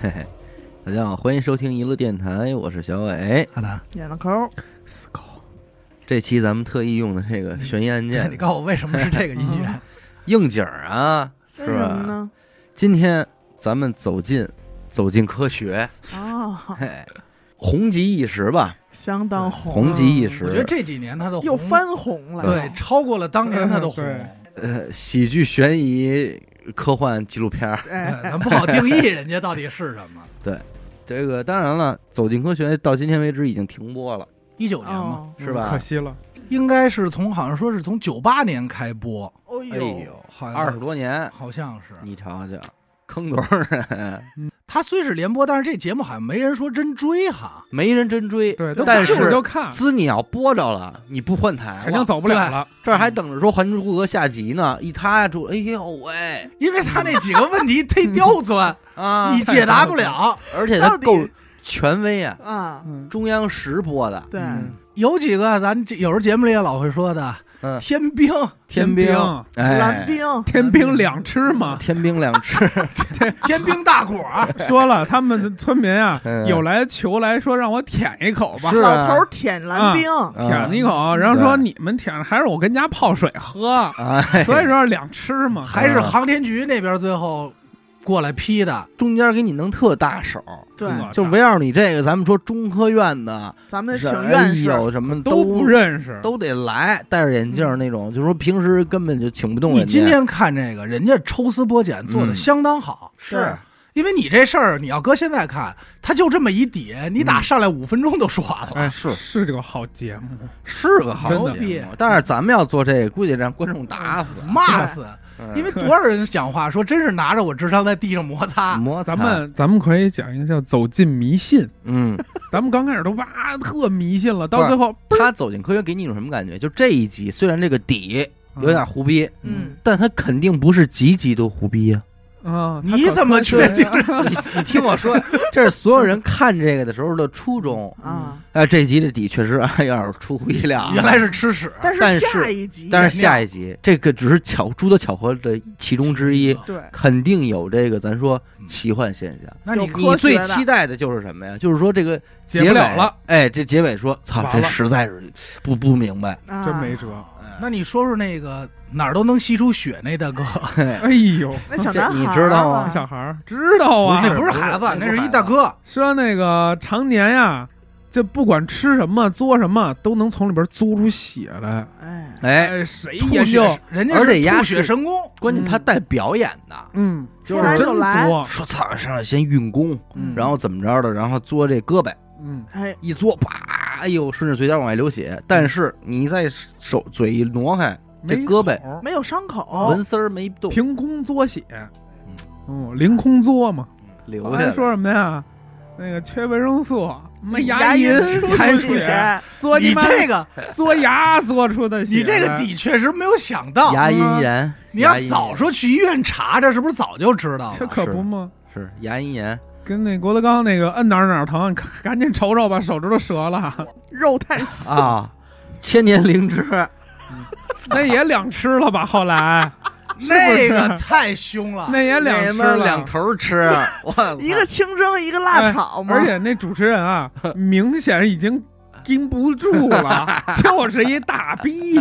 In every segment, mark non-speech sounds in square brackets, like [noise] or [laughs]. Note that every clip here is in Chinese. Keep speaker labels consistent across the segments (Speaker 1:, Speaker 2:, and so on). Speaker 1: 嘿嘿，大家好，欢迎收听娱乐电台，我是小伟。
Speaker 2: 好的，
Speaker 3: 演了抠，
Speaker 2: 死狗，
Speaker 1: 这期咱们特意用的这个悬疑案
Speaker 2: 这你
Speaker 1: 件，
Speaker 2: 告诉我为什么是这个音
Speaker 3: [laughs]
Speaker 2: 乐？
Speaker 1: [laughs] 应景儿啊。
Speaker 3: 为
Speaker 1: 是
Speaker 3: 什
Speaker 1: 吧
Speaker 3: 么呢？
Speaker 1: 今天咱们走进走进科学，
Speaker 3: 啊，
Speaker 1: 嘿，红极一时吧。
Speaker 3: 相当红啊，
Speaker 1: 红极一时
Speaker 2: 我觉得这几年他都
Speaker 3: 又
Speaker 2: 红
Speaker 3: 翻红了。
Speaker 2: 对，超过了当年他
Speaker 3: [laughs]
Speaker 2: 都红。
Speaker 4: 对
Speaker 1: 呃，喜剧、悬疑、科幻、纪录片儿，
Speaker 2: 对
Speaker 3: 哎，
Speaker 2: 咱不好定义人家到底是什么。
Speaker 1: 这个当然了，走进科学到今天为止已经停播了，
Speaker 2: 一九年嘛，
Speaker 3: 哦，
Speaker 1: 是
Speaker 4: 可
Speaker 1: 吧？
Speaker 4: 惜了，
Speaker 2: 应该是从好像说是从九八年开播，
Speaker 3: 哦
Speaker 1: 哎
Speaker 3: 呦，
Speaker 1: 呦，
Speaker 2: 好像
Speaker 1: 二十多年，
Speaker 2: 好像是。
Speaker 1: 你瞧瞧，坑多少人？
Speaker 2: 他虽是连播，但是这节目好像没人说真追哈。
Speaker 1: 没人真追，
Speaker 4: 对，都
Speaker 1: 但
Speaker 4: 不
Speaker 1: 是
Speaker 4: 就看，
Speaker 1: 资你要播着了，你不换台
Speaker 4: 啊肯定
Speaker 1: 了，
Speaker 4: 走不了了。
Speaker 1: 这儿还等着说《还珠格格》下集呢，一塌住，哎呦喂
Speaker 2: 因为他那几个问题忒刁
Speaker 3: [laughs]
Speaker 2: 钻，
Speaker 1: 啊！
Speaker 2: [laughs] 你解答不了。
Speaker 1: 而且它
Speaker 3: 到底
Speaker 1: 够权威啊，
Speaker 3: 啊，
Speaker 4: 嗯，
Speaker 1: 中央十播的，
Speaker 3: 对，
Speaker 4: 嗯
Speaker 2: 有几个咱这有时候节目里也老会说的，
Speaker 1: 嗯
Speaker 2: 天兵 [laughs]
Speaker 4: 天
Speaker 1: 兵，
Speaker 4: 兵，啊
Speaker 3: 蓝
Speaker 1: 哎，
Speaker 3: 冰
Speaker 4: 天兵两吃 [laughs] 嘛。
Speaker 1: 天兵两吃，
Speaker 2: 天兵大果
Speaker 3: [laughs]
Speaker 2: 儿，
Speaker 4: 说了，他们村民啊
Speaker 1: [laughs] 嗯，
Speaker 4: 有来求来说让我舔一口吧，
Speaker 1: 是
Speaker 3: 老
Speaker 1: 啊嗯
Speaker 3: 头儿舔蓝冰，
Speaker 4: 舔了一口，然后说
Speaker 1: 对
Speaker 4: 你们舔，还是我跟家泡水喝，
Speaker 1: 哎，
Speaker 4: [laughs] 所以说两吃
Speaker 3: 嗯
Speaker 4: 嘛。
Speaker 2: 还是航天局那边最后过来批的。
Speaker 1: 中间给你弄特大手，
Speaker 3: 对，
Speaker 4: 嗯
Speaker 1: 就围绕你这个，咱们说中科院的，
Speaker 3: 咱们请
Speaker 1: 哎
Speaker 3: 院士，
Speaker 1: 呦，什么
Speaker 4: 都不认识，
Speaker 1: 都得来，戴着眼镜儿那种，就说平时根本就请不动
Speaker 2: 你
Speaker 1: 人
Speaker 2: 今
Speaker 1: 家。
Speaker 2: 天看这个，人家抽丝剥茧做的
Speaker 1: 嗯
Speaker 2: 相当好，
Speaker 1: 是
Speaker 2: 因为你这事儿，你要搁现在看，他就这么一底，你打
Speaker 1: 嗯
Speaker 2: 上来五分钟都说完了。
Speaker 4: 哎，
Speaker 1: 是
Speaker 4: 是这个好节目，
Speaker 1: [laughs] 是个好
Speaker 4: 真的
Speaker 1: 节目，但是咱们要做这个，估计让观众打死，
Speaker 2: 骂死，
Speaker 1: 嗯
Speaker 2: 因为多少人讲话说，真是拿着我智商在地上摩擦。
Speaker 1: 摩擦
Speaker 4: 咱们咱们可以讲一个叫走进迷信。
Speaker 1: 嗯，
Speaker 4: 咱们刚开始都哇特迷信了，
Speaker 1: 不
Speaker 4: 到
Speaker 1: 是
Speaker 4: 最后
Speaker 1: 他走进科学给你一种什么感觉？就这一集虽然这个底
Speaker 4: 嗯
Speaker 1: 有点胡逼，
Speaker 3: 嗯，
Speaker 1: 但他肯定不是集集都胡逼啊！
Speaker 4: 啊，他
Speaker 2: 你
Speaker 4: 可
Speaker 2: 怎么确定？
Speaker 1: 你你听我说，这是所有人看这个的时候的初衷。
Speaker 3: 啊，
Speaker 1: 哎，这集的底确实哎有点出乎意料啊，
Speaker 2: [laughs] 原来是吃屎，
Speaker 3: 但
Speaker 1: 但
Speaker 3: 是
Speaker 1: 是
Speaker 3: 下一集，
Speaker 1: 但是下一集这个只是巧诸多巧合的其中之一， [laughs]
Speaker 3: 对，
Speaker 1: 肯定有这个咱说
Speaker 2: 嗯
Speaker 1: 奇幻现象。
Speaker 2: 那你
Speaker 3: 有
Speaker 1: 你
Speaker 3: 科
Speaker 1: 最
Speaker 3: 学的
Speaker 1: 期待的就是什么呀？就是说这个
Speaker 4: 解不
Speaker 1: 结尾
Speaker 4: 了了，
Speaker 1: 哎，这结尾说操，
Speaker 4: 完
Speaker 1: 这
Speaker 4: 了
Speaker 1: 实在是不不明白。
Speaker 3: 啊
Speaker 4: 真没辙？
Speaker 1: 哎
Speaker 2: 那你说说那个哪儿都能吸出血那大哥，
Speaker 4: 哎呦，
Speaker 3: 那小
Speaker 1: 这
Speaker 3: 男
Speaker 1: 你
Speaker 3: 孩
Speaker 1: 知
Speaker 3: 儿
Speaker 1: 道
Speaker 3: 吧
Speaker 1: 吗
Speaker 4: 小孩儿知道啊，
Speaker 2: 啊那不是孩子，
Speaker 1: 不是
Speaker 2: 那是一大哥。
Speaker 4: 说那个常年呀，这不管吃什么、嘬什么，都能从里边嘬出血来。
Speaker 3: 哎，
Speaker 1: 哎，
Speaker 4: 哎，谁
Speaker 2: 吐
Speaker 4: 研究？
Speaker 2: 血，人家
Speaker 1: 而且
Speaker 2: 是
Speaker 1: 压
Speaker 2: 吐
Speaker 1: 是
Speaker 2: 血神功，
Speaker 1: 关键他带表演的，
Speaker 4: 嗯，
Speaker 3: 说
Speaker 4: 是
Speaker 3: 来
Speaker 4: 真
Speaker 3: 就来，
Speaker 4: 嘬，
Speaker 1: 说操，上来先运功，
Speaker 4: 嗯
Speaker 1: 然后怎么着的，然后嘬这胳膊，
Speaker 4: 嗯，
Speaker 3: 哎，
Speaker 1: 一嘬，啪，哎呦，顺着嘴角往外流血。但是你在手嘴一挪开，这
Speaker 4: 没
Speaker 1: 胳膊
Speaker 4: 口儿
Speaker 3: 没有伤口
Speaker 4: 哦
Speaker 1: 纹，丝儿没动，
Speaker 4: 凭空嘬血，嗯，凌空嘬嘛。
Speaker 1: 流
Speaker 4: 我
Speaker 1: 下
Speaker 4: 还
Speaker 1: 来。
Speaker 4: 说什么呀？那个缺维生素，没牙
Speaker 3: 嗯龈
Speaker 4: 开
Speaker 3: 出
Speaker 4: 血，
Speaker 3: 血，
Speaker 4: 嘬
Speaker 2: 你
Speaker 4: 你妈
Speaker 2: 这个
Speaker 4: 嘬牙嘬出的血，
Speaker 2: 你这个底确实没有想到，
Speaker 1: 牙龈炎，
Speaker 2: 你要
Speaker 1: 牙龈炎
Speaker 2: 早说去医院查查，是不是早就知道
Speaker 4: [laughs] 这
Speaker 2: 了？
Speaker 4: 可不嘛。
Speaker 1: 是牙龈
Speaker 4: [laughs]
Speaker 1: 炎，
Speaker 4: 跟那郭德纲那个摁哪儿哪儿疼，赶赶紧瞅瞅吧，手指头折了，
Speaker 3: 肉太细，
Speaker 1: 啊，千年灵
Speaker 4: [laughs]
Speaker 1: 芝，
Speaker 4: 那也两吃了吧？后来
Speaker 2: 啊那个太凶 [laughs] 了，
Speaker 4: 那也两
Speaker 1: 那他
Speaker 4: 吃
Speaker 1: 妈
Speaker 4: 了，
Speaker 1: 两头
Speaker 4: [laughs]
Speaker 1: 吃，我操
Speaker 3: 一个清蒸，一个
Speaker 1: 哎
Speaker 3: 辣炒嘛，
Speaker 4: 而且那主持
Speaker 2: [laughs]
Speaker 4: 人啊，明显已经盯不住了，就是一大逼。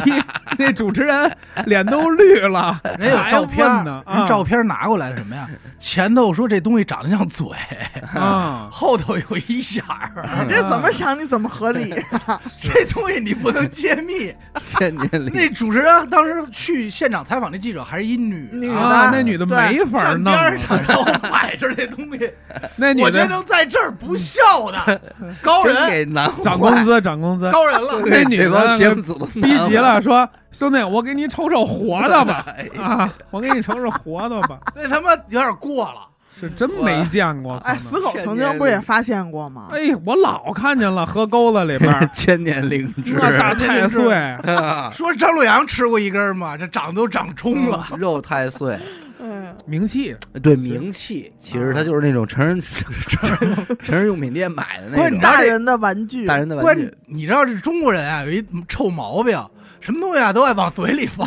Speaker 4: 那主持人脸都绿了，
Speaker 2: [laughs] 人有照片
Speaker 4: 还问呢啊
Speaker 2: 人照片拿过来是什么呀？前头说这东西长得像嘴， [laughs]
Speaker 4: 啊，
Speaker 2: 后头有一眼
Speaker 3: [laughs]
Speaker 2: 儿，
Speaker 3: 这怎么想你怎么合理，啊
Speaker 2: 这东西你不能揭秘。
Speaker 1: 千年灵
Speaker 2: 那主持人当时去现场采访，那记者还是一女
Speaker 3: 女
Speaker 2: 啊
Speaker 4: 啊，那女的没法
Speaker 2: 站边
Speaker 4: 弄啊，
Speaker 2: 上，然后摆着这东西，
Speaker 4: 那女
Speaker 2: 我觉得
Speaker 4: 的
Speaker 2: 能在这儿不笑的高
Speaker 1: 真
Speaker 2: 人
Speaker 1: 给
Speaker 4: [laughs]
Speaker 1: 难坏
Speaker 4: 涨工资，涨工资，
Speaker 2: 高人了。
Speaker 4: 那女
Speaker 1: 这帮
Speaker 4: 的
Speaker 1: 节目组都
Speaker 4: 逼
Speaker 1: 难
Speaker 4: 急
Speaker 1: 坏，
Speaker 4: 了，说兄弟，我给你瞅瞅活的吧，
Speaker 1: 哎
Speaker 4: 啊，我给你瞅瞅活的
Speaker 2: [laughs]
Speaker 4: 吧，
Speaker 2: 那他妈有点过了。
Speaker 4: 是真没见过。可
Speaker 3: 哎，
Speaker 4: 能
Speaker 3: 死狗曾经不是也发现过吗？
Speaker 4: 哎，我老看见了，河沟子里边儿
Speaker 1: [laughs] 千年灵芝，
Speaker 4: 那大太岁，
Speaker 1: 啊
Speaker 2: 说张洛阳吃过一根吗？这长都长冲了。
Speaker 1: [laughs] 肉太碎，
Speaker 3: 嗯，
Speaker 4: 名气
Speaker 1: [laughs] 对名气，其实它就是那种成人成人成人用 [laughs] 品店买的那
Speaker 2: 关
Speaker 1: 种
Speaker 2: 键你拿
Speaker 3: 大
Speaker 2: 这
Speaker 3: 人的玩具，
Speaker 1: 大人的玩
Speaker 2: 关
Speaker 1: 具
Speaker 2: 键，你知道这中国人啊有一臭毛病，什么东西啊都爱往嘴里放，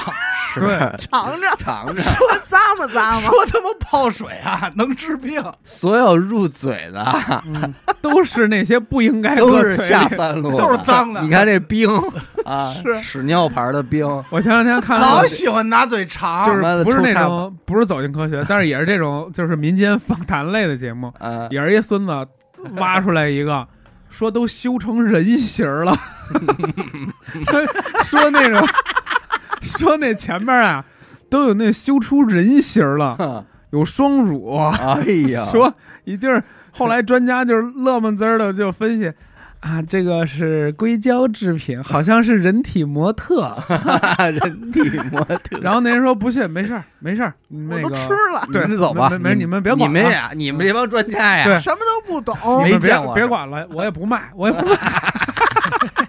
Speaker 1: 是
Speaker 4: 对
Speaker 3: 尝尝，
Speaker 1: 尝尝。
Speaker 3: 多 [laughs] 咂摸咂摸。
Speaker 2: 说他妈泡水啊，能治病。
Speaker 1: [laughs] 所有入嘴的啊
Speaker 4: 嗯都是那些不应该
Speaker 1: 都
Speaker 4: 搁
Speaker 1: 是
Speaker 4: 嘴
Speaker 1: 下
Speaker 4: 里
Speaker 1: 三路，
Speaker 2: 都是脏的
Speaker 1: 你看这冰 [laughs] 啊，
Speaker 4: 是
Speaker 1: 屎尿牌的冰， [laughs]
Speaker 4: 我前两天看
Speaker 2: 老
Speaker 4: 了，
Speaker 2: 喜欢拿嘴尝，
Speaker 4: 就
Speaker 1: 他妈
Speaker 4: 是
Speaker 1: 的
Speaker 4: 不是
Speaker 1: 臭
Speaker 4: 那
Speaker 1: 看
Speaker 4: 种不是走进科学，但是也是这种就是民间访谈类的节目，
Speaker 1: [laughs] 啊，
Speaker 4: 也是一孙子挖出来一个，说都修成人形儿了， [laughs] 说那种说那前面啊都有那修出人形儿了，
Speaker 1: 哼
Speaker 4: 有双乳，
Speaker 1: 哎 [laughs] 呀，
Speaker 4: 说你就是后来专家就是乐么滋儿的就分析。啊，这个是硅胶制品，好像是人体
Speaker 1: [laughs]
Speaker 4: 模特。
Speaker 1: 人体 [laughs] 模特，
Speaker 4: 然后那人说不信，没事儿，没事儿，那
Speaker 3: 我
Speaker 4: 个
Speaker 3: 都吃了，
Speaker 4: 对
Speaker 1: 你们走吧，
Speaker 4: 没没没你们别管
Speaker 1: 你
Speaker 4: 啊
Speaker 1: 们呀，你们这帮专家呀，
Speaker 4: 对
Speaker 3: 什么都不懂。
Speaker 1: 没
Speaker 4: 你们别
Speaker 1: 见过
Speaker 4: 别管了，我也不卖，我也不卖。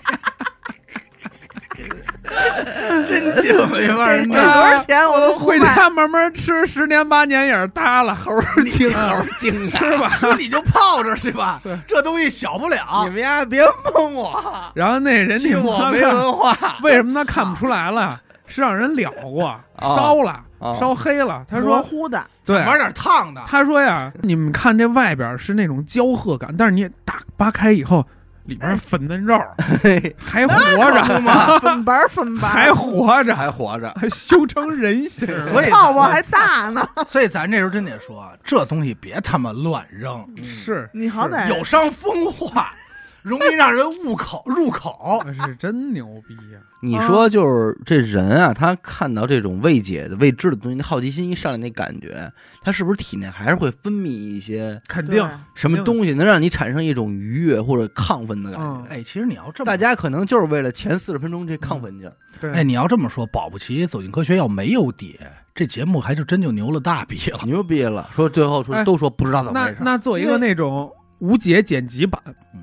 Speaker 2: 真就没法
Speaker 3: 给给
Speaker 2: 弄。
Speaker 3: 多少钱 [laughs] 我都不
Speaker 4: 回
Speaker 3: 卖。
Speaker 4: 家慢慢吃，十年八年也是塌了，猴儿精猴儿精是吧？
Speaker 2: 说你就泡着去吧
Speaker 4: 是，
Speaker 2: 这东西小不
Speaker 1: 你
Speaker 2: 了。
Speaker 1: 们呀别蒙 [laughs] 我，
Speaker 4: 然后那人
Speaker 1: 气
Speaker 4: 家
Speaker 1: 啊我
Speaker 4: 模
Speaker 1: 没
Speaker 4: 特
Speaker 1: 文化，
Speaker 4: 为什么他看不出来了？是让人燎过、
Speaker 1: 哦
Speaker 4: 烧了、
Speaker 1: 哦
Speaker 4: 烧黑了。他
Speaker 3: 模
Speaker 4: 说
Speaker 3: 糊的，
Speaker 4: 对，
Speaker 2: 玩点烫的，
Speaker 4: 他说呀，你们看这外边是那种焦褐感，但是你打扒开以后，里边粉嫩肉
Speaker 1: [laughs]
Speaker 4: 还活着，
Speaker 3: 嘛，粉白粉白
Speaker 4: 还，活着， [laughs]
Speaker 1: 还活着，
Speaker 4: 还修成人形
Speaker 1: [laughs]
Speaker 4: 了。
Speaker 2: 所以
Speaker 3: 泡泡还大呢。
Speaker 2: 所以咱这时候真得说，这东西别他妈乱扔，
Speaker 4: 是
Speaker 3: 你好歹
Speaker 2: 有伤风化，容易让人误口入口。
Speaker 4: 是是真牛逼啊呀、
Speaker 1: 你说就是这人啊，他看到这种未解的、未知的东西，那好奇心一上来，那感觉，他是不是体内还是会分泌一些
Speaker 4: 肯
Speaker 3: 对
Speaker 4: 定。
Speaker 1: 什么东西，能让你产生一种愉悦或者亢奋的感觉？
Speaker 4: 嗯，
Speaker 2: 哎，其实你要这么
Speaker 1: 大，家可能就是为了前四十分钟这亢奋劲儿，
Speaker 4: 对，
Speaker 2: 哎，你要这么说，保不齐《走进科学》要没有底，这节目还就真就牛了大逼了。
Speaker 1: 牛逼了！说最后说
Speaker 4: 哎
Speaker 1: 都说不知道怎么
Speaker 4: 那
Speaker 1: 回事，
Speaker 4: 那做一个那种无解剪辑版，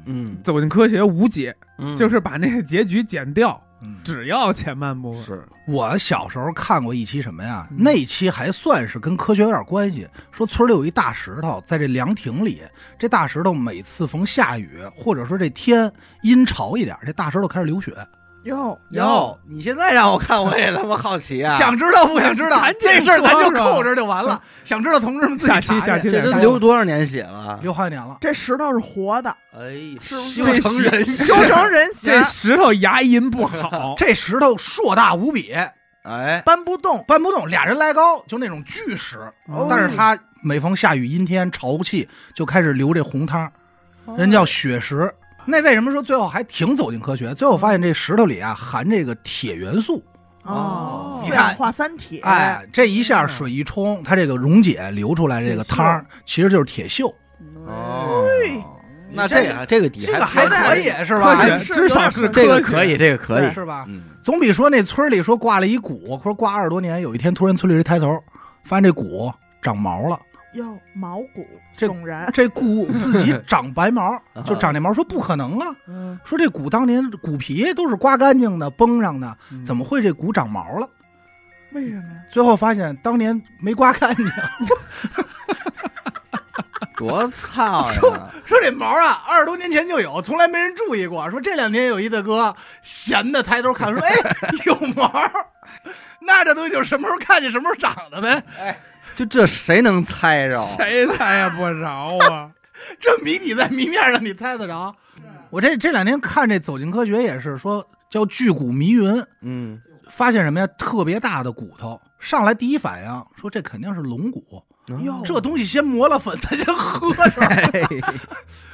Speaker 1: 嗯，
Speaker 4: 走进科学无解，
Speaker 1: 嗯
Speaker 4: 就是把那个结局剪掉，
Speaker 2: 嗯
Speaker 4: 只要前半部分。
Speaker 1: 是
Speaker 2: 我小时候看过一期什么呀？
Speaker 4: 嗯
Speaker 2: 那期还算是跟科学有点关系。说村里有一大石头，在这凉亭里，这大石头每次逢下雨或者说这天阴潮一点，这大石头开始流血。
Speaker 4: 啊
Speaker 3: 哟，
Speaker 1: 哟，你现在让我看，我也他妈好奇啊！
Speaker 2: 想知道不想知道
Speaker 4: 赶？紧
Speaker 2: 这事儿咱就
Speaker 4: 说嗯
Speaker 2: 扣这儿就完了。想知道同志们自己
Speaker 4: 下期
Speaker 2: 查去
Speaker 4: 下期
Speaker 1: 这都
Speaker 4: 再
Speaker 1: 流多少年血了？
Speaker 2: 留好几年了。，
Speaker 3: 这石头是活的，
Speaker 1: 哎呀，
Speaker 3: 是不是
Speaker 1: 修成人
Speaker 3: 修成人形
Speaker 4: 这石头牙龈不好
Speaker 2: 这石头硕大无比，
Speaker 1: 哎，
Speaker 3: 搬不动。
Speaker 2: 搬不动，俩人来高，就那种巨石。
Speaker 4: 哦
Speaker 2: 嗯但是它每逢下雨、阴天、潮气，就开始流这红汤儿。人叫血石。那为什么说最后还挺走进科学？最后发现这石头里啊含这个铁元素，
Speaker 3: 哦，
Speaker 2: 你
Speaker 3: 四
Speaker 2: 看
Speaker 3: 氧化三铁，
Speaker 2: 哎，这一下水一冲，它这个溶解流出来这个汤儿，其实就是铁锈。
Speaker 1: 哦
Speaker 3: 对，
Speaker 1: 那这个这个底
Speaker 2: 这个还可以是
Speaker 4: 科
Speaker 2: 吧？哎
Speaker 4: 学
Speaker 3: 是
Speaker 4: 至少是
Speaker 1: 这个
Speaker 4: 科学
Speaker 1: 可以，，这个可以，
Speaker 2: 是吧？
Speaker 1: 嗯，
Speaker 2: 总比说那村里说挂了一鼓，或者挂二十多年，有一天突然村里人抬头发现这鼓长毛了，
Speaker 3: 哟，毛骨
Speaker 2: 这
Speaker 3: 悚然。
Speaker 2: 这鼓自己长白毛
Speaker 1: 啊，
Speaker 2: 就长这毛，说不可能啊，
Speaker 4: 嗯，
Speaker 2: 说这鼓当年鼓皮都是刮干净的、崩上的，怎
Speaker 4: 么
Speaker 2: 么会这鼓长毛了？
Speaker 3: 为什么呀？
Speaker 2: 最后发现当年没刮干净，
Speaker 1: 多操呀！
Speaker 2: [laughs] 说这毛啊，二十多年前就有，从来没人注意过。说这两天有一大哥闲的抬头看，说：“哎，有毛。”那这东西就是什么时候看见什么时候长的呗，
Speaker 1: 就这谁能猜着？啊
Speaker 4: 谁猜也不着啊？
Speaker 2: 这谜底在谜面上你猜得着。我这这两天看这《走进科学》也是说叫巨骨迷云，
Speaker 1: [laughs] 嗯，
Speaker 2: 发现什么呀？特别大的骨头，上来第一反应说这肯定是龙骨，
Speaker 1: 哦
Speaker 3: 哟，
Speaker 2: 这东西先磨了粉，咱先喝
Speaker 1: [laughs]
Speaker 2: 着。
Speaker 1: 哎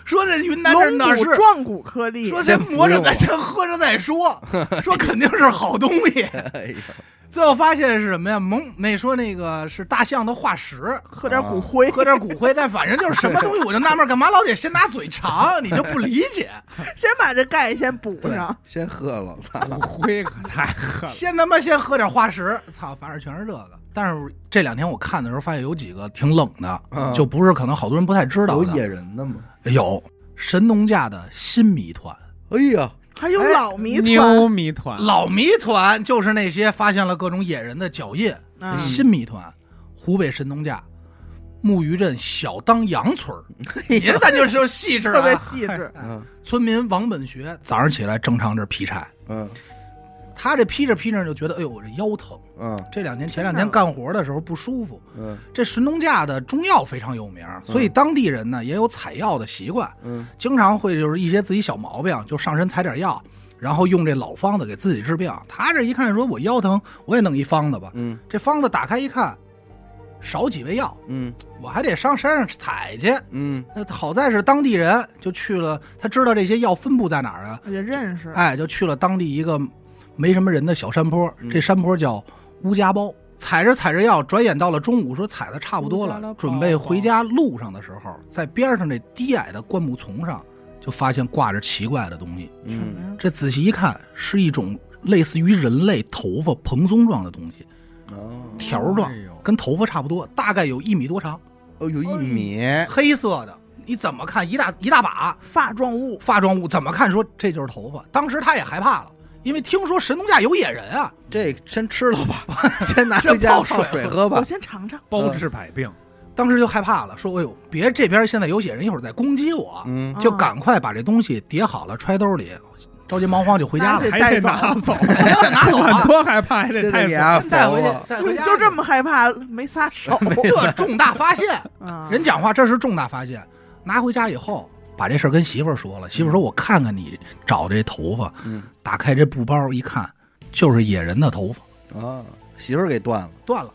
Speaker 2: 说这云南这
Speaker 3: 龙
Speaker 2: 哪是
Speaker 3: 骨壮骨颗粒，啊
Speaker 2: 说先磨着，咱先喝着再说。 [laughs] 说肯定是好东
Speaker 1: [laughs]
Speaker 2: 西。
Speaker 1: 哎呀，
Speaker 2: 最后发现是什么呀？蒙那说那个是大象的化石，
Speaker 3: 啊喝点骨
Speaker 2: [laughs]
Speaker 3: 灰，
Speaker 2: 喝点骨灰，但反正就是什么东西，我就纳闷，干嘛老得先拿嘴尝？你就不理
Speaker 1: [laughs]
Speaker 2: 解，
Speaker 3: 先把这钙先补上。
Speaker 1: 先喝了，操！
Speaker 4: 骨灰可太
Speaker 1: [laughs]
Speaker 4: 狠了，
Speaker 2: 先他妈先喝点化石，操，反正全是这个。但是这两天我看的时候，发现有几个挺冷的，
Speaker 1: 嗯
Speaker 2: 就不是可能好多人不太知道
Speaker 1: 有
Speaker 2: 的。
Speaker 1: 野人的吗？
Speaker 2: 有神农架的新谜团，
Speaker 1: 哎呀，
Speaker 3: 还有老谜团，啊
Speaker 4: 牛谜团，
Speaker 2: 老谜团就是那些发现了各种野人的脚印，
Speaker 3: 啊
Speaker 2: 新谜团，湖北神农架木鱼镇小当阳村儿，你这咱就是就细致
Speaker 3: 哎特别
Speaker 2: 啊。
Speaker 3: [laughs] 细致。
Speaker 1: 嗯
Speaker 2: 村民王本学早上起来正常这劈柴，
Speaker 1: 嗯，
Speaker 2: 他这披着披着就觉得，哎呦，我这腰疼。
Speaker 1: 嗯
Speaker 2: 这两天前
Speaker 3: 真的
Speaker 2: 两天
Speaker 3: 吗
Speaker 2: 干活的时候不舒服。
Speaker 1: 嗯
Speaker 2: 这神农架的中药非常有名，所
Speaker 3: 嗯
Speaker 2: 以当地人呢也有采药的习惯，
Speaker 1: 嗯
Speaker 2: 经常会就是一些自己小毛病，就上山采点药，然后用这老方子给自己治病。他这一看说，我腰疼，我也弄一方子吧。
Speaker 1: 嗯
Speaker 2: 这方子打开一看，少几味药，
Speaker 1: 嗯
Speaker 2: 我还得上山上采去。
Speaker 1: 嗯
Speaker 2: 那好在是当地人，就去了，他知道这些药分布在哪儿啊，
Speaker 3: 我就认识，
Speaker 2: 哎，就去了当地一个没什么人的小山坡，
Speaker 1: 嗯
Speaker 2: 这山坡叫乌家包。踩着踩着药，转眼到了中午，说踩的差不多
Speaker 4: 乌家
Speaker 2: 了
Speaker 4: 包，啊
Speaker 2: 准备回家路上的时候，在边上这低矮的灌木丛上，就发现挂着奇怪的东西。
Speaker 3: 什么
Speaker 1: 嗯
Speaker 3: 呀？
Speaker 2: 这仔细一看，是一种类似于人类头发蓬松状的东西，
Speaker 1: 哦，
Speaker 2: 条儿状
Speaker 4: 哎呦，
Speaker 2: 跟头发差不多，大概有一米多长，
Speaker 1: 哦，有一米，
Speaker 2: 黑色的。你怎么看一大一大把
Speaker 3: 发
Speaker 2: [laughs]
Speaker 3: 状物，
Speaker 2: 发状物，怎么看说这就是头发？当时他也害怕了，因为听说神农架有野人啊，
Speaker 1: 这先吃了吧，先拿回家
Speaker 2: 这
Speaker 1: 泡
Speaker 2: 泡水
Speaker 1: 水喝吧
Speaker 3: 我。先尝尝。
Speaker 4: 包治百病，
Speaker 2: 当时就害怕了，说：“哎呦，别这边现在有野人，一会儿再攻击我。
Speaker 1: 嗯
Speaker 2: 就
Speaker 3: 啊
Speaker 2: 赶快把这东西叠好了，揣兜里，着急忙慌就回家了 [laughs]
Speaker 3: 那，得
Speaker 4: 还
Speaker 3: 带
Speaker 4: 得
Speaker 3: 走
Speaker 4: 拿
Speaker 1: [laughs]
Speaker 4: 走， [laughs]
Speaker 2: 没有拿走 [laughs]
Speaker 4: 管
Speaker 2: 啊，
Speaker 4: 多害怕，还得
Speaker 1: 谢
Speaker 4: 带
Speaker 1: 谢
Speaker 4: 走
Speaker 1: 你。啊，
Speaker 2: 先带
Speaker 1: 服
Speaker 2: 回 [laughs] 去
Speaker 1: 了，
Speaker 2: 带回家。
Speaker 3: 就这么害怕，没撒手。
Speaker 2: 这重大发 [laughs] 现，
Speaker 3: 啊
Speaker 2: 人讲话这是重大发现。拿回家以后，把这事儿跟媳妇儿说了，媳妇儿说：我看看你找这头发，
Speaker 1: 嗯
Speaker 2: 打开这布包一看，就是野人的头发，
Speaker 1: 啊，媳妇儿给断了。
Speaker 2: 断了。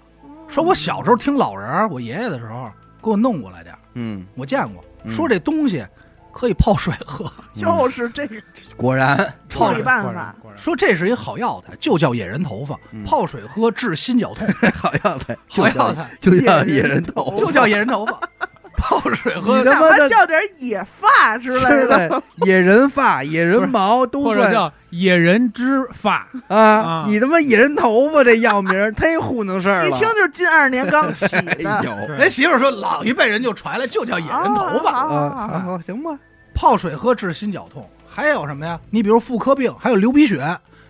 Speaker 2: 说我小时候听老人儿，我爷爷的时候给我弄过来点儿，
Speaker 1: 嗯，
Speaker 2: 我见过，
Speaker 1: 嗯
Speaker 2: 说这东西可以泡水喝。”
Speaker 3: 就是这个
Speaker 1: 果然，
Speaker 3: 创意
Speaker 2: 果然
Speaker 3: 办
Speaker 4: 果
Speaker 3: 法
Speaker 4: 然，果然
Speaker 2: 说这是一好药材，就叫野人头发，
Speaker 1: 嗯
Speaker 2: 泡水喝治心绞痛，
Speaker 1: 好药材，
Speaker 2: 好
Speaker 1: 就叫
Speaker 2: 药材
Speaker 1: 就叫
Speaker 3: 野
Speaker 1: 野
Speaker 3: 人
Speaker 1: 人
Speaker 3: 头
Speaker 1: 头，
Speaker 2: 就叫野人头发，
Speaker 1: [laughs]
Speaker 2: 泡水喝
Speaker 1: 你的
Speaker 3: 哪
Speaker 1: 他妈
Speaker 3: 怕叫点野发之类
Speaker 1: 是
Speaker 3: 的，
Speaker 1: 的，野人发、野人毛都
Speaker 4: 或者
Speaker 1: 算
Speaker 4: 叫野人之发，
Speaker 1: [laughs] 啊
Speaker 4: 啊！
Speaker 1: 你他妈野人头发这药名儿忒糊弄事儿了，
Speaker 3: 一听就是近二年刚起
Speaker 1: 哎
Speaker 3: 的。
Speaker 1: 呦
Speaker 4: 对
Speaker 2: 人媳妇儿说老一辈人就传来就叫野人头发，
Speaker 3: 啊好
Speaker 1: 啊，
Speaker 3: 好
Speaker 1: 好
Speaker 3: 好
Speaker 1: 好行吧，
Speaker 2: 泡水喝治心绞痛，还有什么呀？你比如妇科病，还有流鼻血，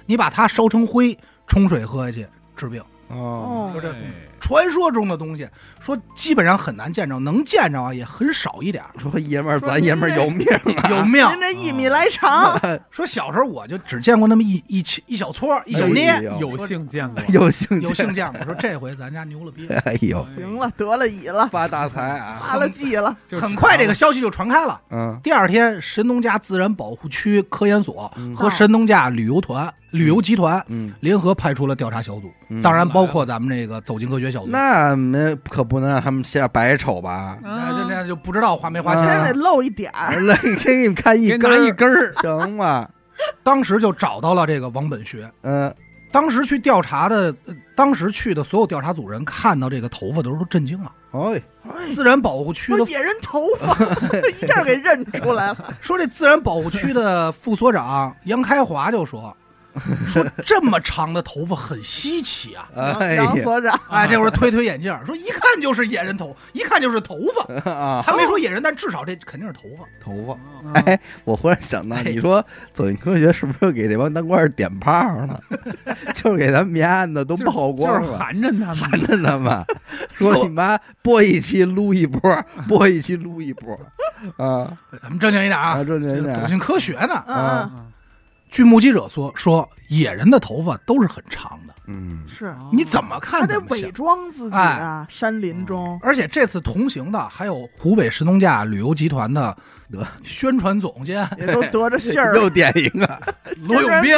Speaker 2: 你把它烧成灰，冲水喝下去治病。
Speaker 1: 哦，
Speaker 3: 哦
Speaker 2: 说这
Speaker 4: 哎
Speaker 2: 传说中的东西，说基本上很难见着，能见着啊也很少一点
Speaker 1: [laughs]
Speaker 2: 儿，
Speaker 1: 说爷们儿，
Speaker 3: 说
Speaker 1: 咱爷们儿
Speaker 3: 您这
Speaker 1: 有命啊！
Speaker 2: 有命。
Speaker 3: 您这一米来长，
Speaker 2: 说小时候我就只见过那么一一起一小撮儿一小
Speaker 1: 哎
Speaker 2: 捏，
Speaker 1: 呦
Speaker 4: 有幸见过，
Speaker 1: 有幸
Speaker 2: 有幸见过。说这回咱家牛了逼了。
Speaker 1: 哎呦，
Speaker 3: 行了，得了乙了，
Speaker 1: 发大财啊！
Speaker 3: 发了迹了，
Speaker 4: 就是
Speaker 2: 很快这个消息就传开了。
Speaker 1: 嗯
Speaker 2: 第二天，神农架自然保护区科研所
Speaker 1: 嗯
Speaker 2: 和神农架旅游团、旅游集团
Speaker 1: 嗯，
Speaker 2: 联合派出了调查小组，
Speaker 1: 嗯
Speaker 2: 当然包括咱们这个走进科学小组。
Speaker 1: 那没可不能让他们瞎白瞅吧？
Speaker 2: 那
Speaker 4: 啊
Speaker 2: 这那就不知道花没花
Speaker 1: 啊
Speaker 2: 钱
Speaker 3: 先
Speaker 2: 了。
Speaker 3: 得露一点儿。
Speaker 1: 来，给你们看一
Speaker 4: 给
Speaker 1: 根
Speaker 4: 拿一
Speaker 1: 儿，
Speaker 4: 根
Speaker 1: [laughs]
Speaker 4: 儿，
Speaker 1: 行吧？
Speaker 2: 当时就找到了这个王本学。
Speaker 1: 嗯，
Speaker 2: 当时去调查的，呃当时去的所有调查组人看到这个头发的时候都震惊了。
Speaker 1: 哎，
Speaker 2: 自然保护区
Speaker 3: 不
Speaker 2: 的
Speaker 3: 是野人头发， [laughs] 一下给认出来了。
Speaker 2: 说这自然保护区的副所长杨开华就说：“说这么长的头发很稀奇啊。”
Speaker 1: 哎呀
Speaker 3: 杨所长，
Speaker 2: [laughs] 哎，这会儿推推眼镜儿，说一看就是野人头，一看就是头
Speaker 1: [laughs]
Speaker 2: 发，
Speaker 1: 啊，
Speaker 2: 还没说野人，但至少这肯定是头发。
Speaker 1: 头发。
Speaker 4: 啊
Speaker 1: 哎，我忽然想到，
Speaker 2: 哎
Speaker 1: 你说走进科学是不是给这帮当官儿点炮呢？ [laughs] 就是给咱们明案子都
Speaker 4: 就是
Speaker 1: 曝光
Speaker 4: 就是
Speaker 1: 了，
Speaker 4: 含着他
Speaker 1: [laughs] 烦
Speaker 4: 们，
Speaker 1: 着他们，说你妈播一期撸一波，播一期撸一波，啊
Speaker 2: 咱们正经一点啊
Speaker 1: 啊，，正经一点
Speaker 2: 走
Speaker 1: 儿，
Speaker 2: 进科学呢。
Speaker 3: 嗯，
Speaker 4: 嗯
Speaker 2: 据目击者说，说野人的头发都是很长的，
Speaker 1: 嗯
Speaker 3: 是
Speaker 4: 哦
Speaker 2: 你怎么看
Speaker 3: 他得
Speaker 2: 怎么
Speaker 3: 伪
Speaker 2: 像。
Speaker 3: 装自己啊，山林中
Speaker 2: 而且这次同行的还有湖北神农架旅游集团的
Speaker 1: 得
Speaker 2: 宣传总监
Speaker 3: 也都得着信儿。
Speaker 1: 又点一个，
Speaker 2: 罗永斌，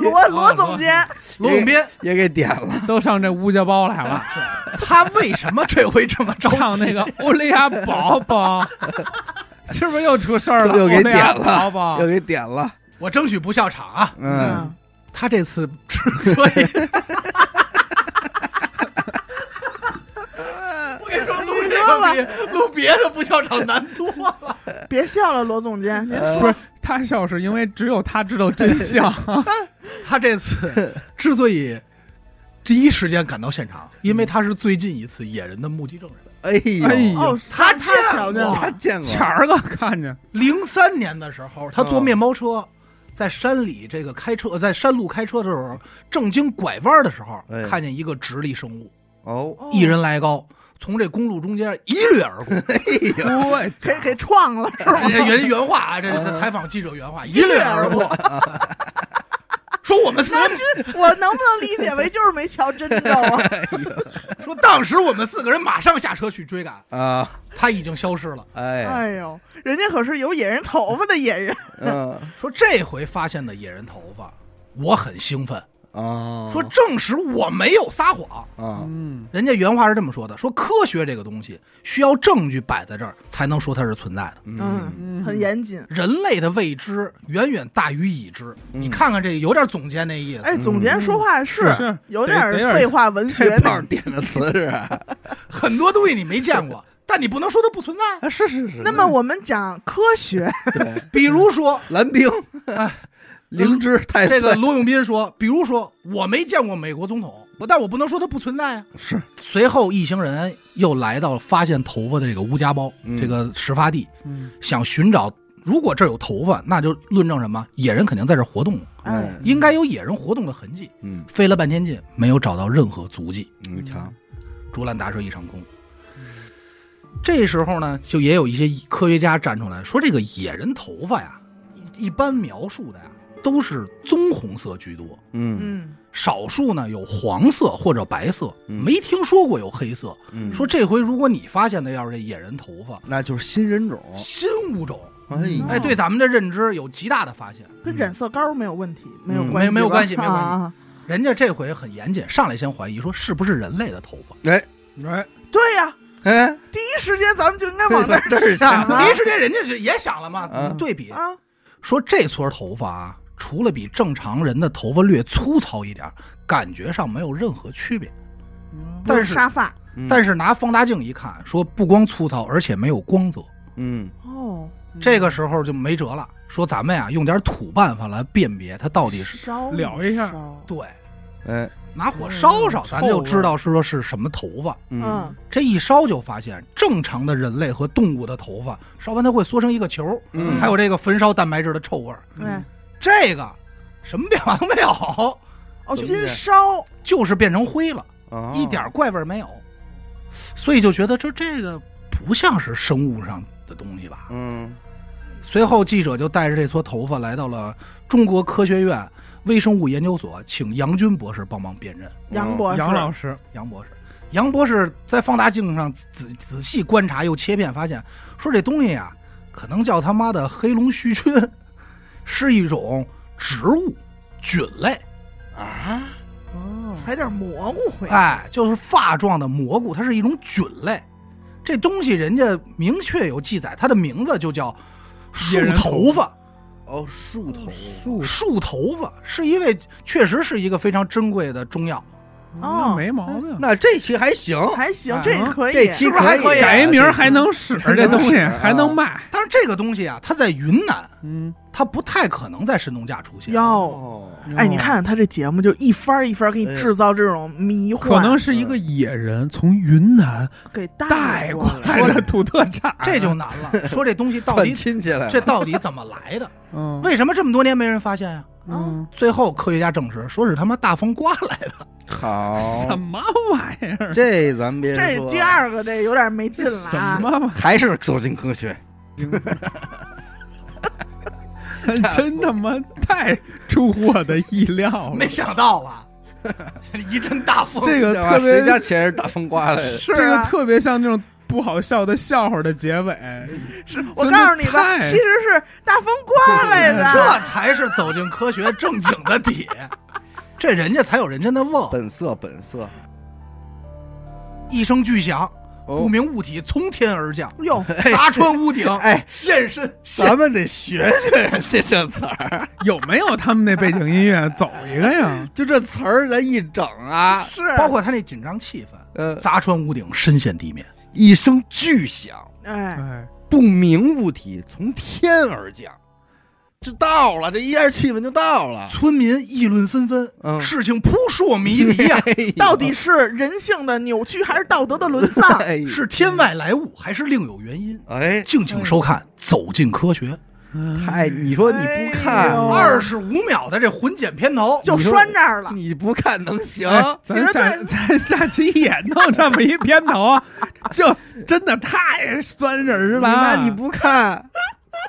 Speaker 3: 罗罗总监，
Speaker 2: 罗永斌，
Speaker 1: 也给点了，
Speaker 4: 都上这乌家包
Speaker 1: [laughs]
Speaker 4: 来了？
Speaker 2: 他为什么这回这么着
Speaker 4: 唱
Speaker 2: 急？
Speaker 4: 那个《欧利亚宝
Speaker 1: [laughs]
Speaker 4: 宝》，是不是又出事儿了？
Speaker 1: 又给点
Speaker 4: 欧利亚宝
Speaker 1: 了，又
Speaker 4: 宝，
Speaker 1: 给点了，
Speaker 2: 我争取不笑场啊！
Speaker 1: 嗯，，
Speaker 2: 他这次之所以， [laughs] 我跟你说，录这个比录别的不笑场难多了。
Speaker 3: 嗯别笑了，罗总监，您
Speaker 4: 不是他笑是因为只有他知道真
Speaker 1: [laughs]
Speaker 4: 相，
Speaker 2: [laughs] 他这次之所以第一时间赶到现场，因为他是最近一次野人的目击证人。
Speaker 1: 哎呦，
Speaker 4: 哎呦
Speaker 3: 哦，
Speaker 2: 他见
Speaker 3: 他瞧见
Speaker 2: 过
Speaker 1: 他
Speaker 3: 了，
Speaker 1: 见过
Speaker 4: 前，儿个 [laughs] 看见
Speaker 2: 零三年的时候，他坐面包车。在山里这个开车，呃在山路开车的时候，正经拐弯的时候，
Speaker 1: 哎
Speaker 2: 看见一个直立生物，
Speaker 1: 哦，
Speaker 3: 哦
Speaker 2: 一人来高，从这公路中间一掠而过。
Speaker 4: 对，
Speaker 3: 给给撞了
Speaker 2: [laughs] 哎
Speaker 3: 是吧？
Speaker 1: 嗯 [laughs]
Speaker 2: 这人原话啊，这是采访记者原话，一掠而过。说我们四
Speaker 3: 那其实我能不能理解为就是没瞧真着啊？
Speaker 2: 说当时我们四个人马上下车去追赶，
Speaker 1: 啊，
Speaker 2: 他已经消失了。
Speaker 1: 哎，
Speaker 3: 哎呦，人家可是有野人头发的野人，
Speaker 1: 嗯
Speaker 2: 说这回发现的野人头发，我很兴奋，
Speaker 1: 啊，
Speaker 2: 说证实我没有撒谎。
Speaker 1: 啊，
Speaker 4: 嗯，
Speaker 2: 人家原话是这么说的：说科学这个东西需要证据摆在这儿，才能说它是存在的。
Speaker 1: 嗯
Speaker 3: 嗯，很严谨。
Speaker 2: 人类的未知远远大于已知。
Speaker 1: 嗯
Speaker 2: 你看看这有点总监那意思。
Speaker 3: 哎，总监说话是
Speaker 4: 嗯是
Speaker 3: 有
Speaker 4: 得
Speaker 3: 点儿
Speaker 4: 得点儿
Speaker 3: 废话文学
Speaker 1: 这炮
Speaker 3: 那
Speaker 1: 儿点的瓷实，啊
Speaker 2: 很多东西你没见过，但你不能说它不存在。
Speaker 1: 是是
Speaker 2: 嗯
Speaker 1: 是
Speaker 3: 那么我们讲科
Speaker 2: [laughs]
Speaker 3: 学，
Speaker 1: 对，
Speaker 2: 比如说，
Speaker 1: 蓝冰，灵芝太嗯
Speaker 2: 这个
Speaker 1: 岁
Speaker 2: 罗永斌说，比如说我没见过美国总统，我但我不能说它不存在啊。
Speaker 1: 是，
Speaker 2: 随后，一行人又来到发现头发的这个乌家包、
Speaker 1: 嗯
Speaker 2: 这个始发地，
Speaker 4: 嗯
Speaker 2: 想寻找。如果这儿有头发，那就论证什么？野人肯定在这儿活动了，
Speaker 3: 哎，
Speaker 1: 哎，
Speaker 2: 应该有野人活动的痕迹。
Speaker 1: 嗯，
Speaker 2: 费了半天劲，没有找到任何足迹。
Speaker 1: 你瞧，
Speaker 2: 竹篮打水一场空。
Speaker 1: 嗯
Speaker 2: 这时候呢，就也有一些科学家站出来说，这个野人头发呀，一一般描述的呀都是棕红色居多，
Speaker 1: 嗯
Speaker 3: 嗯，
Speaker 2: 少数呢有黄色或者白色，
Speaker 1: 嗯
Speaker 2: 没听说过有黑色。
Speaker 1: 嗯，哦
Speaker 2: 说这回如果你发现的要是这野人头发，
Speaker 1: 那就是新人种，
Speaker 2: 新物种，
Speaker 1: 哎呀
Speaker 2: 哎，对咱们的认知有极大的发现。
Speaker 3: 跟染色膏没有问题，没有
Speaker 1: 嗯
Speaker 3: 关系
Speaker 2: 没
Speaker 3: 吧，
Speaker 2: 没有关系没有关系
Speaker 3: 啊。
Speaker 2: 人家这回很严谨，上来先怀疑说是不是人类的头发。
Speaker 1: 哎
Speaker 4: 哎，
Speaker 3: 对呀，
Speaker 1: 哎，
Speaker 3: 第一时间咱们就应该 [laughs] 往那
Speaker 1: 这
Speaker 3: 儿
Speaker 1: 儿
Speaker 2: [laughs]
Speaker 3: 想
Speaker 1: 想
Speaker 3: 啊
Speaker 2: 第一时间人家就也想了嘛，
Speaker 1: 嗯
Speaker 2: 对比
Speaker 3: 啊，
Speaker 2: 说这撮头发啊，除了比正常人的头发略粗糙一点儿，感觉上没有任何区别。但
Speaker 3: 嗯
Speaker 2: 是
Speaker 3: 不沙发
Speaker 2: 但是拿放大镜一看，说不光粗糙，而且没有光泽。
Speaker 1: 嗯
Speaker 3: 哦，
Speaker 2: 这个时候就没辙了，说咱们呀、用点土办法来辨别它到底是
Speaker 3: 烧
Speaker 4: 燎一下
Speaker 3: 烧
Speaker 2: 对，嗯
Speaker 1: 哎
Speaker 2: 拿火烧烧，咱就知道是说是什么头发。
Speaker 3: 嗯，
Speaker 2: 这一烧就发现，正常的人类和动物的头发烧完它会缩成一个球，
Speaker 1: 嗯
Speaker 2: 还有这个焚烧蛋白质的臭味儿。
Speaker 3: 对，
Speaker 2: 这个什么变化都没有，
Speaker 3: 哦，
Speaker 1: 怎么
Speaker 3: 金
Speaker 1: 的
Speaker 2: 嗯
Speaker 3: 烧
Speaker 2: 就是变成灰了。
Speaker 1: 哦
Speaker 2: 一点怪味儿没有，所以就觉得这这个不像是生物上的东西吧。
Speaker 1: 嗯
Speaker 2: 随后，记者就带着这撮头发来到了中国科学院微生物研究所，请杨军博士帮忙辨认。
Speaker 1: 哦
Speaker 3: 杨博士，
Speaker 4: 杨老师，
Speaker 2: 杨博士，杨博士在放大镜上仔仔细观察又切片，发现说这东西啊，可能叫他妈的黑龙须菌，是一种植物菌类。 [laughs]
Speaker 1: 啊，
Speaker 4: 哦，
Speaker 3: 还有点蘑菇回来，
Speaker 2: 哎，就是发状的蘑菇，它是一种菌类。这东西人家明确有记载，它的名字就叫树
Speaker 4: 野人
Speaker 2: 头发。
Speaker 1: 哦，树头，
Speaker 4: 树
Speaker 2: 树头发是一位，确实是一个非常珍贵的中药。
Speaker 3: 啊哦
Speaker 4: 那没毛病，
Speaker 1: 那这期还行，
Speaker 3: 还行
Speaker 1: 哎，
Speaker 3: 这可以，
Speaker 1: 这期啊
Speaker 2: 是不是还
Speaker 3: 哎
Speaker 2: 可以啊
Speaker 4: 改
Speaker 1: 改
Speaker 4: 一名儿还能使
Speaker 1: 还
Speaker 4: 这
Speaker 1: 能
Speaker 4: 东西
Speaker 1: 使啊
Speaker 4: 还能卖，
Speaker 2: 但是这个东西啊，它在云南，
Speaker 4: 嗯，
Speaker 2: 它不太可能在神农架出现。
Speaker 3: 哟，
Speaker 1: 哦，
Speaker 3: 哎，你看他这节目就一番儿一番儿给你制造这种迷
Speaker 2: 哎
Speaker 3: 惑，
Speaker 4: 可能是一个
Speaker 3: 嗯
Speaker 4: 野人从云南
Speaker 3: 给
Speaker 4: 带
Speaker 3: 过
Speaker 4: 过来的土特产，
Speaker 2: 这就难
Speaker 3: [laughs]
Speaker 2: 了。说这东西到
Speaker 1: 串
Speaker 2: 底
Speaker 1: 亲戚来了，
Speaker 2: 这到底怎么来的？
Speaker 4: 嗯
Speaker 2: 为什么这么多年没人发现呀、
Speaker 3: 哦
Speaker 4: 嗯
Speaker 2: 最后科学家证实，说是他妈大风刮来的。
Speaker 1: 好，
Speaker 3: 哦
Speaker 4: 什么玩意
Speaker 3: [laughs]
Speaker 4: 儿？
Speaker 1: 这咱别
Speaker 3: 这
Speaker 1: 说
Speaker 3: 第，二个这有点没劲
Speaker 4: 这
Speaker 3: 了
Speaker 4: 什
Speaker 3: 啊！[laughs]
Speaker 4: 么玩意
Speaker 1: 还是走进科学，
Speaker 4: 儿？真他妈太出乎我的意料了
Speaker 2: 没。想到吧？ [laughs] 一阵大风，
Speaker 4: 这个
Speaker 1: 这玩
Speaker 4: 特
Speaker 1: 意儿谁家
Speaker 4: 别，
Speaker 1: 钱是大风刮来的？
Speaker 4: 这
Speaker 3: 啊是
Speaker 4: 个
Speaker 3: 啊
Speaker 4: 特别像那种不好笑的笑话的结尾。
Speaker 3: 是我
Speaker 4: 真的
Speaker 3: 告诉你吧，
Speaker 4: 太
Speaker 3: 其实是大风刮来
Speaker 2: 这
Speaker 3: 的，
Speaker 2: 才是走进科学正经的底， [laughs] 这人家才有人家的瓮。
Speaker 1: 本色本色，
Speaker 2: 一声巨响，不
Speaker 1: 哦，
Speaker 2: 明物体从天而降，
Speaker 3: 哟，
Speaker 2: [laughs] 砸穿屋顶，
Speaker 1: 哎，
Speaker 2: 现身现
Speaker 1: 咱们得学学人家这词儿，
Speaker 2: [laughs]
Speaker 4: 有没有他们那背景音乐？走一个呀！
Speaker 1: 就这词儿咱一整啊，
Speaker 3: 是
Speaker 2: 包括他那紧张气氛，
Speaker 1: 呃，
Speaker 2: 砸穿屋顶，深陷地面。
Speaker 1: 一声巨响，
Speaker 3: 哎，
Speaker 4: 哎，
Speaker 1: 不明物体从天而降，就到了，这一下气氛就到了。
Speaker 2: 村民议论纷纷，
Speaker 1: 嗯
Speaker 2: 事情扑朔迷离
Speaker 1: [laughs]
Speaker 2: 啊呀、
Speaker 1: 哎
Speaker 3: 到底是人性的扭曲还是道德的沦丧？
Speaker 1: 哎
Speaker 2: 是天外来物还是另有原因？
Speaker 1: 哎，
Speaker 2: 敬请收看《走进科学》
Speaker 1: 太你说你不看，
Speaker 3: 哎呦
Speaker 2: 二十五秒的这混剪片头，
Speaker 3: 就拴这儿了。
Speaker 1: 你不看能行？
Speaker 2: 啊
Speaker 4: 哎
Speaker 3: 其
Speaker 4: 咱
Speaker 3: 实
Speaker 4: 下
Speaker 3: 对
Speaker 4: 咱下期也弄这么一片头，啊就真的太酸人了。
Speaker 1: 那你不看，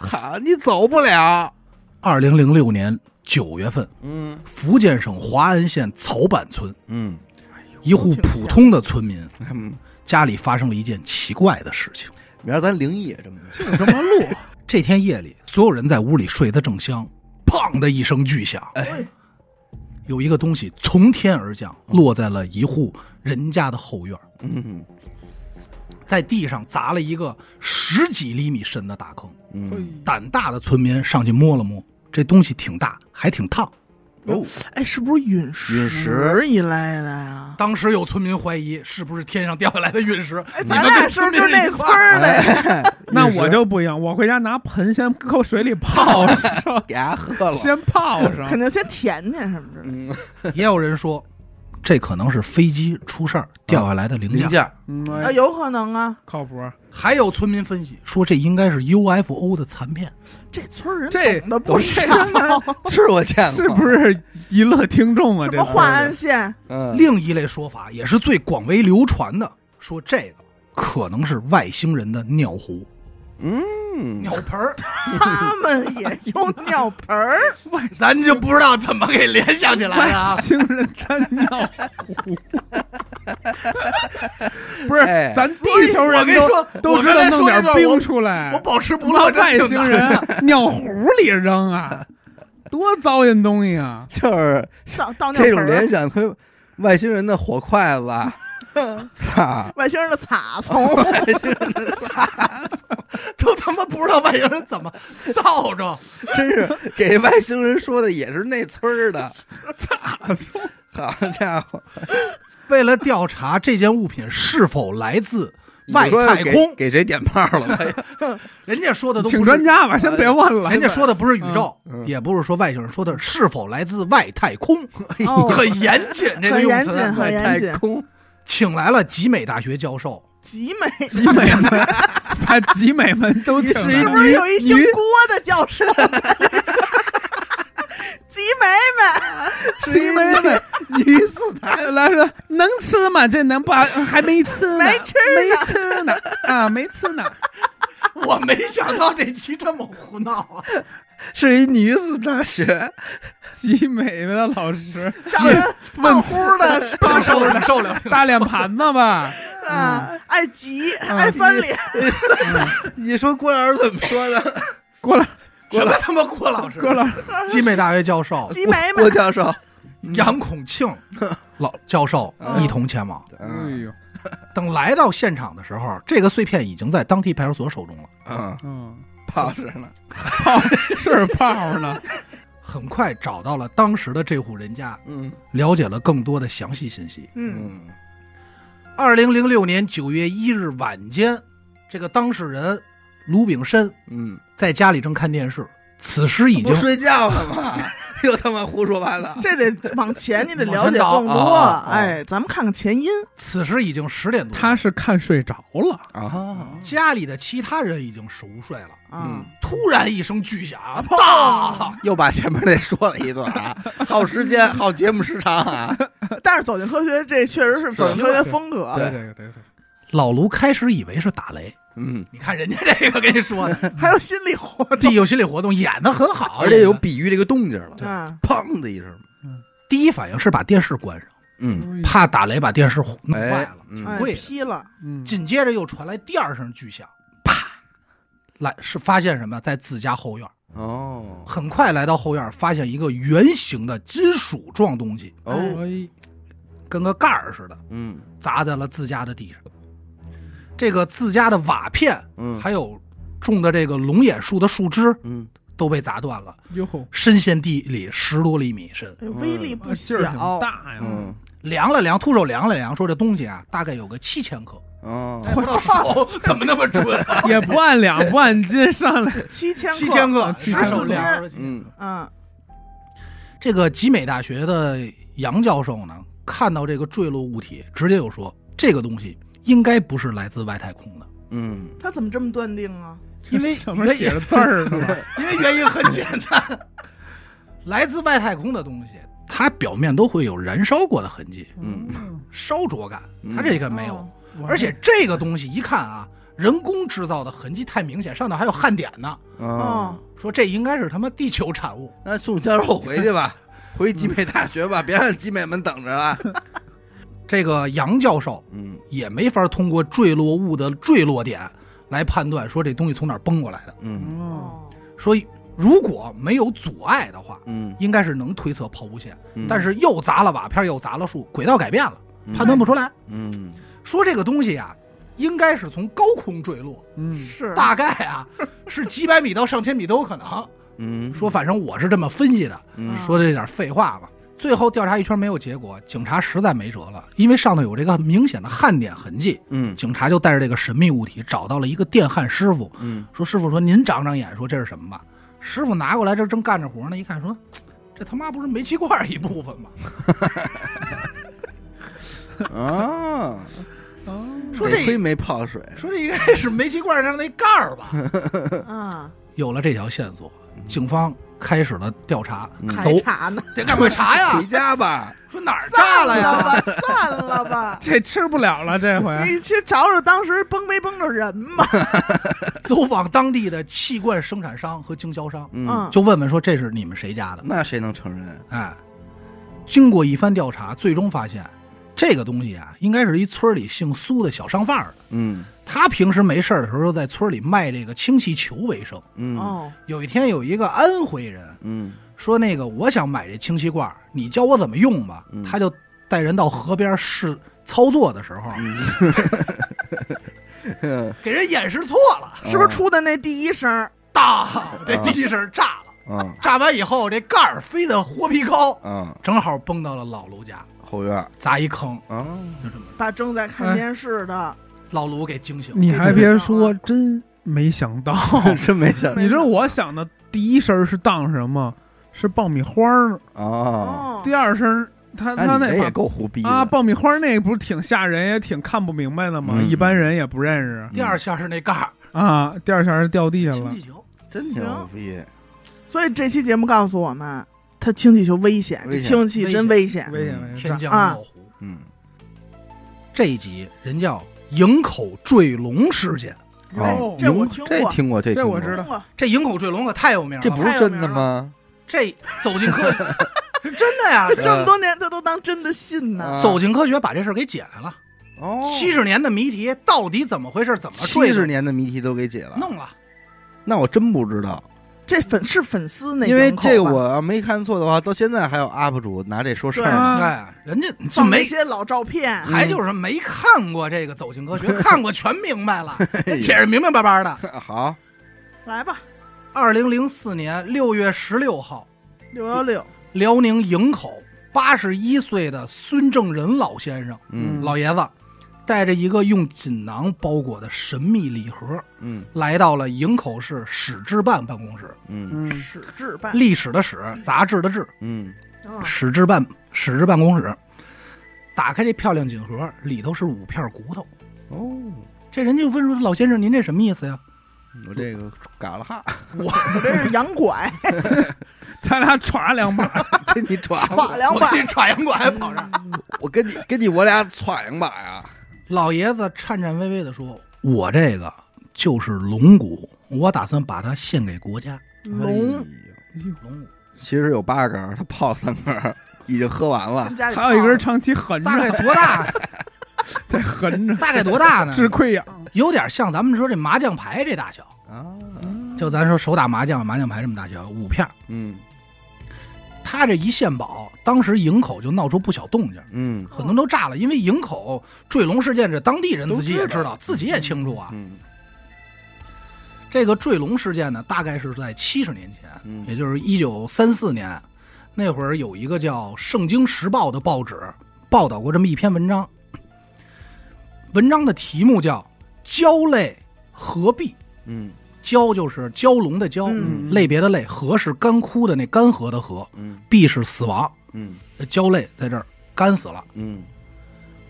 Speaker 1: 好，你走不了。
Speaker 2: 二零零六年九月份，
Speaker 1: 嗯
Speaker 2: 福建省华安县草坂村
Speaker 1: 嗯
Speaker 2: 一户普通的村民
Speaker 1: 嗯，
Speaker 2: 家里发生了一件奇怪的事情。
Speaker 1: 明儿咱灵异也这么着，
Speaker 4: 这么录，
Speaker 2: 这天夜里，所有人在屋里睡得正香，砰的一声巨响，
Speaker 1: 哎
Speaker 2: 有一个东西从天而降，落在了一户人家的后院，
Speaker 1: 嗯
Speaker 2: 在地上砸了一个十几厘米深的大坑。
Speaker 1: 嗯，
Speaker 2: 胆大的村民上去摸了摸，这东西挺大，还挺烫。
Speaker 1: 哦，
Speaker 3: 哎，是不是陨
Speaker 1: 陨石
Speaker 3: 石一类的呀？
Speaker 2: 当时有村民怀疑是不是天上掉下来的陨石，
Speaker 1: 哎
Speaker 2: 你
Speaker 3: 哎咱
Speaker 2: 们
Speaker 3: 俩
Speaker 2: 跟
Speaker 3: 是不
Speaker 2: 村民
Speaker 3: 是就是那
Speaker 2: 一
Speaker 3: 村
Speaker 2: 块儿
Speaker 3: 儿的呀？
Speaker 4: 那我就不一样，我回家拿盆先搁水里
Speaker 2: [laughs]
Speaker 4: 泡上，
Speaker 1: 给伢喝了，
Speaker 4: 先泡
Speaker 3: 肯
Speaker 4: 上。
Speaker 3: 定先舔舔什么之类的。
Speaker 1: 嗯，
Speaker 2: [laughs] 也有人说，这可能是飞机出事儿掉下来的零
Speaker 1: 零
Speaker 2: 件。
Speaker 1: 件儿，
Speaker 4: 嗯，
Speaker 3: 啊，
Speaker 4: 哎
Speaker 3: 有可能啊，
Speaker 4: 靠谱。
Speaker 2: 还有村民分析说，这应该是 UFO 的残片。
Speaker 3: 这村儿人
Speaker 4: 这
Speaker 3: 懂得不啊少，
Speaker 4: 懂
Speaker 1: [laughs]
Speaker 3: 什
Speaker 1: 是我见过，
Speaker 4: 是不？是娱乐听众啊？这
Speaker 3: 么
Speaker 4: 都是
Speaker 3: 华安县，
Speaker 1: 嗯，
Speaker 2: 另一类说法也是最广为流传的，说这个可能是外星人的尿壶、
Speaker 1: 嗯，
Speaker 2: 尿盆儿，
Speaker 3: 他们也用尿盆儿，
Speaker 4: 外
Speaker 2: 咱就不知道怎么给联想起来
Speaker 4: 外 [laughs]
Speaker 2: 了。啊
Speaker 4: 星人他尿壶， [laughs] 不是
Speaker 1: 哎，
Speaker 4: 咱
Speaker 2: 所以
Speaker 4: 地球人
Speaker 2: 我跟你说
Speaker 4: 都都知道弄点冰出来
Speaker 2: 我，保持
Speaker 4: 不
Speaker 2: 不
Speaker 4: 让
Speaker 2: 乐，
Speaker 4: 外
Speaker 2: 真挺
Speaker 4: 星
Speaker 2: 难
Speaker 4: 人啊尿壶里扔啊，多糟践东西啊！
Speaker 1: 就是
Speaker 3: 上倒尿
Speaker 1: 这
Speaker 3: 盆
Speaker 1: 种联
Speaker 3: 儿，
Speaker 1: 想，他外星人的火筷子，啊 [laughs] 操，
Speaker 3: 外星人的草丛，
Speaker 1: 外星人的
Speaker 2: [laughs] 都他妈不知道外星人怎么造着。
Speaker 1: [laughs] 真是给外星人说的也是那村儿 [laughs] 的，
Speaker 4: 大葱
Speaker 1: 好家 [laughs] 伙，
Speaker 2: 为了调查这件物品是否来自外
Speaker 1: 你说
Speaker 2: 太
Speaker 1: 给
Speaker 2: 空，
Speaker 1: 给谁点炮 [laughs] 了吧？
Speaker 2: 人家说的都不
Speaker 4: 请
Speaker 2: 是
Speaker 4: 专，家吧，先别问了。
Speaker 2: 人家说的不是宇宙，
Speaker 1: 嗯
Speaker 2: 也不是说外星人，说的是否来自外太空，
Speaker 3: 哦
Speaker 2: 很严谨这个
Speaker 3: 很
Speaker 2: 用
Speaker 3: 严
Speaker 2: 词。
Speaker 3: 谨，很
Speaker 1: 外
Speaker 3: 严
Speaker 1: 太
Speaker 3: 谨，
Speaker 1: 空，
Speaker 2: 请来了集美大学教授，
Speaker 3: 集美。
Speaker 4: 集美们，把集美们都请
Speaker 1: 是
Speaker 3: 是
Speaker 4: 来。
Speaker 3: 不是有一姓郭的教 [laughs] 授？集美
Speaker 1: 集美们，女子台
Speaker 4: 来说能吃吗？这能不还没吃呢？
Speaker 3: 没吃
Speaker 4: 没吃呢啊，没吃呢。
Speaker 2: [laughs] 我没想到这期这么胡闹啊！
Speaker 1: 是一女子大学，
Speaker 4: 集美的老师，
Speaker 3: 们，长得胖乎的
Speaker 2: 帮受了受了，
Speaker 4: 大脸盘子吧？
Speaker 3: 啊，爱急爱翻 [laughs] 脸，
Speaker 1: [laughs] 你说郭老师怎么说的？
Speaker 4: 过来，
Speaker 2: 什么他妈郭老师？
Speaker 4: 过来，
Speaker 2: 集美大学教授
Speaker 3: 集美
Speaker 1: 郭
Speaker 3: 美
Speaker 1: 教 [laughs] 授，
Speaker 2: 杨孔庆老教授
Speaker 3: 嗯
Speaker 2: 一同前往。
Speaker 4: 哎
Speaker 1: 嗯
Speaker 4: 呦，
Speaker 2: 等来到现场的时候，这个碎片已经在当地派出所手中了。
Speaker 1: 嗯，
Speaker 4: 嗯，
Speaker 1: 炮着呢，
Speaker 4: 是泡呢，
Speaker 2: 很快找到了当时的这户人家，
Speaker 1: 嗯
Speaker 2: 了解了更多的详细信息。
Speaker 3: 嗯，
Speaker 1: 嗯
Speaker 2: 二零零六年九月一日晚间，这个当事人卢炳申
Speaker 1: 嗯，
Speaker 2: 在家里正看电视，此时已经
Speaker 1: 不睡觉了吗？ [laughs] 又他妈胡说八道，
Speaker 3: 这得往前，你得了解
Speaker 1: 嗯倒哦
Speaker 2: 往前
Speaker 3: 更多
Speaker 1: 哦哦。
Speaker 3: 哎，咱们看看前因，
Speaker 2: 此时已经十点多了，
Speaker 4: 他是看睡着了，
Speaker 1: 啊，
Speaker 2: 家里的其他人已经熟睡了。
Speaker 3: 啊，
Speaker 2: 突然一声巨响，当！
Speaker 1: 又把前面那说了一段 [laughs] 啊，耗时间，耗节目时长啊，
Speaker 3: 但是走进科学，这确实是走进科学风格。
Speaker 4: 对这个，对对，
Speaker 2: 老卢开始以为是打雷，
Speaker 1: 嗯，
Speaker 2: 你看人家这个跟你说的，
Speaker 3: 还有心理活
Speaker 2: [laughs] 地有心理活动演的很好，
Speaker 1: 而且有
Speaker 2: 演得
Speaker 1: 比喻这个动静了，
Speaker 3: 动啊，
Speaker 1: 砰的一声，
Speaker 2: 第一反应是把电视关上，
Speaker 1: 嗯，
Speaker 2: 怕打雷把电视轰弄坏
Speaker 1: 哎
Speaker 2: 了。，
Speaker 1: 嗯
Speaker 3: 哎
Speaker 2: 贵，的
Speaker 3: 劈了，
Speaker 4: 嗯，
Speaker 2: 紧接着又传来第二声巨响，啪，来是发现什么？在自家后院，
Speaker 1: 哦
Speaker 2: 很快来到后院，发现一个圆形的金属状东西，
Speaker 1: 哦，
Speaker 4: 哎
Speaker 2: 跟个盖儿似的，
Speaker 1: 嗯
Speaker 2: 砸在了自家的地上。这个自家的瓦片，
Speaker 1: 嗯
Speaker 2: 还有种的这个龙眼树的树枝
Speaker 1: 嗯，
Speaker 2: 都被砸断了，
Speaker 4: 呦，
Speaker 2: 深陷地里十多厘米深。
Speaker 3: 哎威力不
Speaker 4: 啊劲儿挺
Speaker 3: 小。
Speaker 4: 大呀，
Speaker 1: 嗯
Speaker 2: 量了量，徒手量了量，说这东西啊，大概有个七千克。
Speaker 1: 哦，
Speaker 2: [laughs] 我操，怎么那么准？
Speaker 4: [laughs] 也不按两不按斤上来，
Speaker 3: 七千
Speaker 2: 七千克，
Speaker 4: 啊
Speaker 2: 七
Speaker 4: 七
Speaker 2: 千
Speaker 4: 千
Speaker 2: 手
Speaker 4: 克
Speaker 2: 量。
Speaker 1: 嗯
Speaker 3: 嗯，
Speaker 2: 这个集美大学的杨教授呢，看到这个坠落物体，直接就说这个东西应该不是来自外太空的，
Speaker 1: 嗯，
Speaker 3: 他怎么这么断定啊？
Speaker 4: 这
Speaker 2: 因为
Speaker 4: 上面写着字儿呢吧，
Speaker 2: 因为原因很简单， [laughs] 来自外太空的东西，它表面都会有燃烧过的痕迹，
Speaker 1: 嗯
Speaker 2: 烧灼感
Speaker 1: 嗯，
Speaker 2: 它这个没有。
Speaker 3: 哦
Speaker 4: 我还
Speaker 2: 而且这个东西一看啊，人工制造的痕迹太明显，上头还有汗点呢。
Speaker 3: 哦
Speaker 1: 啊，
Speaker 2: 说这应该是他妈地球产物，
Speaker 1: 那送教授回去吧，回集美大学吧，别让集美们等着了。
Speaker 2: 这个杨教授
Speaker 1: 嗯
Speaker 2: 也没法通过坠落物的坠落点来判断说这东西从哪儿崩过来的。
Speaker 1: 嗯
Speaker 4: 哦，
Speaker 3: 哦，
Speaker 2: 说如果没有阻碍的话，
Speaker 1: 嗯，
Speaker 2: 应该是能推测抛物线，
Speaker 1: 嗯
Speaker 2: 但是又砸了瓦片，又砸了树，轨道改变了，判断不出来。
Speaker 1: 嗯
Speaker 2: 说这个东西啊，应该是从高空坠落，
Speaker 4: 嗯，
Speaker 3: 是
Speaker 2: 大概啊是几百米到上千米都有可能。
Speaker 1: 嗯
Speaker 2: 说啊反正我是这么分析的，
Speaker 1: 嗯
Speaker 2: 说这点废话吧。最后调查一圈没有结果，警察实在没辙了，因为上头有这个明显的焊点痕迹，
Speaker 1: 嗯
Speaker 2: 警察就带着这个神秘物体找到了一个电焊师傅，
Speaker 1: 嗯
Speaker 2: 说师傅说您长长眼，说这是什么吧？师傅拿过来这正干着活呢，一看说这他妈不是煤气罐一部分吗？
Speaker 1: 啊，
Speaker 2: 说
Speaker 1: 得亏
Speaker 2: 这
Speaker 1: 没泡水，
Speaker 2: 说这应该是煤气罐上那盖儿吧？
Speaker 3: 啊，
Speaker 2: 有了这条线索，警方开始了调查，
Speaker 1: 嗯
Speaker 3: 还
Speaker 2: 走
Speaker 3: 查呢，
Speaker 2: 得赶快查呀
Speaker 1: [laughs] 回！家吧。
Speaker 2: 说哪儿炸了呀？
Speaker 3: 吧，算了
Speaker 4: [laughs]，
Speaker 3: 吧
Speaker 4: 这吃不了了，这回
Speaker 3: 你去找找当时崩没崩着人嘛，
Speaker 2: 走访当地的气罐生产商和经销商，
Speaker 1: 嗯，
Speaker 3: 嗯，
Speaker 2: 就问问说这是你们谁家的？
Speaker 1: 那谁能承认？
Speaker 2: 哎，经过一番调查，最终发现这个东西啊，应该是一村里姓苏的小商贩儿的。
Speaker 1: 嗯
Speaker 2: 他平时没事儿的时候，在村里卖这个氢气球为生。
Speaker 1: 嗯
Speaker 3: 哦，
Speaker 2: 有一天，有一个安徽人
Speaker 1: 嗯
Speaker 2: 说：“那个，我想买这氢气罐儿，你教我怎么用吧。
Speaker 1: 嗯
Speaker 2: 他就带人到河边试操作的时候，
Speaker 1: 嗯
Speaker 2: 给人演示错了，
Speaker 3: 是不是出的那第一声儿？
Speaker 2: 当，这第一声炸了。
Speaker 1: 啊
Speaker 2: 炸完以后，这盖儿飞得豁皮高，
Speaker 1: 啊
Speaker 2: 正好崩到了老卢家，
Speaker 1: 后院儿
Speaker 2: 砸一坑，
Speaker 1: 啊，
Speaker 2: 就这么着。
Speaker 3: 把正在看电视的，
Speaker 2: 老卢给惊醒了。
Speaker 4: 你还别说，真没想到。
Speaker 1: [laughs] 真没想
Speaker 4: 你知道我想的第一声是当什么？是爆米花儿。
Speaker 1: 啊。
Speaker 3: 哦，
Speaker 4: 第二声，他他
Speaker 1: 那你
Speaker 4: 那
Speaker 1: 这也
Speaker 4: 把
Speaker 1: 够胡逼的
Speaker 4: 啊，爆米花那不是挺吓人，也挺看不明白的吗？
Speaker 1: 嗯
Speaker 4: 一般人也不认识
Speaker 2: 第二下是那盖儿，
Speaker 4: 啊。第二下是掉
Speaker 1: 嗯
Speaker 4: 地下
Speaker 2: 氢
Speaker 4: 了
Speaker 2: 气，球。
Speaker 1: 真牛逼！
Speaker 3: 所以这期节目告诉我们，它氢气球危险，
Speaker 1: 危
Speaker 3: 这
Speaker 1: 险
Speaker 3: 氢气真危险。
Speaker 4: 危险危险
Speaker 2: 天！降
Speaker 3: 啊
Speaker 2: 妙湖。
Speaker 1: 嗯，
Speaker 2: 这一集人叫营口坠龙事件，
Speaker 4: 哎
Speaker 1: 哦，
Speaker 3: 这我
Speaker 1: 您
Speaker 3: 听
Speaker 1: 这
Speaker 3: 过
Speaker 1: 听过，这
Speaker 4: 这
Speaker 1: 听
Speaker 4: 我
Speaker 1: 过
Speaker 4: 知道
Speaker 3: 过，
Speaker 2: 这营口坠龙可太有名了。
Speaker 1: 这不是真的吗？
Speaker 2: 这走进
Speaker 1: [laughs]
Speaker 2: 科学是真的呀？
Speaker 1: 嗯
Speaker 2: 这
Speaker 3: 这么多年他都当真的信呢。
Speaker 1: 啊
Speaker 2: 走进科学把这事儿给解开了。
Speaker 1: 哦，
Speaker 2: 七十年的谜题到底怎么回事？怎么
Speaker 1: 七
Speaker 2: 坠
Speaker 1: 十
Speaker 2: 的？
Speaker 1: 年的谜题都给解了，
Speaker 2: 弄了。
Speaker 1: 那我真不知道，
Speaker 3: 这粉是粉丝那
Speaker 1: 因为
Speaker 3: 营口吧
Speaker 1: 这个我要没看错的话，到现在还有 UP 主拿这说事儿
Speaker 3: 对
Speaker 1: 呢。
Speaker 4: 啊
Speaker 2: 哎，人家就
Speaker 3: 放那
Speaker 2: 没，
Speaker 3: 些老照片，
Speaker 1: 嗯
Speaker 2: 还就是没看过这个走进科学，看过全明
Speaker 1: [laughs]
Speaker 2: 白了，
Speaker 1: 哎
Speaker 2: 解释明明白白的。
Speaker 1: 好，
Speaker 3: 来吧，
Speaker 2: 二零零四年六月十六号，
Speaker 3: 六幺六，
Speaker 2: 辽宁营口八十一岁的孙正仁老先生，
Speaker 1: 嗯
Speaker 2: 老爷子带着一个用锦囊包裹的神秘礼盒，
Speaker 1: 嗯
Speaker 2: 来到了营口市史志办办公室。
Speaker 1: 嗯
Speaker 4: 嗯，
Speaker 3: 史志办，
Speaker 2: 历史的史，杂志的志，
Speaker 1: 嗯
Speaker 3: 嗯
Speaker 2: 史志办史志办公室。打开这漂亮锦盒，里头是五片骨头。
Speaker 1: 哦，
Speaker 2: 这人就问说：“老先生，您这什么意思呀
Speaker 1: 嗯我这个嘎了哈，
Speaker 3: 我这是洋拐，
Speaker 4: 咱俩歘两把，
Speaker 1: 跟你 [laughs] 喘
Speaker 3: 耍两？”
Speaker 2: 我
Speaker 3: 把， [laughs]
Speaker 2: 这喘洋过来跑这儿。
Speaker 1: 我跟你跟你我俩喘两把呀。
Speaker 2: 老爷子颤颤巍巍地说：“我这个就是龙骨，我打算把它献给国家。
Speaker 1: 哎
Speaker 3: 龙
Speaker 1: 呦，
Speaker 2: 龙骨
Speaker 1: 其实有八根儿，他泡三根儿，已经喝完了
Speaker 3: 跟。家里
Speaker 4: 还有一根长期横
Speaker 2: 哎大概
Speaker 4: 着，
Speaker 2: 多大？
Speaker 1: [laughs]
Speaker 4: 在横着，
Speaker 2: 大概多大呢？
Speaker 4: 治溃疡。
Speaker 2: 有点像咱们说这麻将牌这大小，
Speaker 1: 啊，
Speaker 2: 就咱说手打麻将麻将牌这么大小，五片儿。
Speaker 1: 嗯
Speaker 2: 他这一献宝，当时营口就闹出不小动静，
Speaker 1: 嗯
Speaker 2: 很多人都炸了，因为营口坠龙事件，这当地人自己也
Speaker 1: 都知
Speaker 2: 知
Speaker 1: 道
Speaker 2: 道，自己也清楚啊。
Speaker 1: 嗯
Speaker 2: 这个坠龙事件呢，大概是在七十年前，
Speaker 1: 嗯
Speaker 2: 也就是一九三四年，那会儿有一个叫《圣经时报》的报纸报道过这么一篇文章，文章的题目叫“蛟类合璧”，
Speaker 1: 嗯
Speaker 2: 蛟就是蛟龙的蛟，
Speaker 3: 嗯
Speaker 2: 类别的类，河是干枯的那干涸的河，
Speaker 1: 嗯
Speaker 2: 必是死亡，
Speaker 1: 嗯
Speaker 2: 蛟类在这儿干死了。
Speaker 1: 嗯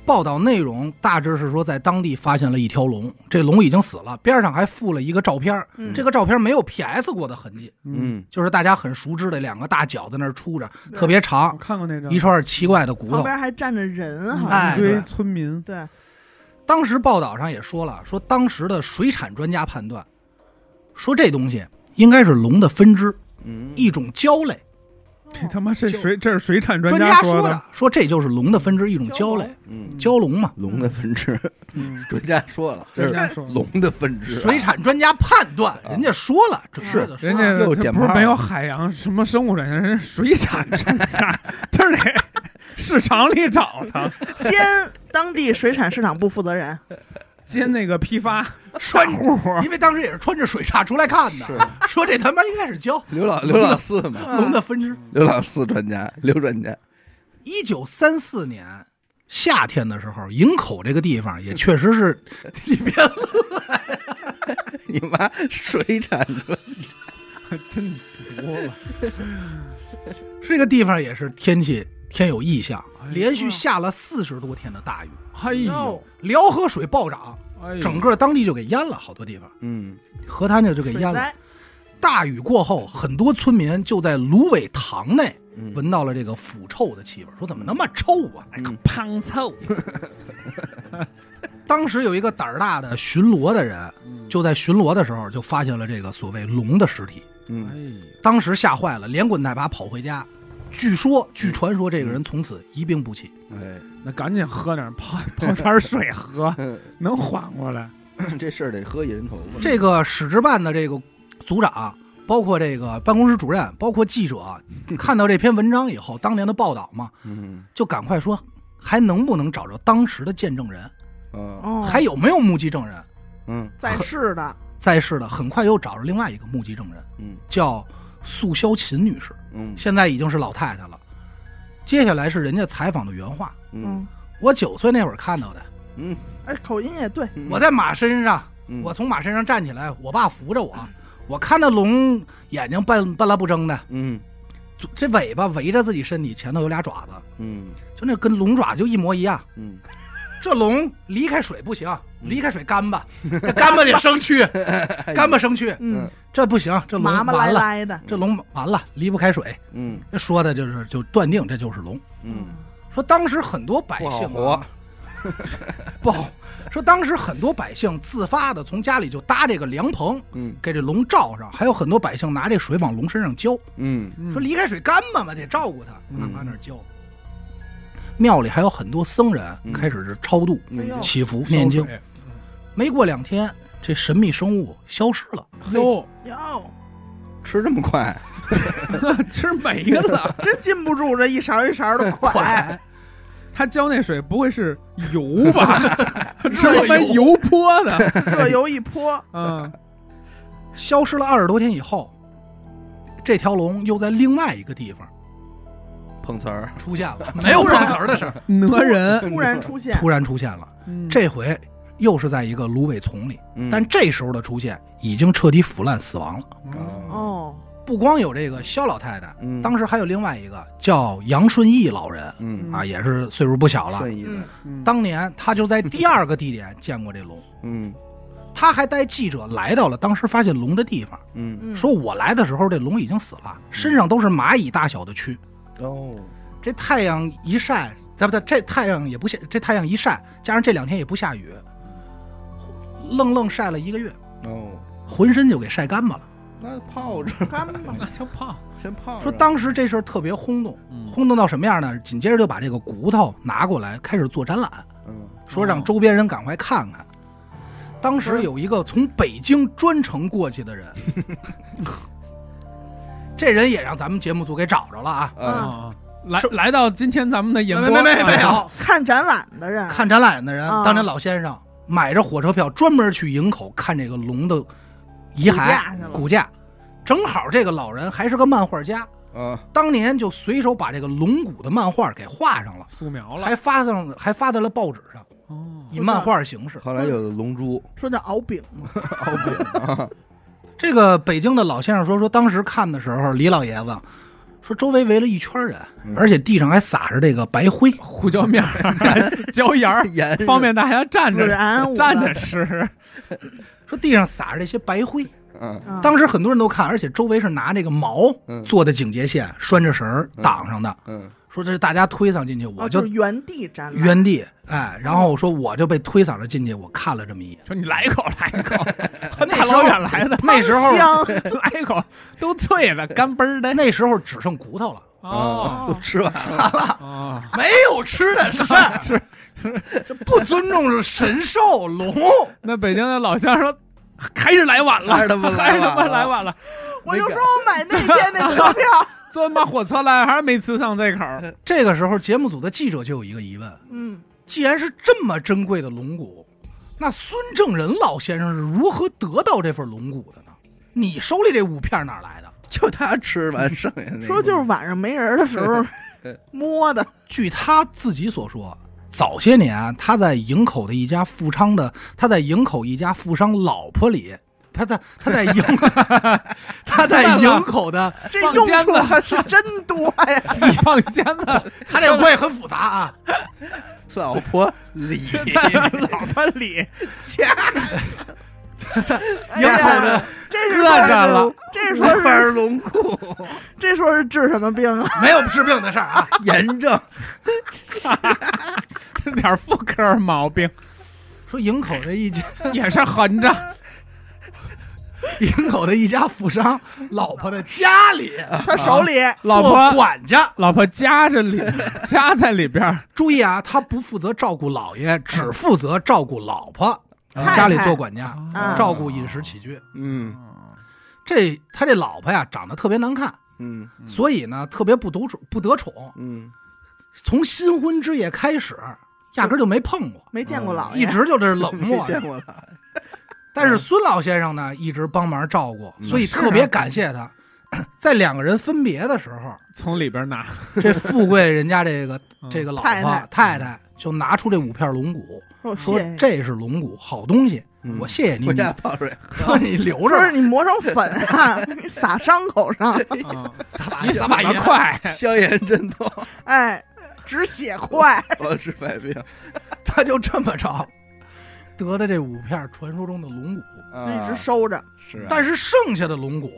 Speaker 2: 报道内容大致是说，在当地发现了一条龙，这龙已经死了，边上还附了一个照片儿，
Speaker 3: 嗯
Speaker 2: 这个照片没有 PS 过的痕迹，
Speaker 1: 嗯
Speaker 2: 就是大家很熟知的两个大脚在那儿杵着，
Speaker 3: 对
Speaker 2: 特别长
Speaker 4: 我，看过那张
Speaker 2: 一，串奇怪的骨
Speaker 3: 旁
Speaker 2: 头。
Speaker 3: 边还站着人，好像
Speaker 2: 哎
Speaker 4: 一堆村民，
Speaker 3: 对，
Speaker 2: 当时报道上也说了，说当时的水产专家判断，说这东西应该是龙的分支，
Speaker 1: 嗯，
Speaker 2: 一种胶类。
Speaker 4: 这他妈是
Speaker 2: 哦
Speaker 4: 水，这是水产专
Speaker 2: 专家
Speaker 4: 说
Speaker 2: 说的，说这就是龙的分支，一种胶类，
Speaker 1: 嗯，
Speaker 2: 蛟龙嘛。
Speaker 1: 龙的分支，
Speaker 4: 嗯
Speaker 1: 专家说了，这
Speaker 4: 专
Speaker 1: 是
Speaker 4: 家说的
Speaker 1: 龙的分支啊，
Speaker 2: 水产专家判断，人家说了，准确的说
Speaker 4: 人家
Speaker 1: 又
Speaker 4: 他
Speaker 1: 点
Speaker 4: 不是
Speaker 1: 炮
Speaker 4: 没有海洋什么生物专家，人家水产专家，就是得
Speaker 2: [laughs]
Speaker 4: 市场里找的，
Speaker 3: 兼当地水产市场部负
Speaker 2: [laughs]
Speaker 3: 责人，
Speaker 4: 接那个批发
Speaker 2: [laughs] 穿着，
Speaker 4: 户儿，
Speaker 2: 因为当时也是穿着水叉出来看的， [laughs] 说这他妈应该是胶
Speaker 1: [laughs] 刘老刘老四嘛，
Speaker 2: 龙的分支。
Speaker 1: 刘老四专家，刘专家，
Speaker 2: 一九三四年夏天的时候，营口这个地方也确实是，你别
Speaker 1: 你妈水产专家，
Speaker 4: 真服了。
Speaker 2: 这个地方也是天气天有异象
Speaker 4: 哎，呀
Speaker 2: 连续下了四十多天的大雨，
Speaker 4: 哎呦，
Speaker 2: 辽河水暴涨，
Speaker 4: 哎呦，
Speaker 2: 整个当地就给淹了，好多地方
Speaker 1: 嗯，
Speaker 2: 河滩就就给
Speaker 3: 水
Speaker 2: 淹了。
Speaker 3: 灾，
Speaker 2: 大雨过后，很多村民就在芦苇塘内
Speaker 1: 嗯
Speaker 2: 闻到了这个腐臭的气味，说怎么那么臭啊？
Speaker 4: 胖臭，
Speaker 2: 当时有一个胆儿大的巡逻的人，就在巡逻的时候就发现了这个所谓龙的尸体，
Speaker 4: 哎
Speaker 1: 嗯，
Speaker 4: 呦，
Speaker 2: 当时吓坏了，连滚带爬跑回家。据说，据传说，这个人从此一病不起。
Speaker 1: 哎，
Speaker 4: 那赶紧喝点儿泡泡点儿水
Speaker 2: [laughs]
Speaker 4: 喝，能缓过来。
Speaker 1: [clears throat] 这事儿得喝一人头吧？
Speaker 2: 这个史志办的这个组长，包括这个办公室主任，包括记者，看到这篇文章以后，当年的报道嘛，
Speaker 1: 嗯
Speaker 2: 就赶快说，还能不能找着当时的见证人，
Speaker 1: 啊，
Speaker 3: 哦，
Speaker 2: 还有没有目击证人？
Speaker 1: 嗯
Speaker 3: 在世的，
Speaker 2: 在世的很快又找着另外一个目击证人，
Speaker 1: 嗯
Speaker 2: 叫素萧琴女士，
Speaker 1: 嗯
Speaker 2: 现在已经是老太太了。接下来是人家采访的原话，
Speaker 1: 嗯
Speaker 3: 嗯，
Speaker 2: 我九岁那会儿看到的，
Speaker 1: 嗯，
Speaker 3: 哎，口音也对，
Speaker 1: 嗯
Speaker 2: 我在马身上。
Speaker 1: 嗯
Speaker 2: 我从马身上站起来，我爸扶着我，我看那龙眼睛半半拉不睁的，
Speaker 1: 嗯
Speaker 2: 左这尾巴围着自己身体，前头有俩爪子，
Speaker 1: 嗯
Speaker 2: 就那跟龙爪就一模一样。
Speaker 1: 嗯，
Speaker 2: 这龙离开水不行，离开水
Speaker 1: [laughs]
Speaker 2: 干巴，这干巴得生蛆，
Speaker 1: 哎
Speaker 2: 干巴生蛆，
Speaker 3: 嗯，
Speaker 2: 这不行，这龙
Speaker 3: 麻麻赖
Speaker 2: 完了，
Speaker 3: 赖的，
Speaker 2: 这龙完了，离不开水。
Speaker 1: 嗯
Speaker 2: 这说的就是就断定这就是龙。
Speaker 1: 嗯，
Speaker 2: 说当时很多百
Speaker 1: 不好
Speaker 2: 姓
Speaker 1: 活
Speaker 2: 啊，不好，说当时很多百姓自发的从家里就搭这个凉棚，
Speaker 1: 嗯
Speaker 2: 给这龙罩上，还有很多百姓拿这水往龙身上浇，
Speaker 1: 嗯
Speaker 4: 嗯
Speaker 2: 说离开水干巴嘛，得照顾它，
Speaker 1: 嗯
Speaker 2: 往往那儿浇。庙里还有很多僧人
Speaker 1: 嗯
Speaker 2: 开始是超度、
Speaker 1: 嗯
Speaker 3: 哎呦
Speaker 2: 祈福、念经
Speaker 4: 烧。水
Speaker 2: 没过两天，这神秘生物消失了。
Speaker 4: 哟，
Speaker 3: 哟，
Speaker 1: 吃这么快，
Speaker 4: 吃没了。
Speaker 3: 真禁不住这一勺一勺的
Speaker 2: [laughs]
Speaker 3: 蒯，
Speaker 4: 他浇那水不会是油吧？是
Speaker 3: 热
Speaker 4: 他妈油泼的。
Speaker 3: 热油
Speaker 2: [laughs]
Speaker 3: 一泼，
Speaker 4: 嗯，
Speaker 2: 消失了二十多天以后，这条龙又在另外一个地方
Speaker 1: 碰瓷儿，
Speaker 2: 出现
Speaker 4: [laughs]
Speaker 2: 了，没有碰瓷儿的事儿，
Speaker 4: 讹人。
Speaker 3: 突然出现，
Speaker 2: 突然出现了。
Speaker 4: 嗯
Speaker 2: 这回又是在一个芦苇丛里，
Speaker 1: 嗯
Speaker 2: 但这时候的出现已经彻底腐烂死亡了。
Speaker 4: 嗯
Speaker 1: 哦，
Speaker 3: 哦，
Speaker 2: 不光有这个肖老太太，
Speaker 1: 嗯
Speaker 2: 当时还有另外一个叫杨顺义老人
Speaker 1: 嗯
Speaker 2: 啊，也是岁数不小了。
Speaker 1: 顺义
Speaker 3: 嗯
Speaker 1: 的，，
Speaker 4: 嗯
Speaker 2: 当年他就在第二个地点见过这龙，
Speaker 1: 嗯
Speaker 2: 他还带记者来到了当时发现龙的地方，
Speaker 1: 嗯
Speaker 3: 嗯
Speaker 2: 说我来的时候这龙已经死了，身上都是蚂蚁大小的蛆，
Speaker 1: 哦，
Speaker 2: 这太阳一晒，对不对？这太阳也不下，这太阳一晒，加上这两天也不下雨，愣愣晒了一个月，
Speaker 1: 哦，
Speaker 2: 浑身就给晒干巴了。
Speaker 1: 那泡着
Speaker 3: 干嘛？
Speaker 4: 那叫胖。
Speaker 1: 真泡着，
Speaker 2: 说当时这事儿特别轰动，轰动到什么样呢？紧接着就把这个骨头拿过来开始做展览，
Speaker 1: 嗯
Speaker 2: 说让周边人赶快看看。当时有一个从北京专程过去的人，这人也让咱们节目组给找着了啊！
Speaker 1: 啊，
Speaker 4: 啊，来来到今天咱们的演播，
Speaker 2: 没没没没
Speaker 4: 啊
Speaker 2: 有，
Speaker 3: 看展览的人，
Speaker 2: 看展览的人，
Speaker 3: 啊
Speaker 2: 当年老先生买着火车票专门去营口看这个龙的遗
Speaker 3: 骨架
Speaker 2: 骸
Speaker 3: 去了
Speaker 2: 骨架，正好这个老人还是个漫画家，
Speaker 1: 啊，
Speaker 2: 当年就随手把这个龙骨的漫画给画上了。
Speaker 4: 素描了
Speaker 2: 还。发上了还发在了报纸上，
Speaker 4: 哦
Speaker 2: 以漫画形式。
Speaker 1: 后来有了龙珠，
Speaker 3: 说叫敖丙嘛，
Speaker 1: 奥饼啊，
Speaker 2: 这个北京的老先生说，说当时看的时候，李老爷子说周围围了一圈人，
Speaker 1: 嗯
Speaker 2: 而且地上还撒着这个白灰。
Speaker 4: 胡椒面儿、椒盐儿，
Speaker 1: [laughs] 盐
Speaker 4: 啊方便大家站
Speaker 3: 孜
Speaker 4: 着
Speaker 3: 然五
Speaker 4: 站
Speaker 3: 个
Speaker 4: 着，吃。
Speaker 2: 说地上撒着这些白灰，
Speaker 1: 嗯
Speaker 3: 啊
Speaker 2: 当时很多人都看，而且周围是拿这个毛
Speaker 1: 嗯
Speaker 2: 做的警戒线，拴着绳儿挡上的。
Speaker 1: 嗯
Speaker 2: 说这是大家推搿进去，
Speaker 3: 哦
Speaker 2: 我
Speaker 3: 就
Speaker 2: 就是
Speaker 3: 原地展览，
Speaker 2: 原地哎，然后我说我就被推搡着进去，我看了这么一眼。
Speaker 4: 说你来一口，来一口，大
Speaker 2: 那时
Speaker 4: 老
Speaker 2: 候
Speaker 4: 远来的，
Speaker 2: 那时候
Speaker 3: 香
Speaker 4: 来一口都脆的，干嘣儿的。
Speaker 2: 那时候只剩骨头了，
Speaker 1: 啊，
Speaker 4: 哦
Speaker 1: 都吃完了，
Speaker 4: 哦，
Speaker 2: 没有啊吃的剩，
Speaker 4: 是
Speaker 2: 这 [laughs] 不尊重神兽龙。 [laughs]
Speaker 4: 那北京的老乡说，还是来晚了，
Speaker 1: 还是他妈来晚了
Speaker 4: 还是他妈来晚了，
Speaker 3: 我就说我买那天那车 [laughs] 票，
Speaker 4: 坐他妈火车来还是没吃上这口。
Speaker 2: [laughs] 这个时候，节目组的记者就有一个疑问：
Speaker 3: 嗯，
Speaker 2: 既然是这么珍贵的龙骨，那孙正仁老先生是如何得到这份龙骨的呢？你手里这五片哪儿来的？
Speaker 1: 就他吃完剩下那个
Speaker 3: 说就是晚上没人的时候摸的，
Speaker 2: 据他自己所说，早些年啊他在营口的一家富商的，他在营口一家富商老婆里，他在他在营 [laughs] 他在营口的，
Speaker 3: 这
Speaker 4: 放
Speaker 3: 用
Speaker 4: 尖
Speaker 3: 处
Speaker 4: 了
Speaker 3: 是真多呀！
Speaker 4: 放尖子
Speaker 2: [laughs] 他这个关系很复杂啊。
Speaker 1: 老婆李，
Speaker 4: 在老婆里，
Speaker 3: 哎呀
Speaker 2: 营口的
Speaker 3: 这是
Speaker 4: 搁
Speaker 3: 说
Speaker 4: 这了
Speaker 3: 是这说
Speaker 1: 五瓣
Speaker 3: 是
Speaker 1: 龙骨，
Speaker 3: 这说是治什么病啊？
Speaker 2: 没有治病的事儿啊。
Speaker 1: 炎症，
Speaker 4: 这点妇科毛病
Speaker 2: 说营口的一家
Speaker 4: 也是横着。 [laughs]
Speaker 2: 营口的一家富商老婆的家里，
Speaker 3: 他手里
Speaker 4: 老
Speaker 2: 做
Speaker 4: 婆
Speaker 2: 管家，
Speaker 4: 老婆夹着里，夹在里边儿，
Speaker 2: 注意啊，他不负责照顾老爷，只负责照顾老婆，
Speaker 3: 太太
Speaker 2: 家里做管家，
Speaker 3: 啊
Speaker 2: 照顾饮食起居。
Speaker 1: 嗯
Speaker 2: 这他这老婆呀，长得特别难看，
Speaker 1: 嗯
Speaker 2: 所以呢，特别不得宠，不得宠。
Speaker 1: 嗯，
Speaker 2: 从新婚之夜开始，压根儿就没碰过，
Speaker 3: 没见过老爷，
Speaker 2: 一直就是冷
Speaker 1: 没
Speaker 3: [laughs]
Speaker 2: 漠。
Speaker 1: 见过了，
Speaker 2: 但是孙老先生呢，一直帮忙照顾，
Speaker 4: 嗯
Speaker 2: 所以特别感谢他。 [coughs] 在两个人分别的时候，
Speaker 4: 从里边拿。
Speaker 2: 这富贵人家这个这个老婆
Speaker 3: 太太
Speaker 2: 太太就拿出这五片龙骨，
Speaker 3: 说
Speaker 2: 说
Speaker 3: 谢谢
Speaker 2: 这是龙骨，好东西，
Speaker 1: 嗯
Speaker 2: 我谢谢你
Speaker 1: 回
Speaker 2: 你
Speaker 1: 家泡水，
Speaker 2: 说你留着
Speaker 3: 说是
Speaker 2: 吧，
Speaker 3: 你磨成粉啊，你撒伤口 [laughs] 上，
Speaker 4: 啊
Speaker 2: 撒把
Speaker 4: 你
Speaker 2: 撒
Speaker 4: 怎
Speaker 2: 把
Speaker 4: 么
Speaker 2: 盐，
Speaker 4: 快？
Speaker 1: 消炎镇痛，
Speaker 3: 哎，止血快，
Speaker 1: 我治百病，
Speaker 2: 他就这么着得的这五片传说中的龙骨，
Speaker 1: 啊
Speaker 3: 一直收着。
Speaker 1: 是啊，
Speaker 2: 但是剩下的龙骨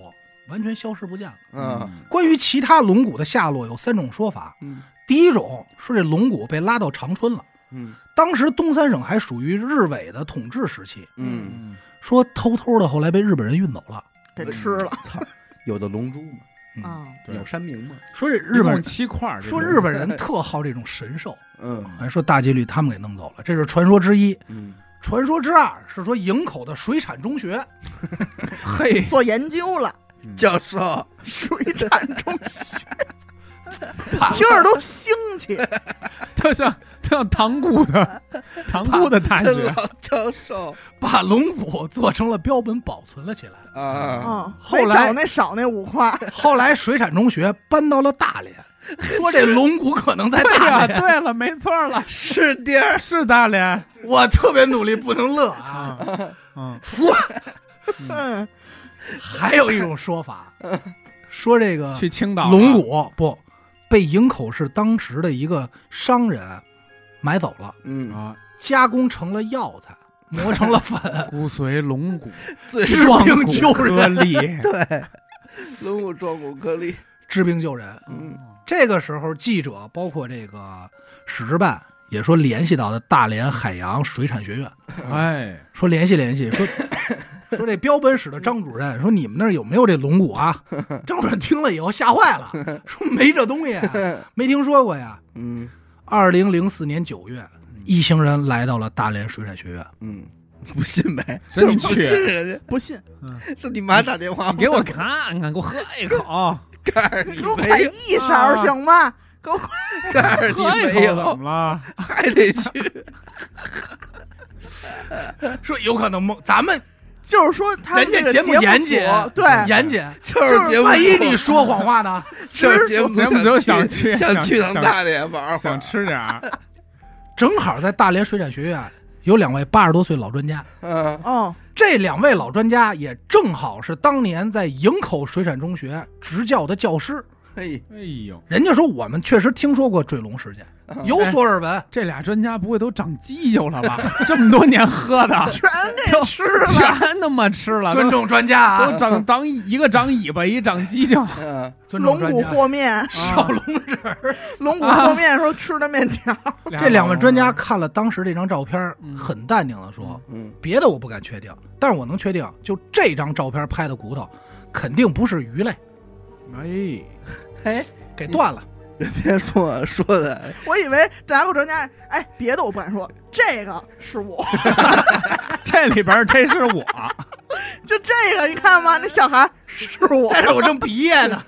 Speaker 2: 完全消失不见了。
Speaker 1: 嗯
Speaker 2: 关于其他龙骨的下落有三种说法，
Speaker 1: 嗯
Speaker 2: 第一种说这龙骨被拉到长春了，
Speaker 1: 嗯
Speaker 2: 当时东三省还属于日伪的统治时期，
Speaker 1: 嗯，
Speaker 2: 说偷偷的后来被日本人运走了。
Speaker 3: 给吃了
Speaker 1: 操，有的龙珠吗？
Speaker 2: 嗯
Speaker 3: 啊！
Speaker 4: 对
Speaker 1: 有山明吗？
Speaker 2: 说这日本
Speaker 4: 一共七块儿，
Speaker 2: 说日本人特好这种神兽，
Speaker 1: 嗯
Speaker 2: 哎，说大几率他们给弄走了，这是传说之一。
Speaker 1: 嗯，
Speaker 2: 传说之二是说营口的水产中学，
Speaker 4: 嘿，
Speaker 3: 做研究了，
Speaker 1: 教授，
Speaker 3: 水产中学，听着都兴 [laughs] 起。
Speaker 4: [laughs] 特像特像塘沽的塘沽的大学，
Speaker 1: 老教授
Speaker 2: 把龙骨做成了标本保存了起来。
Speaker 1: 啊，
Speaker 3: 嗯，
Speaker 2: 后
Speaker 3: 没
Speaker 2: 来
Speaker 3: 找那少那五块，
Speaker 2: 后来水产中学搬到了大连，说这龙骨可能在
Speaker 4: 对啊
Speaker 2: 大
Speaker 4: 哎呀，
Speaker 2: 连。
Speaker 4: 对了，没错了，
Speaker 1: 是爹儿，
Speaker 4: 是大连，
Speaker 2: 我特别努力不能乐啊。
Speaker 4: 嗯，
Speaker 3: 嗯，
Speaker 2: 还有一种说法，说这个
Speaker 4: 去青岛了
Speaker 2: 龙，骨不被营口市当时的一个商人买走了，
Speaker 1: 嗯，
Speaker 4: 啊，
Speaker 2: 加工成了药材，磨成了粉。 [laughs]
Speaker 4: 骨髓龙骨，
Speaker 1: 最
Speaker 2: 治
Speaker 4: 壮
Speaker 2: 病
Speaker 4: 骨
Speaker 2: 救
Speaker 4: 颗
Speaker 2: [laughs]
Speaker 4: 粒，
Speaker 1: 龙骨壮骨颗粒，
Speaker 2: 治病救人。
Speaker 1: 嗯
Speaker 2: 这个时候，记者包括这个史志办也说联系到了大连海洋水产学院，
Speaker 4: 哎，
Speaker 2: 说联系联系，
Speaker 3: [laughs]
Speaker 2: 说说这标本室的张主任说你们那儿有没有这龙骨
Speaker 3: [laughs]
Speaker 2: 啊？张主任听了以后吓坏了，说没这东西，啊
Speaker 3: [laughs]
Speaker 2: 没听说过呀。
Speaker 1: 嗯
Speaker 2: 二零零四年九月，一行人来到了大连水产学院，
Speaker 1: 嗯， [laughs] 不信呗，
Speaker 4: 真
Speaker 1: 就是不
Speaker 4: 缺
Speaker 1: 信人
Speaker 3: 不信，
Speaker 1: 家，是你妈打电话，
Speaker 4: 你给我看看，给我喝
Speaker 2: [laughs]
Speaker 4: 一口，
Speaker 1: 告诉你
Speaker 3: 给我快
Speaker 1: 没有，
Speaker 3: 一
Speaker 2: 啊
Speaker 3: 勺行吗？给我快，
Speaker 1: 告诉
Speaker 4: 喝
Speaker 1: 你
Speaker 4: 一
Speaker 1: 没
Speaker 4: 口怎
Speaker 1: 有，
Speaker 4: 么了？
Speaker 1: 还得去，
Speaker 2: 说有可能蒙咱们
Speaker 3: 就是说他们
Speaker 2: 人家
Speaker 3: 这个
Speaker 2: 节目
Speaker 3: 目
Speaker 2: 严谨嗯
Speaker 3: 组对，
Speaker 2: 严谨，
Speaker 1: 就是节目，
Speaker 2: 万一你说谎话呢？
Speaker 1: 就是节目
Speaker 4: 节目组
Speaker 1: 想
Speaker 4: 想去
Speaker 1: 想
Speaker 4: 想
Speaker 1: 去趟
Speaker 4: 想
Speaker 1: 大连玩会儿，
Speaker 4: 想吃点儿，
Speaker 2: 正好在大连水产学院有两位八十多岁老专家，
Speaker 1: 嗯
Speaker 3: 哦，
Speaker 2: 这两位老专家也正好是当年在营口水产中学执教的教师。
Speaker 1: 嘿，
Speaker 4: 哎呦，
Speaker 2: 人家说我们确实听说过坠龙事件，有所耳闻，
Speaker 4: 这俩专家不会都长犄角了吧？这么多年喝
Speaker 2: [laughs]
Speaker 4: 的，
Speaker 3: 全给吃了。
Speaker 4: 全他妈吃了，
Speaker 2: 尊
Speaker 4: 都
Speaker 2: 重专家啊
Speaker 4: 都，长长一个长尾巴，一长
Speaker 2: [laughs]
Speaker 4: 犄角。
Speaker 1: 嗯，
Speaker 2: 尊重
Speaker 3: 龙
Speaker 2: 专
Speaker 3: 骨
Speaker 2: 家。[laughs]
Speaker 3: 和面，
Speaker 2: 小龙人儿，
Speaker 3: 龙骨和面说吃的面条，
Speaker 4: 啊
Speaker 2: 这两位专家看了当时这张照片儿，很淡定的说
Speaker 1: 嗯：“
Speaker 2: 别的我不敢确定，但是我能确定，就这张照片拍的骨头，肯定不是鱼类，
Speaker 4: 哎，
Speaker 1: 哎，
Speaker 2: 给断了。
Speaker 1: 别说说的，
Speaker 3: 我以为炸过专家，哎，别的我不敢说，这个是我，
Speaker 4: 这里边儿这是我，
Speaker 3: 就这个你看吗？那小孩是我，
Speaker 2: [laughs] 但是我正毕业 [laughs] 呢，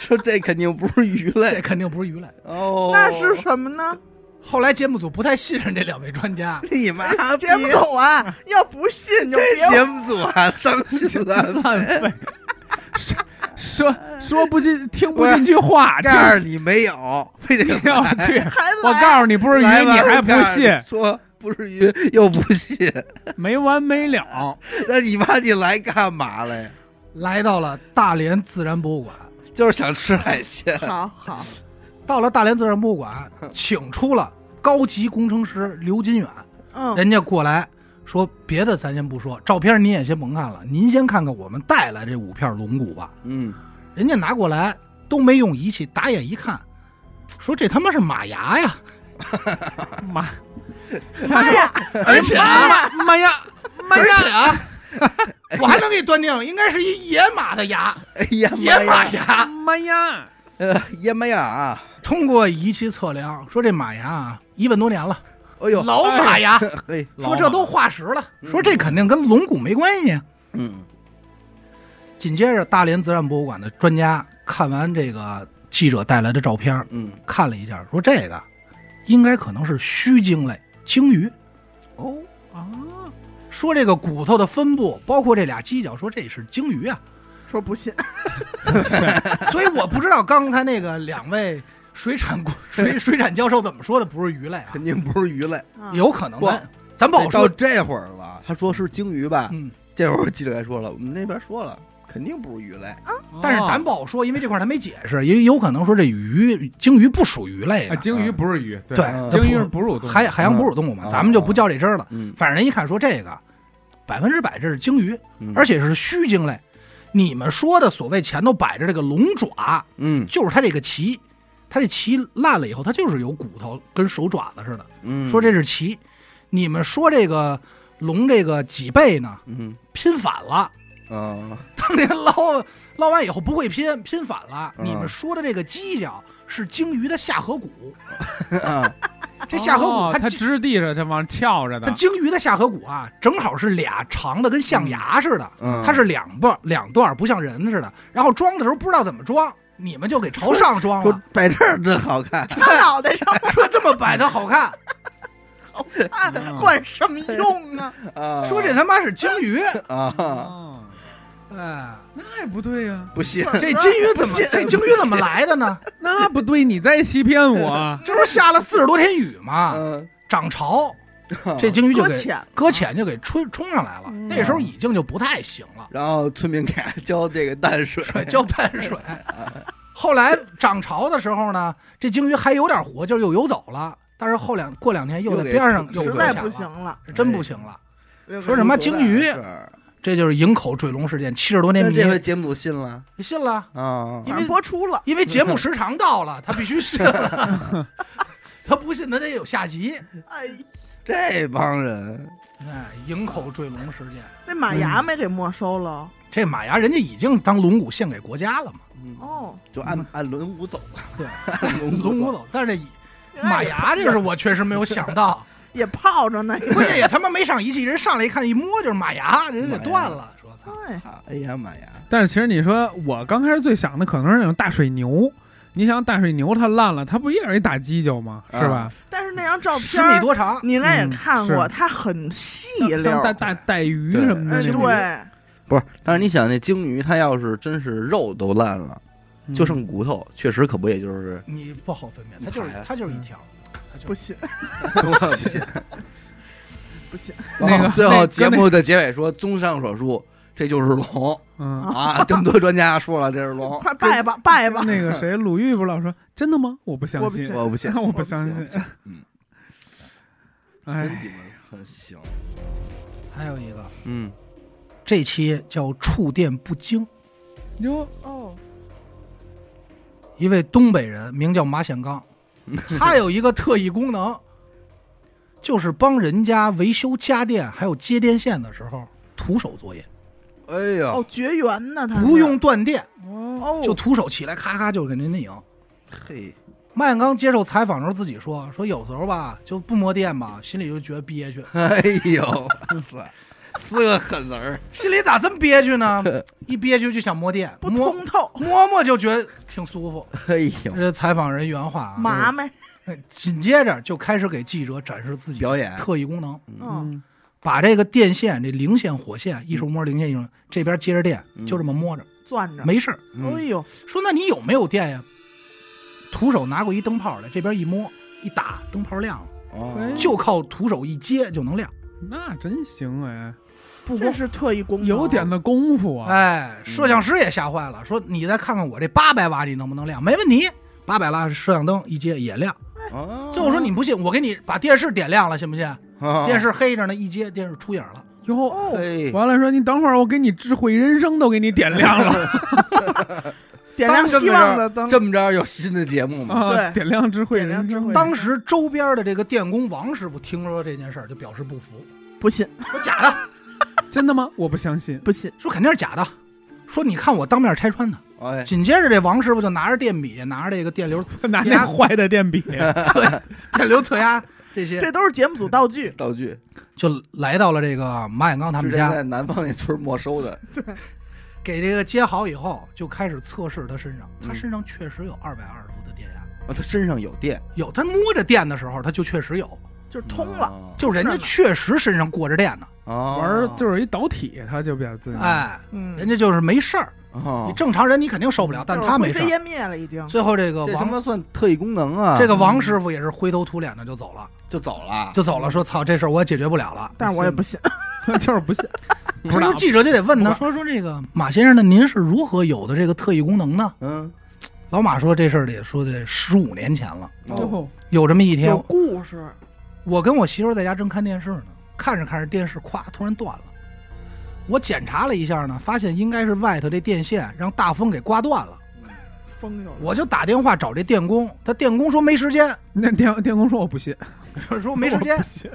Speaker 1: 说这肯定不是鱼
Speaker 2: 这
Speaker 1: 类
Speaker 2: 肯定不是鱼类。
Speaker 1: 哦，
Speaker 3: 那是什么呢？
Speaker 2: 后来节目组不太信任这两位专家，
Speaker 1: 你妈逼
Speaker 3: 哎节目组
Speaker 2: 嗯
Speaker 3: 啊，要不信就别
Speaker 1: 这 [laughs] 节目组啊，脏心烂肺。
Speaker 4: 烂费，说说说不进，听不进去
Speaker 2: [laughs]
Speaker 4: 话。这
Speaker 1: 告诉你没有，非
Speaker 4: [laughs]
Speaker 1: 得
Speaker 4: 要
Speaker 3: 还
Speaker 4: 去，
Speaker 3: 来。
Speaker 4: 我告诉你不是鱼，
Speaker 1: 来吧
Speaker 4: 你还不信，
Speaker 1: [laughs] 说不是鱼又不信，
Speaker 4: 没完
Speaker 2: [laughs]
Speaker 4: 没了。
Speaker 1: 那你妈你来干嘛来？
Speaker 2: 来到了大连自然博物馆。
Speaker 1: 就是想吃海鲜。
Speaker 3: 好好，
Speaker 2: 到了大连自然博物馆，请出了高级工程师刘金远，
Speaker 3: 嗯，
Speaker 2: 人家过来说别的咱先不说，照片您也先甭看了，您先看看我们带来这五片龙骨吧。
Speaker 1: 嗯，
Speaker 2: 人家拿过来都没用仪器，打眼一看，说这他妈是马牙呀！
Speaker 4: 妈，
Speaker 3: 妈哎呀，
Speaker 4: 而且妈妈呀妈
Speaker 2: 而且
Speaker 4: 呀，
Speaker 2: 啊，我还能给你断定，应该是一野马的牙，
Speaker 1: 哎呀
Speaker 2: 野
Speaker 1: 妈
Speaker 2: 马，牙。
Speaker 4: 妈呀，
Speaker 2: 啊
Speaker 1: 呃，野马呀啊，
Speaker 2: 通过仪器测量，说这马牙啊，一万多年了，
Speaker 1: 哎呦，
Speaker 2: 老马牙。
Speaker 1: 嘿，
Speaker 2: 说这都化石了，说这肯定跟龙骨没关系。啊
Speaker 1: 嗯
Speaker 2: 紧接着，大连自然博物馆的专家看完这个记者带来的照片，
Speaker 1: 嗯，
Speaker 2: 看了一下，说这个应该可能是须鲸类鲸鱼。
Speaker 1: 哦，
Speaker 4: 啊，
Speaker 2: 说这个骨头的分布，包括这俩犄角，说这是鲸鱼啊。
Speaker 3: 说不信，
Speaker 2: 所以我不知道刚才那个两位水产顾水水产教授怎么说的，不是鱼类啊，
Speaker 1: 肯定不是鱼类。
Speaker 3: 啊
Speaker 2: 有可能
Speaker 1: 不
Speaker 2: 咱咱不好
Speaker 1: 到
Speaker 2: 说。
Speaker 1: 这会儿了，他说是鲸鱼吧？
Speaker 2: 嗯，
Speaker 1: 这会儿记者该说了，我们那边说了，肯定不是鱼类。
Speaker 2: 但
Speaker 4: 哦
Speaker 2: 是咱不好说，因为这块儿他没解释，也有可能说这鱼鲸鱼不属鱼类
Speaker 4: 啊，
Speaker 2: 的，
Speaker 4: 鲸鱼不是鱼，
Speaker 2: 对，
Speaker 4: 对，
Speaker 2: 它
Speaker 4: 鲸鱼哦
Speaker 2: 不
Speaker 4: 是哺乳动物，
Speaker 2: 海海洋哺乳动物嘛，
Speaker 1: 嗯
Speaker 2: 咱们就不较这真儿了。
Speaker 1: 嗯
Speaker 2: 反正人一看说这个百分之百这是鲸鱼，而
Speaker 1: 且
Speaker 2: 且是须鲸类。你们说的所谓前头摆着这个龙爪，
Speaker 1: 嗯
Speaker 2: 就是它这个鳍，它这鳍烂了以后，它就是有骨头跟手爪子似的。
Speaker 1: 嗯
Speaker 2: 说这是鳍，你们说这个龙这个脊背呢
Speaker 1: 嗯
Speaker 2: 拼反了，
Speaker 1: 啊
Speaker 2: [laughs] 当年捞捞完以后不会拼，拼反了。
Speaker 1: 嗯
Speaker 2: 你们说的这个犄角是鲸鱼的下
Speaker 1: [laughs]
Speaker 2: 颌骨，
Speaker 1: 啊
Speaker 2: 这下颌
Speaker 4: 哦
Speaker 2: 骨它
Speaker 4: 它
Speaker 2: 鲸
Speaker 4: 支地上，它往上翘着
Speaker 2: 它
Speaker 4: 的，
Speaker 2: 鲸鱼的下颌骨啊，正好是俩长的，跟象牙似的，
Speaker 1: 嗯
Speaker 2: 它是两半两段，不像人似的。然后装的时候不知道怎么装，你们就给朝上装
Speaker 1: 说
Speaker 2: 了，
Speaker 1: 摆这儿真好看。
Speaker 3: 他脑袋
Speaker 2: [laughs]
Speaker 3: 上
Speaker 2: 说这么摆的好看，
Speaker 3: 啊管什么用啊？
Speaker 1: 啊
Speaker 2: 说这他妈是鲸鱼，
Speaker 1: 啊，
Speaker 4: 哦
Speaker 1: [laughs]
Speaker 2: 哎，
Speaker 4: 那也不对呀，
Speaker 1: 不信
Speaker 3: 嗯
Speaker 2: 这鲸鱼怎
Speaker 1: 嗯
Speaker 2: 么
Speaker 1: 不信
Speaker 2: 这鲸鱼怎么来的
Speaker 1: [laughs]
Speaker 2: 呢？。
Speaker 4: 那不对，你在欺骗 [laughs] 我
Speaker 2: 这不是下了四十多天雨吗？
Speaker 1: 嗯，
Speaker 2: 涨
Speaker 1: [laughs]
Speaker 2: 潮，这鲸鱼就
Speaker 3: 搁
Speaker 2: 给
Speaker 3: 浅了
Speaker 2: 搁浅就给吹冲上来了。
Speaker 3: 嗯
Speaker 2: 那时候已经就不太行了， [laughs]
Speaker 1: 然后村民给他浇这个淡水，
Speaker 2: 水浇淡水。后来涨潮的时候呢，这鲸鱼还有点活劲儿，又游走了。但是后两过两天又在边上
Speaker 1: 又
Speaker 2: 又
Speaker 1: 给哎
Speaker 2: 搁
Speaker 3: 实在
Speaker 2: 浅
Speaker 3: 不行
Speaker 2: 了，
Speaker 3: 了，
Speaker 2: 是真不行了。
Speaker 3: 说
Speaker 2: 说什么鲸鱼
Speaker 1: 是？
Speaker 2: 这就是营口坠龙事件，七十多年
Speaker 1: 那
Speaker 2: 迷，
Speaker 1: 这回节目组信了
Speaker 2: 你信了？
Speaker 1: 啊
Speaker 2: 因
Speaker 3: 因
Speaker 2: 为
Speaker 3: 为播出了，
Speaker 2: 因为节目时长到了，他必须信了。 [laughs] 他不信，他得有下集。
Speaker 3: 哎，
Speaker 1: 这帮人
Speaker 2: 哎，营口坠龙事件，
Speaker 3: 那马牙没给没收了。
Speaker 2: 这马牙人家已经当龙骨献给国家了嘛。
Speaker 3: 哦，
Speaker 1: 嗯就按按轮舞走了，
Speaker 2: 对，
Speaker 1: [laughs] 按
Speaker 2: 龙
Speaker 1: [laughs]
Speaker 2: 骨
Speaker 1: 舞走。
Speaker 2: 走，但是
Speaker 3: [laughs] 哎
Speaker 2: 这马牙这个是我确实没有想到，
Speaker 3: 也泡着呢，
Speaker 2: 关键也他妈没上仪器，人上来一看一摸就是马牙，人给断了，说操，
Speaker 3: 哎，
Speaker 1: 啊哎呀妈呀！
Speaker 4: 但是其实你说，我刚开始最想的可能是那种大水牛。你想大水牛它烂了，它不也是一大犄角吗？
Speaker 2: 啊
Speaker 4: 是吧？
Speaker 3: 但是那张照
Speaker 2: 十
Speaker 3: 片
Speaker 2: 米
Speaker 3: 儿，
Speaker 2: 多长，
Speaker 3: 你应该也看
Speaker 4: 嗯
Speaker 3: 过，
Speaker 4: 是
Speaker 3: 它很细
Speaker 4: 像
Speaker 3: 溜
Speaker 4: 像带
Speaker 3: 儿，
Speaker 4: 带带鱼什么的
Speaker 3: 哎
Speaker 4: 那种，
Speaker 3: 对，
Speaker 1: 不是，但是你想，那鲸鱼它要是真是肉都烂了，
Speaker 4: 嗯
Speaker 1: 就剩骨头，确实可不也 [laughs] 就是
Speaker 2: 你不好分辨，它就
Speaker 1: 哎
Speaker 2: 是
Speaker 1: 呀
Speaker 2: 它就是
Speaker 3: 嗯
Speaker 2: 一条，它就
Speaker 3: 不
Speaker 2: 是
Speaker 3: 信
Speaker 1: 我 [laughs] 不信。
Speaker 3: 不信，
Speaker 4: 那个
Speaker 1: 最
Speaker 4: 那
Speaker 1: 后
Speaker 4: 个
Speaker 1: 节目的结尾说，综上所述，这就是 [laughs] 龙
Speaker 4: 嗯，
Speaker 1: 啊！这么多专家说了，这是
Speaker 2: 哦
Speaker 1: 龙，
Speaker 3: 快拜吧，拜吧！
Speaker 4: 那个谁，鲁豫不老说真的吗？我不相
Speaker 3: 我不
Speaker 4: 信，
Speaker 3: 信
Speaker 1: 我 [laughs] 不信，
Speaker 4: [laughs] 我不相信。
Speaker 1: 嗯，真
Speaker 4: 哎，
Speaker 1: 鸡巴很行，
Speaker 2: 还有一个，
Speaker 1: 嗯，
Speaker 2: 这期叫触电不惊，
Speaker 4: 哟，
Speaker 3: 哦，
Speaker 2: 一位东北人名叫马显
Speaker 3: [laughs]
Speaker 2: 刚，他有一个特异功能，就是帮人家维修家电还有接电线的时候徒手作业，
Speaker 1: 哎呀
Speaker 3: 哦，，绝缘呢，他是
Speaker 2: 不用断电
Speaker 4: 哦，
Speaker 3: 哦，
Speaker 2: 就徒手起来咔咔就给人家拧。
Speaker 1: 嘿，
Speaker 2: 马显刚接受采访的时候自己说：“说有时候吧，就不摸电吧，心里就觉得憋屈。
Speaker 1: 哎呦，我操，四个狠词儿，
Speaker 2: 心里咋这么憋屈
Speaker 1: [laughs]
Speaker 2: 呢？一憋屈就想摸电，
Speaker 3: 不
Speaker 2: 摸
Speaker 3: 通透，
Speaker 2: 摸摸就觉得挺舒服。
Speaker 1: 哎呦，
Speaker 2: 这采访人原话啊，
Speaker 3: 麻没。
Speaker 2: 紧接着就开始给记者展示自己
Speaker 1: 表演
Speaker 2: 特异功能，
Speaker 3: 嗯，
Speaker 2: 把这个电线这零线火线一手摸零线，一手这边接着电，
Speaker 1: 嗯
Speaker 2: 就这么摸着，
Speaker 3: 攥着。
Speaker 2: 没嗯事儿。
Speaker 3: 哎呦，
Speaker 2: 说那你有没有电呀？徒手拿过一灯泡来，这边一摸一打，灯泡亮了，
Speaker 1: 哦
Speaker 2: 就靠徒手一接就能亮。
Speaker 4: 那真行哎，
Speaker 2: 不
Speaker 3: 这
Speaker 2: 光
Speaker 3: 是特异功能，
Speaker 4: 有点的功夫啊。
Speaker 2: 哎，摄像师也吓坏了，说你再看看我这八百瓦你能不能亮？没问题，八百瓦摄像灯一接也亮。
Speaker 1: 哦
Speaker 2: 最后说你不信，我给你把电视点亮了，信不信？
Speaker 1: 啊
Speaker 2: 电视黑着呢，一接电视出影了。
Speaker 4: 哟，
Speaker 3: 哦，
Speaker 1: 嘿，
Speaker 4: 完了说你等会儿，我给你智慧人生都给你点亮了
Speaker 3: 点亮希望的灯，
Speaker 1: 这么着有新的节目吗？
Speaker 4: 啊，
Speaker 3: 对
Speaker 4: 点亮智慧
Speaker 3: 点亮
Speaker 4: 人
Speaker 3: 智
Speaker 4: 生
Speaker 3: 慧。
Speaker 2: 当时周边的这个电工王师傅听说这件事儿，就表示不服，
Speaker 3: 不信
Speaker 2: 说假的，
Speaker 4: 真的吗？我不相信。
Speaker 3: 不信，
Speaker 2: 说肯定是假的，说你看我当面拆穿他。
Speaker 1: 哎，
Speaker 2: 紧接着这王师傅就拿着电笔，拿着这个电流、 [laughs]
Speaker 4: 拿那坏的电笔，
Speaker 2: 电流测压这些，
Speaker 3: 这都是节目组道具。
Speaker 1: 道具
Speaker 2: 就来到了这个马显刚他
Speaker 1: 之
Speaker 2: 们
Speaker 1: 前
Speaker 2: 家，
Speaker 1: 在南方那村没收的，
Speaker 2: 给这个接好以后，就开始测试他身上，他身上确实有二百二十伏的电压。
Speaker 1: 啊 [laughs] 他身上有电，
Speaker 2: 有，他摸着电的时候，他就确实有，
Speaker 3: 就是通了，
Speaker 1: 哦，
Speaker 2: 就人家确实身上过着电呢。
Speaker 1: 哦
Speaker 4: 玩儿就是一导体，他就比较自信。
Speaker 2: 哎，
Speaker 3: 嗯，
Speaker 2: 人家就是没事儿，
Speaker 1: 哦
Speaker 2: 你正常人你肯定受不了，但他没事
Speaker 3: 就是灰
Speaker 2: 儿。
Speaker 3: 飞烟灭了已经。
Speaker 2: 最后这个
Speaker 1: 这他
Speaker 2: 王
Speaker 1: 妈算特异功能啊！
Speaker 2: 这个王师傅也是灰头土脸的就走了，
Speaker 1: 就走了，
Speaker 2: 就走了，说操这事儿我也解决不了了。
Speaker 3: 但是我也不信，
Speaker 4: [laughs] 就是不信，
Speaker 2: 这时候记者就得问他说说这个马先生，那您是如何有的这个特异功能呢？
Speaker 1: 嗯，
Speaker 2: 老马说这事儿得说得十五年前了，
Speaker 1: 哦
Speaker 4: 哦，
Speaker 2: 有这么一天
Speaker 3: 有，故事，
Speaker 2: 我跟我媳妇儿在家正看电视呢，看着看着电视，咵，突然断了。我检查了一下呢，发现应该是外头这电线让大风给刮断了。
Speaker 3: 风有了
Speaker 2: 我就打电话找这电工，他电工说没时间， [laughs]
Speaker 4: 那电电工说我不信，
Speaker 2: 说没时
Speaker 4: 我
Speaker 2: 间
Speaker 4: 不。信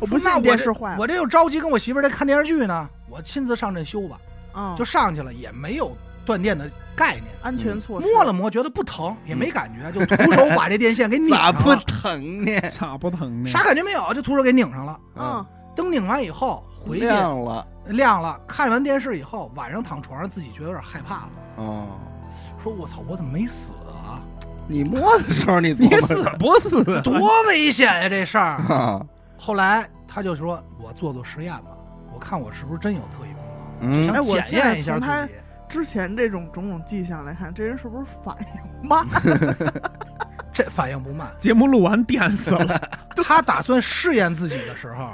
Speaker 3: 我不信 [laughs]
Speaker 2: 那我
Speaker 3: 电视坏了
Speaker 2: 我这又着急跟我媳妇儿在看电视剧呢，我亲自上阵修吧，
Speaker 3: 啊，
Speaker 2: 就是上去了，也没有断电的概念，
Speaker 3: 安全措
Speaker 2: 嗯
Speaker 3: 施。
Speaker 2: 摸了摸觉得不疼，也没感觉，就徒手把这电线给拧
Speaker 3: [laughs]
Speaker 1: 咋
Speaker 2: 上
Speaker 1: 不
Speaker 2: 了，
Speaker 1: 疼呢？啊
Speaker 4: 傻不疼呢。
Speaker 2: 啥感觉没有，就徒手给拧上了。
Speaker 3: 嗯，
Speaker 2: 灯拧完以后回去
Speaker 1: 亮了
Speaker 2: 亮了，看完电视以后，晚上躺床上自己觉得有点害怕了，
Speaker 1: 哦！
Speaker 2: 说我操，我怎么没死
Speaker 3: [laughs]
Speaker 2: 啊？
Speaker 1: 你摸的时候你
Speaker 4: 你
Speaker 1: 琢磨
Speaker 4: 死不死？
Speaker 2: 多危险呀、这事儿！
Speaker 1: 啊？
Speaker 2: 后来他就说，我做做实验吧，我看我是不是真有特异功能，
Speaker 1: 嗯
Speaker 3: 哎，我
Speaker 2: 想检
Speaker 3: 现在
Speaker 2: 验一下
Speaker 3: 从他
Speaker 2: 自己。
Speaker 3: 之前这种种种迹象来看，这人是不是反
Speaker 2: [laughs]
Speaker 3: 应慢？
Speaker 2: 这反应不慢，
Speaker 4: [laughs] 节目录完电死了，
Speaker 2: 他打算试验自己的时候，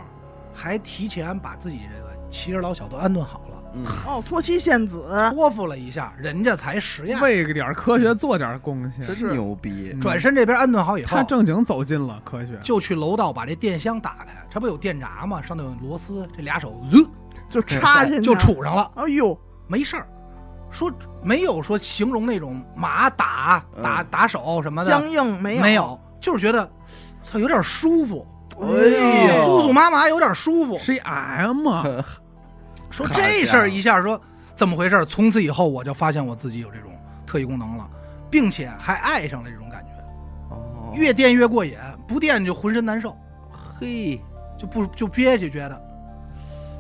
Speaker 2: 还提前把自己这个骑儿老小都安顿好了，
Speaker 1: 嗯
Speaker 3: 哦，脱妻献子，
Speaker 2: 托付了一下，人家才实验。
Speaker 4: 为个点儿科学做点儿贡献。
Speaker 1: 真牛逼
Speaker 4: 嗯
Speaker 2: 转身这边安顿好以后
Speaker 4: 他，正经走进了科学，
Speaker 2: 就去楼道把这电箱打开，这不有电闸吗？上头有螺丝，这俩手呃
Speaker 3: 就插进去，
Speaker 2: 就。杵啊上了。
Speaker 3: 哎呦，
Speaker 2: 没事儿，说没有说形容那种麻打打打手什么的，
Speaker 3: 僵硬没有
Speaker 2: 没有，就是觉得它有点舒服，
Speaker 1: 哎呦
Speaker 2: 酥酥麻麻有点舒服。
Speaker 4: 是一 M 啊，
Speaker 2: [laughs] 说
Speaker 1: 好
Speaker 2: 这
Speaker 1: 家
Speaker 2: 事儿
Speaker 1: 伙
Speaker 2: 一下说怎么回事儿？从此以后我就发现我自己有这种特异功能了，并且还爱上了这种感觉，
Speaker 1: 哦
Speaker 2: 越电越过瘾，不电就浑身难受，
Speaker 1: 嘿，
Speaker 2: 就不就憋屈觉得。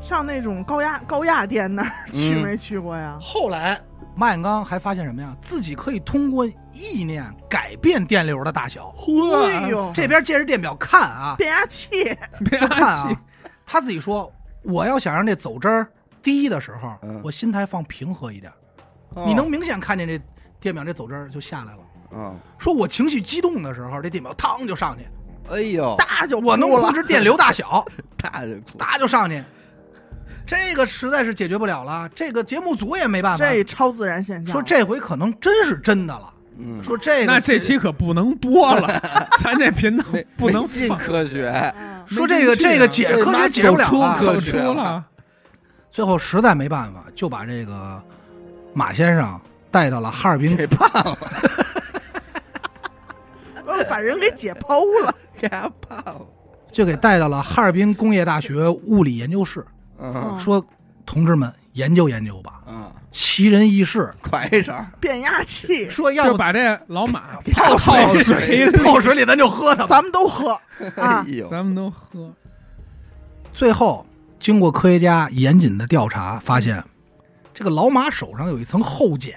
Speaker 3: 上那种高压高压电那儿去
Speaker 1: 嗯
Speaker 3: 没去过呀？
Speaker 2: 后来马显刚还发现什么呀？自己可以通过意念改变电流的大小。
Speaker 3: 哎
Speaker 4: 嗯
Speaker 3: 呦，
Speaker 2: 这边借着电表看啊，
Speaker 4: [laughs]
Speaker 3: 变压器
Speaker 4: 别
Speaker 2: 就看
Speaker 4: 气
Speaker 2: 啊，他自己说，我要想让这走针儿低的时候，
Speaker 1: 嗯
Speaker 2: 我心态放平和一点，
Speaker 1: 哦
Speaker 2: 你能明显看见这电表这走针儿就下来了。
Speaker 1: 嗯，
Speaker 2: 说我情绪激动的时候，这电表嘡就上去，
Speaker 4: 哦
Speaker 1: 哎呦，
Speaker 4: [laughs]
Speaker 2: 大就我能控制电流大小，
Speaker 1: 大的哭
Speaker 2: 大就上去。这个实在是解决不了了，这个节目组也没办法。
Speaker 3: 这超自然现象。
Speaker 2: 说这回可能真是真的了。 [laughs]
Speaker 1: 嗯，
Speaker 2: 说这个，
Speaker 4: 那这期可不能
Speaker 2: [laughs]
Speaker 4: 播了，咱这频道不能
Speaker 1: 没进
Speaker 4: 放
Speaker 1: 科学， [laughs]
Speaker 3: 嗯
Speaker 2: 说这个
Speaker 4: 没进去啊
Speaker 2: 这个解科学解不了啊
Speaker 1: 走出
Speaker 2: 了，
Speaker 1: 科
Speaker 4: 走
Speaker 1: 学
Speaker 4: 出了，
Speaker 2: 最后实在没办法，就把这个马先生带到了哈尔滨
Speaker 1: 给胖了，
Speaker 3: 把人给解剖了，
Speaker 1: 给他胖了。
Speaker 2: 就给带到了哈尔滨工业大学物理研究室，
Speaker 1: 嗯
Speaker 3: 嗯
Speaker 2: 说：“同志们，研究研究吧，
Speaker 1: 嗯，
Speaker 2: 奇人异事。
Speaker 1: 快一手，
Speaker 3: 变压器”，
Speaker 2: 说要
Speaker 4: 就
Speaker 2: 不
Speaker 4: 把这
Speaker 2: [laughs]
Speaker 4: 老马
Speaker 1: 泡
Speaker 4: 泡
Speaker 1: 水
Speaker 4: 水，
Speaker 2: 泡水里咱就喝它吧。
Speaker 3: 咱们都喝
Speaker 1: 哎
Speaker 3: 啊，
Speaker 1: 呦，
Speaker 4: 咱们都喝。
Speaker 2: 最后，经过科学家严谨的调查，发现这个老马手上有一层厚茧，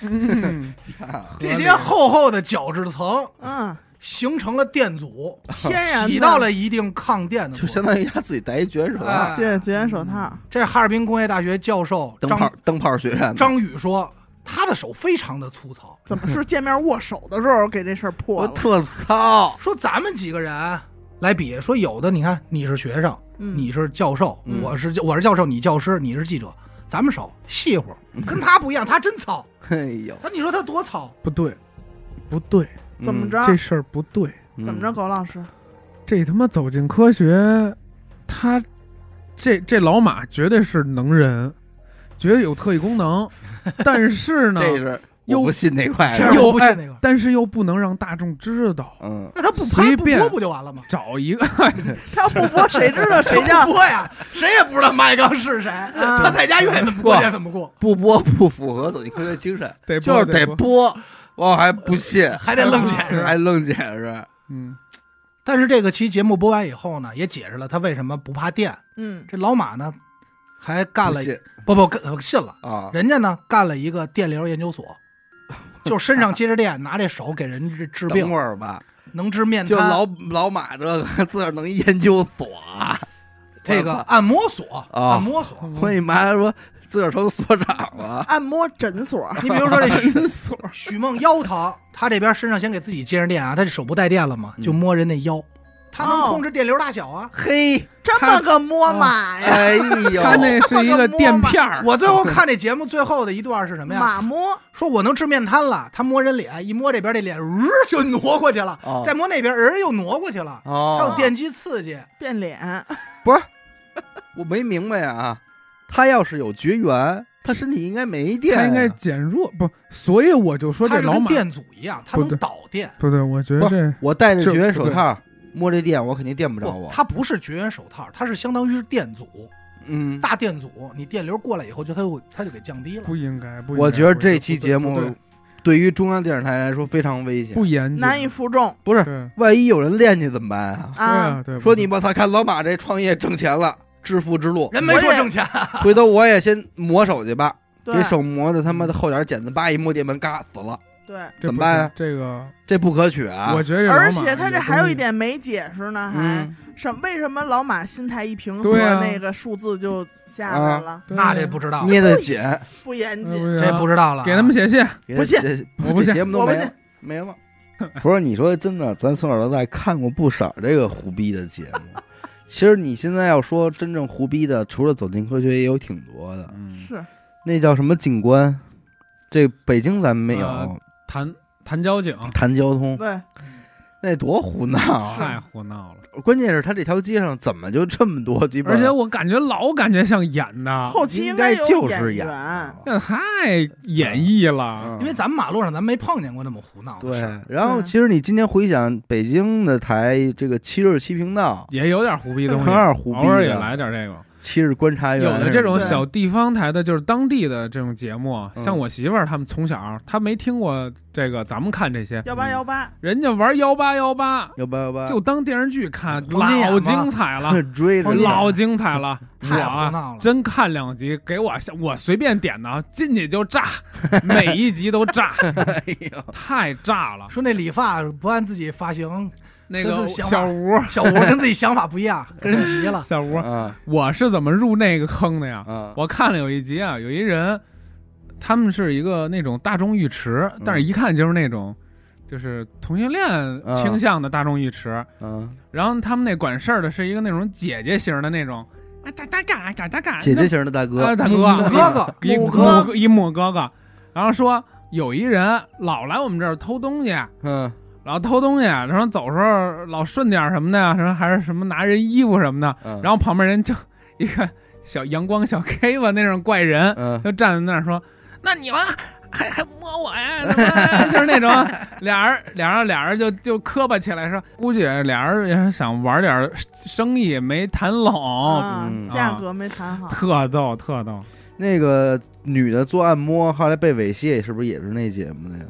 Speaker 4: 嗯，
Speaker 2: 这些厚厚的角质层
Speaker 3: 嗯，
Speaker 2: 形成了电阻，
Speaker 3: 天然的
Speaker 2: 起到了一定抗电的
Speaker 1: 就
Speaker 2: 作
Speaker 1: 相
Speaker 2: 用。
Speaker 1: 当于他自己戴一卷手，
Speaker 2: 哎
Speaker 3: 对，绝缘手套，
Speaker 2: 这哈尔滨工业大学教授
Speaker 1: 啊灯泡
Speaker 2: 张
Speaker 1: 灯泡学院的，
Speaker 2: 张宇说，他的手非常的粗糙，
Speaker 3: 怎么是见面握手的时候给这事儿破
Speaker 1: 我
Speaker 3: 了？
Speaker 1: 特糙，
Speaker 2: 说咱们几个人来比，说有的你看你是学生，
Speaker 3: 嗯
Speaker 2: 你是教授，
Speaker 1: 嗯
Speaker 2: 我是我是教授，你教师，你是记者，咱们手细乎，
Speaker 1: 嗯
Speaker 2: 跟他不一样，他真糙。
Speaker 1: 哎呦，
Speaker 2: 他你说他多糙？
Speaker 4: 不对，不对，
Speaker 3: 怎么着？
Speaker 4: 这事儿不对，
Speaker 1: 嗯？
Speaker 3: 怎么着，
Speaker 1: 嗯？
Speaker 3: 狗老师？
Speaker 4: 这他妈走进科学，他这这老马绝对是能人，绝对有特异功
Speaker 2: [laughs]
Speaker 4: 能，但是呢，
Speaker 1: 这是
Speaker 4: 又
Speaker 1: 我不信那块
Speaker 2: 这是
Speaker 1: 的，
Speaker 4: 又
Speaker 2: 我不信
Speaker 4: 哎
Speaker 2: 那个
Speaker 4: 但是又不能让大众知道，
Speaker 1: 嗯，
Speaker 2: 那他不
Speaker 4: 随
Speaker 2: 拍不
Speaker 4: 便
Speaker 2: 播不就完了吗？ [laughs]
Speaker 4: 找一个
Speaker 3: 他要不播，谁知道谁
Speaker 2: 他 [laughs]
Speaker 3: 叫
Speaker 2: 不播呀？谁也不知道马一刚是谁，
Speaker 1: 嗯
Speaker 2: 他在家愿意怎么过
Speaker 1: 不
Speaker 2: 就怎么过，
Speaker 1: 不播不符合走进科学精神，
Speaker 4: 得播
Speaker 1: 就是
Speaker 4: 得
Speaker 1: 得
Speaker 4: 播
Speaker 1: 播，我还不信，啊
Speaker 2: 还得愣解释。
Speaker 1: 还愣解释，
Speaker 4: 嗯，
Speaker 2: 但是这个期节目播完以后呢，也解释了他为什么不怕电。
Speaker 3: 嗯
Speaker 2: 这老马呢，还干
Speaker 1: 不
Speaker 2: 了
Speaker 1: 信
Speaker 2: 不不干信了，
Speaker 1: 啊，
Speaker 2: 人家呢干了一个电流研究所，就身上接着电，拿这手给人治治
Speaker 1: 等
Speaker 2: 病
Speaker 1: 会，儿吧，
Speaker 2: 能治面
Speaker 1: [laughs] 就
Speaker 2: 瘫。
Speaker 1: 老老马这个自个儿能研究所啊，
Speaker 2: 这个按摩所，
Speaker 1: 啊
Speaker 2: 按摩
Speaker 1: [laughs]
Speaker 2: 所。
Speaker 4: 嗯
Speaker 1: 我你妈说自个儿成所长了，
Speaker 3: 按摩诊所，
Speaker 2: [laughs] 你比如说这许
Speaker 4: 诊所
Speaker 2: 许梦腰疼，他这边身上先给自己接上电啊，他这手不带电了嘛，就
Speaker 1: 嗯
Speaker 2: 摸人那腰，他能
Speaker 3: 哦
Speaker 2: 控制电流大小
Speaker 1: [laughs]
Speaker 2: 啊。
Speaker 4: [laughs]
Speaker 1: 嘿，
Speaker 3: 这么个摸马呀，
Speaker 1: 哎呦，
Speaker 4: 他那是一个垫片儿，嗯
Speaker 2: 我最后看这节目最后的一段是什么呀？
Speaker 3: 马摸，
Speaker 2: 说我能治面瘫了，他摸人脸，一摸这边这脸，呃就挪过去了，
Speaker 1: 哦
Speaker 2: 再摸那边，人又挪过去了，还
Speaker 1: 哦
Speaker 2: 有，电击刺激。
Speaker 3: 变脸，
Speaker 1: 不是，我没明白啊，他要是有绝缘，他身体应该没电啊，
Speaker 4: 他应该是减弱不，所以我就说
Speaker 2: 它
Speaker 4: 这
Speaker 2: 是
Speaker 4: 老
Speaker 2: 跟
Speaker 4: 马
Speaker 2: 电阻一样，它
Speaker 4: 不
Speaker 2: 能
Speaker 4: 对
Speaker 2: 导电。
Speaker 4: 不对，我觉得
Speaker 1: 不
Speaker 4: 这
Speaker 1: 我戴着
Speaker 4: 就
Speaker 1: 绝缘手
Speaker 4: 不对
Speaker 1: 套摸这电，我肯定电不着啊
Speaker 2: 不
Speaker 1: 我，，
Speaker 2: 它不是绝缘手套，它是相当于是电阻，
Speaker 1: 嗯，
Speaker 2: 大电阻，你电流过来以后，就它就会它就给降低了。
Speaker 4: 不应该，不应该，
Speaker 1: 我觉得这
Speaker 4: 不
Speaker 1: 期
Speaker 4: 对
Speaker 1: 节
Speaker 4: 不对
Speaker 1: 目对于中央电视台来说非常危险
Speaker 4: 不，严谨，
Speaker 3: 难以负重
Speaker 1: 不是，
Speaker 4: 对
Speaker 1: 万一有人练去怎么办啊？
Speaker 4: 对
Speaker 3: 啊！
Speaker 4: 啊，对，
Speaker 1: 说你我操，看老马这创业挣钱了，致富之路，
Speaker 2: 人没说挣钱，
Speaker 1: 回头我也先磨手去吧，
Speaker 3: 对
Speaker 1: 给手磨的他妈的后脚剪子叭一摸电门，嘎死了，
Speaker 3: 对，
Speaker 4: 这
Speaker 1: 怎么
Speaker 4: 不
Speaker 1: 办
Speaker 4: 是
Speaker 1: 啊
Speaker 4: 这个
Speaker 1: 这不可取啊
Speaker 4: 我！觉得，
Speaker 3: 而且他这还有一，点没解释呢，还
Speaker 1: 嗯，
Speaker 3: 什为什么老马心态一平和，
Speaker 4: 对啊
Speaker 3: 那个数字就下来了，
Speaker 4: 对啊
Speaker 2: 那这不知道，
Speaker 1: 捏的紧，
Speaker 3: 不严谨。
Speaker 4: 这
Speaker 2: 这不知道了啊。
Speaker 4: 给他们写信，
Speaker 1: 别
Speaker 3: 不信
Speaker 1: 这
Speaker 4: 我不
Speaker 1: 这
Speaker 4: 信
Speaker 1: 节目都
Speaker 3: 我不
Speaker 1: 没
Speaker 3: 信
Speaker 1: 了，没了。不是你说真的，咱从小到大看过不少这个胡逼的节目。其实你现在要说真正胡逼的，除了《走进科学》，也有挺多的。
Speaker 3: 是
Speaker 1: 那叫什么警官？这北京咱们没有、
Speaker 4: 呃 [laughs] 谈谈交警
Speaker 1: 谈交通，
Speaker 3: 对，
Speaker 1: 那多胡闹啊！
Speaker 4: 太胡闹了，
Speaker 1: 关键是他这条街上怎么就这么多鸡巴？
Speaker 4: 而且我感觉老感觉像演
Speaker 2: 啊
Speaker 4: 的，
Speaker 3: 后期
Speaker 1: 应
Speaker 3: 该
Speaker 1: 该
Speaker 3: 有
Speaker 1: 就是
Speaker 3: 演
Speaker 1: 演啊的，
Speaker 3: 员
Speaker 4: 那太演绎了，
Speaker 1: 嗯
Speaker 2: 因为咱们马路上咱没碰见过那么胡闹的
Speaker 1: 对
Speaker 2: 事儿。。
Speaker 1: 然后
Speaker 3: 对
Speaker 1: 其实你今天回想北京的台，这个七日七频道，
Speaker 4: 也有点胡逼东西，
Speaker 1: 有点胡逼啊
Speaker 4: 偶尔也
Speaker 1: 的
Speaker 4: 来点这个。
Speaker 1: 七日观
Speaker 2: 哎
Speaker 1: 察员
Speaker 4: 有的这种
Speaker 1: 什么
Speaker 4: 小地方台的，就是当地的这种节目，啊
Speaker 1: 嗯
Speaker 4: 像我媳妇儿他们从小她没听过这个，咱们看这些，
Speaker 2: 嗯
Speaker 3: 幺八幺八，
Speaker 4: 人家玩幺八幺八
Speaker 1: 幺八幺八
Speaker 4: 就当电视剧看，
Speaker 2: 黄金眼
Speaker 4: 老
Speaker 2: 嘛
Speaker 4: 精彩了，
Speaker 1: [laughs] 追着
Speaker 2: 黄金眼
Speaker 4: [laughs] 老精彩了，我
Speaker 2: [laughs] 太胡
Speaker 4: 啊
Speaker 2: 闹了，
Speaker 4: 真看两集，给我吓我随便点的，啊，进去就
Speaker 2: [laughs]
Speaker 4: 炸，每一集都炸，
Speaker 1: 哎呦，
Speaker 4: 太炸了。
Speaker 2: 说那理发不按自己发型，
Speaker 4: 那个
Speaker 2: 这是想
Speaker 4: 小吴，
Speaker 2: 小吴跟自己想法不一样，跟人急了。
Speaker 4: 小吴，
Speaker 1: 啊
Speaker 4: 我是怎么入那个坑的呀？
Speaker 1: 啊，
Speaker 4: 我看了有一集啊，
Speaker 1: 嗯
Speaker 4: 有一人，他们是一个那种大众浴池，但是一看就是那种就是同性恋倾向的大众浴池，
Speaker 1: 嗯，
Speaker 4: 然后他们那管事儿的是一个那种姐姐型的那种，啊咋咋嘎咋咋嘎，
Speaker 1: 姐姐型的大哥，
Speaker 4: 哎
Speaker 1: 嗯
Speaker 4: 啊大哥
Speaker 2: 母哥哥，
Speaker 4: 一
Speaker 2: 母
Speaker 4: 母
Speaker 2: 哥，
Speaker 4: 一母哥哥，然后说有一人老来我们这儿偷东西，
Speaker 1: 嗯
Speaker 4: 老偷东西，然后走时候老顺点儿什么的呀，什么还是什么拿人衣服什么的，
Speaker 1: 嗯，
Speaker 4: 然后旁边人就一个小阳光小 K 吧那种怪人，
Speaker 1: [laughs] 嗯
Speaker 4: 就站在那儿说：“那你们还还摸我呀？”什么 [laughs] 就是那种俩人俩人俩人就就磕巴起来说，估计俩人也是想玩点生意没谈
Speaker 2: 哦
Speaker 4: 拢，
Speaker 3: 啊
Speaker 1: 嗯
Speaker 3: 价格没谈好，
Speaker 4: 特逗特逗。
Speaker 1: 那个女的做按摩，后来被猥亵，是不是也是那节目的呀？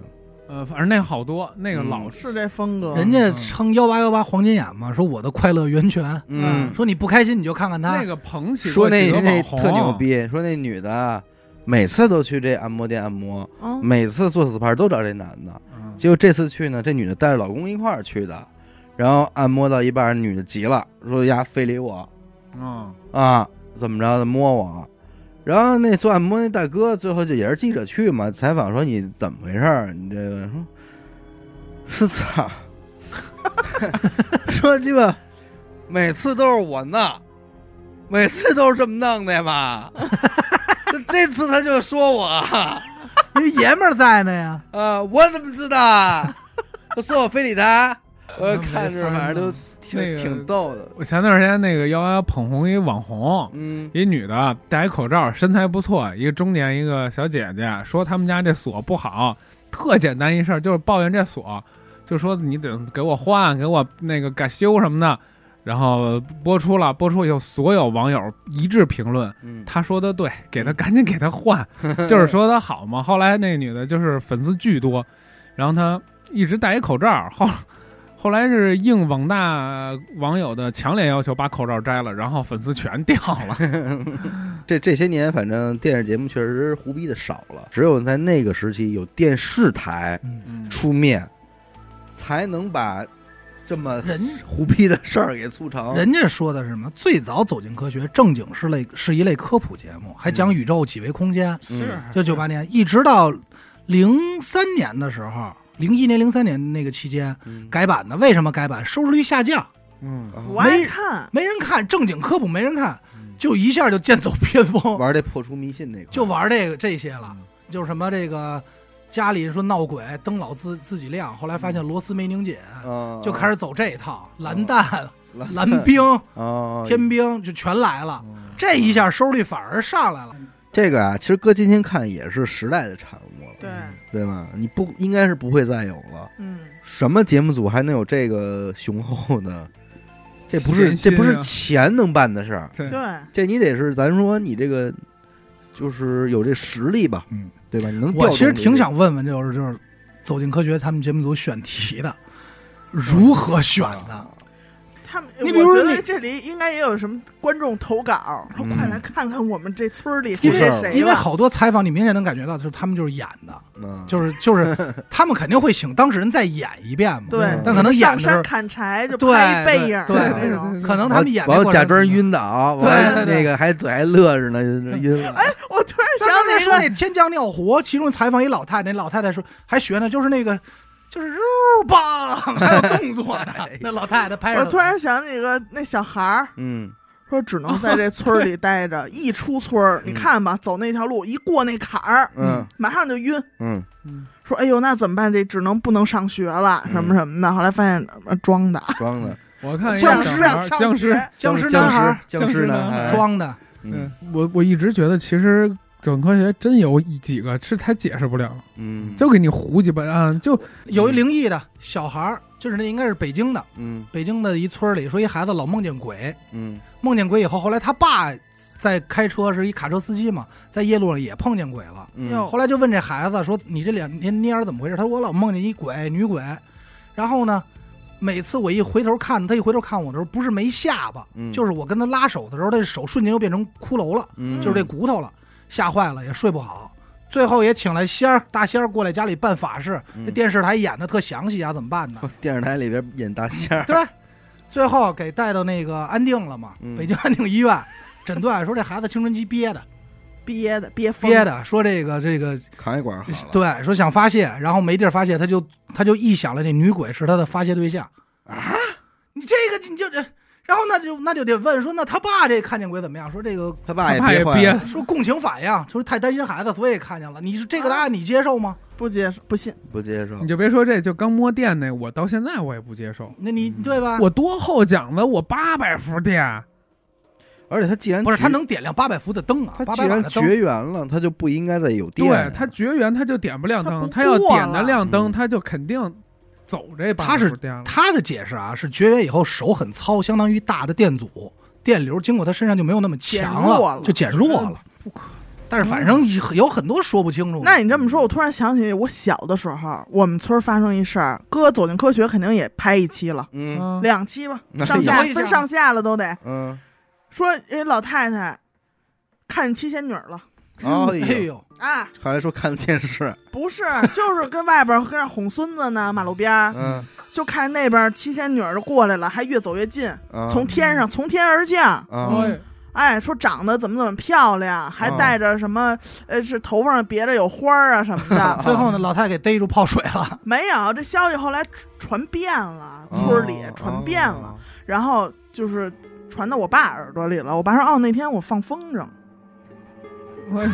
Speaker 4: 呃，反正那好多那个
Speaker 1: 嗯
Speaker 4: 老
Speaker 3: 是这风格。
Speaker 2: 人家称幺八幺八黄金眼嘛，说我的快乐源泉，
Speaker 1: 嗯，
Speaker 2: 说你不开心你就看看他
Speaker 4: 那，个捧起
Speaker 1: 说
Speaker 4: 过
Speaker 1: 那
Speaker 4: 几个
Speaker 1: 那
Speaker 4: 网红
Speaker 1: 特牛，逼，说那女的啊每次都去这按摩店按摩，
Speaker 3: 嗯
Speaker 1: 每次做 SPA 都找这男的，
Speaker 4: 嗯
Speaker 1: 结果这次去呢，这女的带着老公一块儿去的，然后按摩到一半，女的急了，说呀非礼我
Speaker 4: 嗯
Speaker 1: 啊，怎么着的摸我。然后那做按摩那大哥最后就也是记者去嘛，采访说你怎么回事儿？你这个说是操， [laughs] 说鸡巴每次都是我弄，每次都是这么弄的嘛。这这次他就说我
Speaker 2: 因为爷们儿在呢呀。
Speaker 1: 啊，我怎么知道 [laughs] 啊？他说我非礼 [laughs] 他，我看着反正都挺、
Speaker 4: 那个
Speaker 1: 挺逗的。
Speaker 4: 我前段时间那个幺幺捧红一网红，
Speaker 1: 嗯
Speaker 4: 一女的戴一口罩，身材不错，一个中年一个小姐姐，说他们家这锁不好，特简单一事儿，就是抱怨这锁，就说你得给我换，给我那个改修什么的。然后播出了，播出以后，所有网友一致评论，
Speaker 1: 嗯，
Speaker 4: 他说的对，给他赶紧给他换，就是说他好嘛。后来那女的就是粉丝巨多，然后她一直戴一口罩，后后来是应网大网友的强烈要求把口罩摘了，然后粉丝全掉了。
Speaker 1: 这这些年反正电视节目确实胡逼的少了，只有在那个时期有电视台
Speaker 4: [laughs] 嗯
Speaker 1: 出面，才能把这么
Speaker 2: 人
Speaker 1: 胡逼的事儿给促成。
Speaker 2: 人家说的是什么？最早走进科学，正经是类是一类科普节目，还讲宇宙几维空间。
Speaker 4: 嗯
Speaker 1: 是
Speaker 4: 哎
Speaker 2: 就九八年，一直到零三年的时候，零一年、零三年那个期间
Speaker 1: 嗯啊
Speaker 2: 改版的。为什么改版？收视率下降，
Speaker 4: 嗯
Speaker 3: 不爱看，
Speaker 2: 没人看，正经科普没人看，就一下就剑走偏锋，
Speaker 1: 玩这破除迷信这块儿，
Speaker 2: 就玩这个这些了。就是什么这个家里说闹鬼，灯老自自己亮，后来发现螺丝没拧紧，
Speaker 1: 啊，
Speaker 2: 就开始走这一套，蓝蛋、
Speaker 1: 蓝
Speaker 2: 蓝
Speaker 1: [laughs]
Speaker 2: 冰、
Speaker 1: 啊嗯
Speaker 2: 天兵就全来了。这一下收视率反而上来了。
Speaker 1: 这个啊，其实搁今天看也是时代的产物了，
Speaker 3: 对，
Speaker 1: 对吧？你不应该是不会再有了。
Speaker 3: 嗯，
Speaker 1: 什么节目组还能有这个雄厚
Speaker 2: [laughs]
Speaker 1: 呢？这不是
Speaker 4: 闲心
Speaker 1: 这
Speaker 4: 啊
Speaker 1: 不是钱能办的事儿，
Speaker 4: 对
Speaker 3: 对，
Speaker 1: 这你得是咱说你这个就是有这实力吧，
Speaker 2: 嗯，
Speaker 1: 对吧？你能调
Speaker 2: 我
Speaker 1: 动
Speaker 2: 其实
Speaker 1: 这
Speaker 2: 挺
Speaker 1: 个
Speaker 2: 想问问，就是就是《走进科学》他们节目组选题的，如何选的？
Speaker 3: 他们，
Speaker 2: 你比如说
Speaker 3: 我觉得
Speaker 2: 你
Speaker 3: 这里应该也有什么观众投稿，说
Speaker 1: 嗯
Speaker 3: 快来看看我们这村儿里
Speaker 1: 因
Speaker 3: 出
Speaker 1: 为
Speaker 3: 这谁了
Speaker 2: 因为好多采访你明显能感觉到，就是他们就是演的，
Speaker 1: 嗯，
Speaker 2: 就是就是
Speaker 1: [laughs]
Speaker 2: 他们肯定会请当事人再演一遍嘛。
Speaker 1: 嗯
Speaker 3: 对，
Speaker 2: 嗯但可能演
Speaker 3: 上
Speaker 2: 的
Speaker 3: 山
Speaker 2: 是，
Speaker 3: 砍柴就
Speaker 2: 对
Speaker 3: 拍一背影儿
Speaker 2: 对
Speaker 3: 的
Speaker 2: 对
Speaker 3: 那种。
Speaker 2: 可能他们演的
Speaker 1: 完了
Speaker 2: 过程
Speaker 1: 假装。晕倒，
Speaker 2: 对
Speaker 1: 完了
Speaker 2: 对对
Speaker 1: 那个还嘴还乐着呢，
Speaker 2: [laughs]
Speaker 1: 就是晕了。哎，
Speaker 3: 我突然
Speaker 2: 刚
Speaker 3: 想
Speaker 2: 刚才
Speaker 3: 起
Speaker 2: 说
Speaker 3: 来
Speaker 2: 那天降尿壶，其中采访一老太太，那老太太说还学呢，就是那个就是肉棒，还有动作
Speaker 3: [laughs]
Speaker 2: 呢。那老太太拍着
Speaker 3: 我
Speaker 2: 她
Speaker 3: 突然想起个那小孩儿，
Speaker 1: 嗯，
Speaker 3: 说只能
Speaker 2: [laughs]
Speaker 3: 在这村儿里待着，一出村儿，
Speaker 2: 嗯
Speaker 3: 你看吧，走那条路一过那坎儿，
Speaker 1: 嗯
Speaker 3: 马上就晕。
Speaker 1: 嗯，
Speaker 3: 说哎呦，那怎么办？这只能不能上学了，
Speaker 1: 嗯
Speaker 3: 什么什么的。后来发现呃装的，
Speaker 1: 装的
Speaker 4: 我看一
Speaker 2: 哎僵
Speaker 4: 个
Speaker 2: 尸
Speaker 4: 小
Speaker 3: 让
Speaker 4: 孩
Speaker 3: 上
Speaker 4: 僵尸，
Speaker 3: 学
Speaker 2: 僵尸
Speaker 1: 僵
Speaker 2: 男孩
Speaker 1: 尸僵尸男孩，
Speaker 2: 装的。
Speaker 1: 嗯
Speaker 4: 我我一直觉得其实整科学真有几个是他解释不了，
Speaker 1: 嗯，
Speaker 4: 就给你胡鸡巴啊，就
Speaker 2: 有一灵异的小孩儿，就是那应该是北京的，
Speaker 1: 嗯
Speaker 2: 北京的一村儿里说一孩子老梦见鬼，
Speaker 1: 嗯
Speaker 2: 梦见鬼以后，后来他爸在开车是一卡车司机嘛，在夜路上也碰见鬼了，
Speaker 1: 嗯，
Speaker 3: 哟
Speaker 2: 后来就问这孩子说你这两年蔫儿怎么回事？他说我老梦见一鬼女鬼，然后呢，每次我一回头看他一回头看我的时候，不是没下巴，
Speaker 1: 嗯
Speaker 2: 就是我跟他拉手的时候，他手瞬间就变成骷髅了。
Speaker 1: 嗯
Speaker 2: 就是这骨头了，吓坏了也睡不好。最后也请来仙儿大仙儿过来家里办法事，
Speaker 1: 嗯
Speaker 2: 这电视台演的特详细啊，怎么办呢？
Speaker 1: 电视台里边演大仙儿，
Speaker 2: 对吧？最后给带到那个安定了嘛
Speaker 1: 嗯，
Speaker 2: 北京安定医院诊断说这孩子青春期憋的，
Speaker 3: 憋的憋疯
Speaker 2: 憋，的，说这个这个
Speaker 1: 扛一管
Speaker 2: [laughs]
Speaker 1: 好了。
Speaker 2: 对，说想发泄，然后没地儿发泄，他就他就臆想了这女鬼是他的发泄对象啊。你这个你就这，然后那就那就得问说，那他爸这看见鬼怎么样？说这个
Speaker 1: 他爸
Speaker 4: 他爸也
Speaker 1: 憋坏
Speaker 4: 憋
Speaker 1: 了
Speaker 2: 说共情反应，就是太担心孩子，所以看见了。你是这个
Speaker 1: 啊
Speaker 2: 答案你接受吗？
Speaker 3: 不接受不信，
Speaker 1: 不接受
Speaker 4: 你，就别说这就刚摸电那，我到现在我也不接受。
Speaker 2: 那
Speaker 1: 嗯
Speaker 2: 你对吧？
Speaker 4: 我多厚讲的，我八百伏电，
Speaker 1: 而且他既然
Speaker 2: 不是
Speaker 1: 绝
Speaker 2: 他，能点亮八百伏的灯啊，
Speaker 1: 他
Speaker 2: 八
Speaker 1: 既
Speaker 2: 百瓦
Speaker 1: 然
Speaker 2: 的灯。啊
Speaker 1: 绝缘了，他就不应该再有电啊
Speaker 4: 对
Speaker 1: 呀。
Speaker 4: 他绝缘他就点不亮灯，
Speaker 3: 他
Speaker 4: 他
Speaker 3: 不过
Speaker 4: 要
Speaker 3: 了
Speaker 4: 点得亮灯，
Speaker 1: 嗯
Speaker 4: 他就肯定走这八
Speaker 2: 他
Speaker 4: 百
Speaker 2: 是
Speaker 4: 伏电了。
Speaker 2: 他的解释啊是绝缘以后手很糙，相当于大的电阻电流经过他身上就没有那么强
Speaker 3: 减弱了
Speaker 2: 就减弱了。
Speaker 4: 不可
Speaker 2: 但是反正有很多说不清楚的。
Speaker 3: 那你这么说，我突然想起我小的时候，我们村儿发生一事儿，哥走进科学肯定也拍一期了，
Speaker 1: 嗯
Speaker 4: 啊
Speaker 3: 两期吧，
Speaker 1: 那
Speaker 3: 上
Speaker 1: 有
Speaker 3: 下
Speaker 2: 一下
Speaker 3: 分上下了都得
Speaker 1: 嗯，
Speaker 3: 说，哎，老太太看七仙女了
Speaker 1: 哎
Speaker 2: 哎
Speaker 1: 呦，
Speaker 2: 呦，。
Speaker 3: 啊，
Speaker 1: 还来说看电
Speaker 3: [laughs]
Speaker 1: 视，
Speaker 3: 不是，就是跟外边儿跟那哄孙子呢，马路边儿
Speaker 1: 嗯，
Speaker 3: 就看那边儿七仙女儿就过来了，还越走越近，
Speaker 1: 啊
Speaker 3: 从天上从天而降，
Speaker 1: 啊，
Speaker 4: 哎
Speaker 3: 哎，说长得怎么怎么漂亮，还
Speaker 1: 啊
Speaker 3: 带着什么，呃，是头发上别着有花儿啊什么的
Speaker 2: 最 [laughs] 后呢，老太给逮住泡水了。
Speaker 3: 没有，这消息后来传传遍了，村儿里
Speaker 1: 哦
Speaker 3: 传遍了，，然后就是传到我爸耳朵里了。我爸说：“哦，那天我放风筝，
Speaker 4: 哎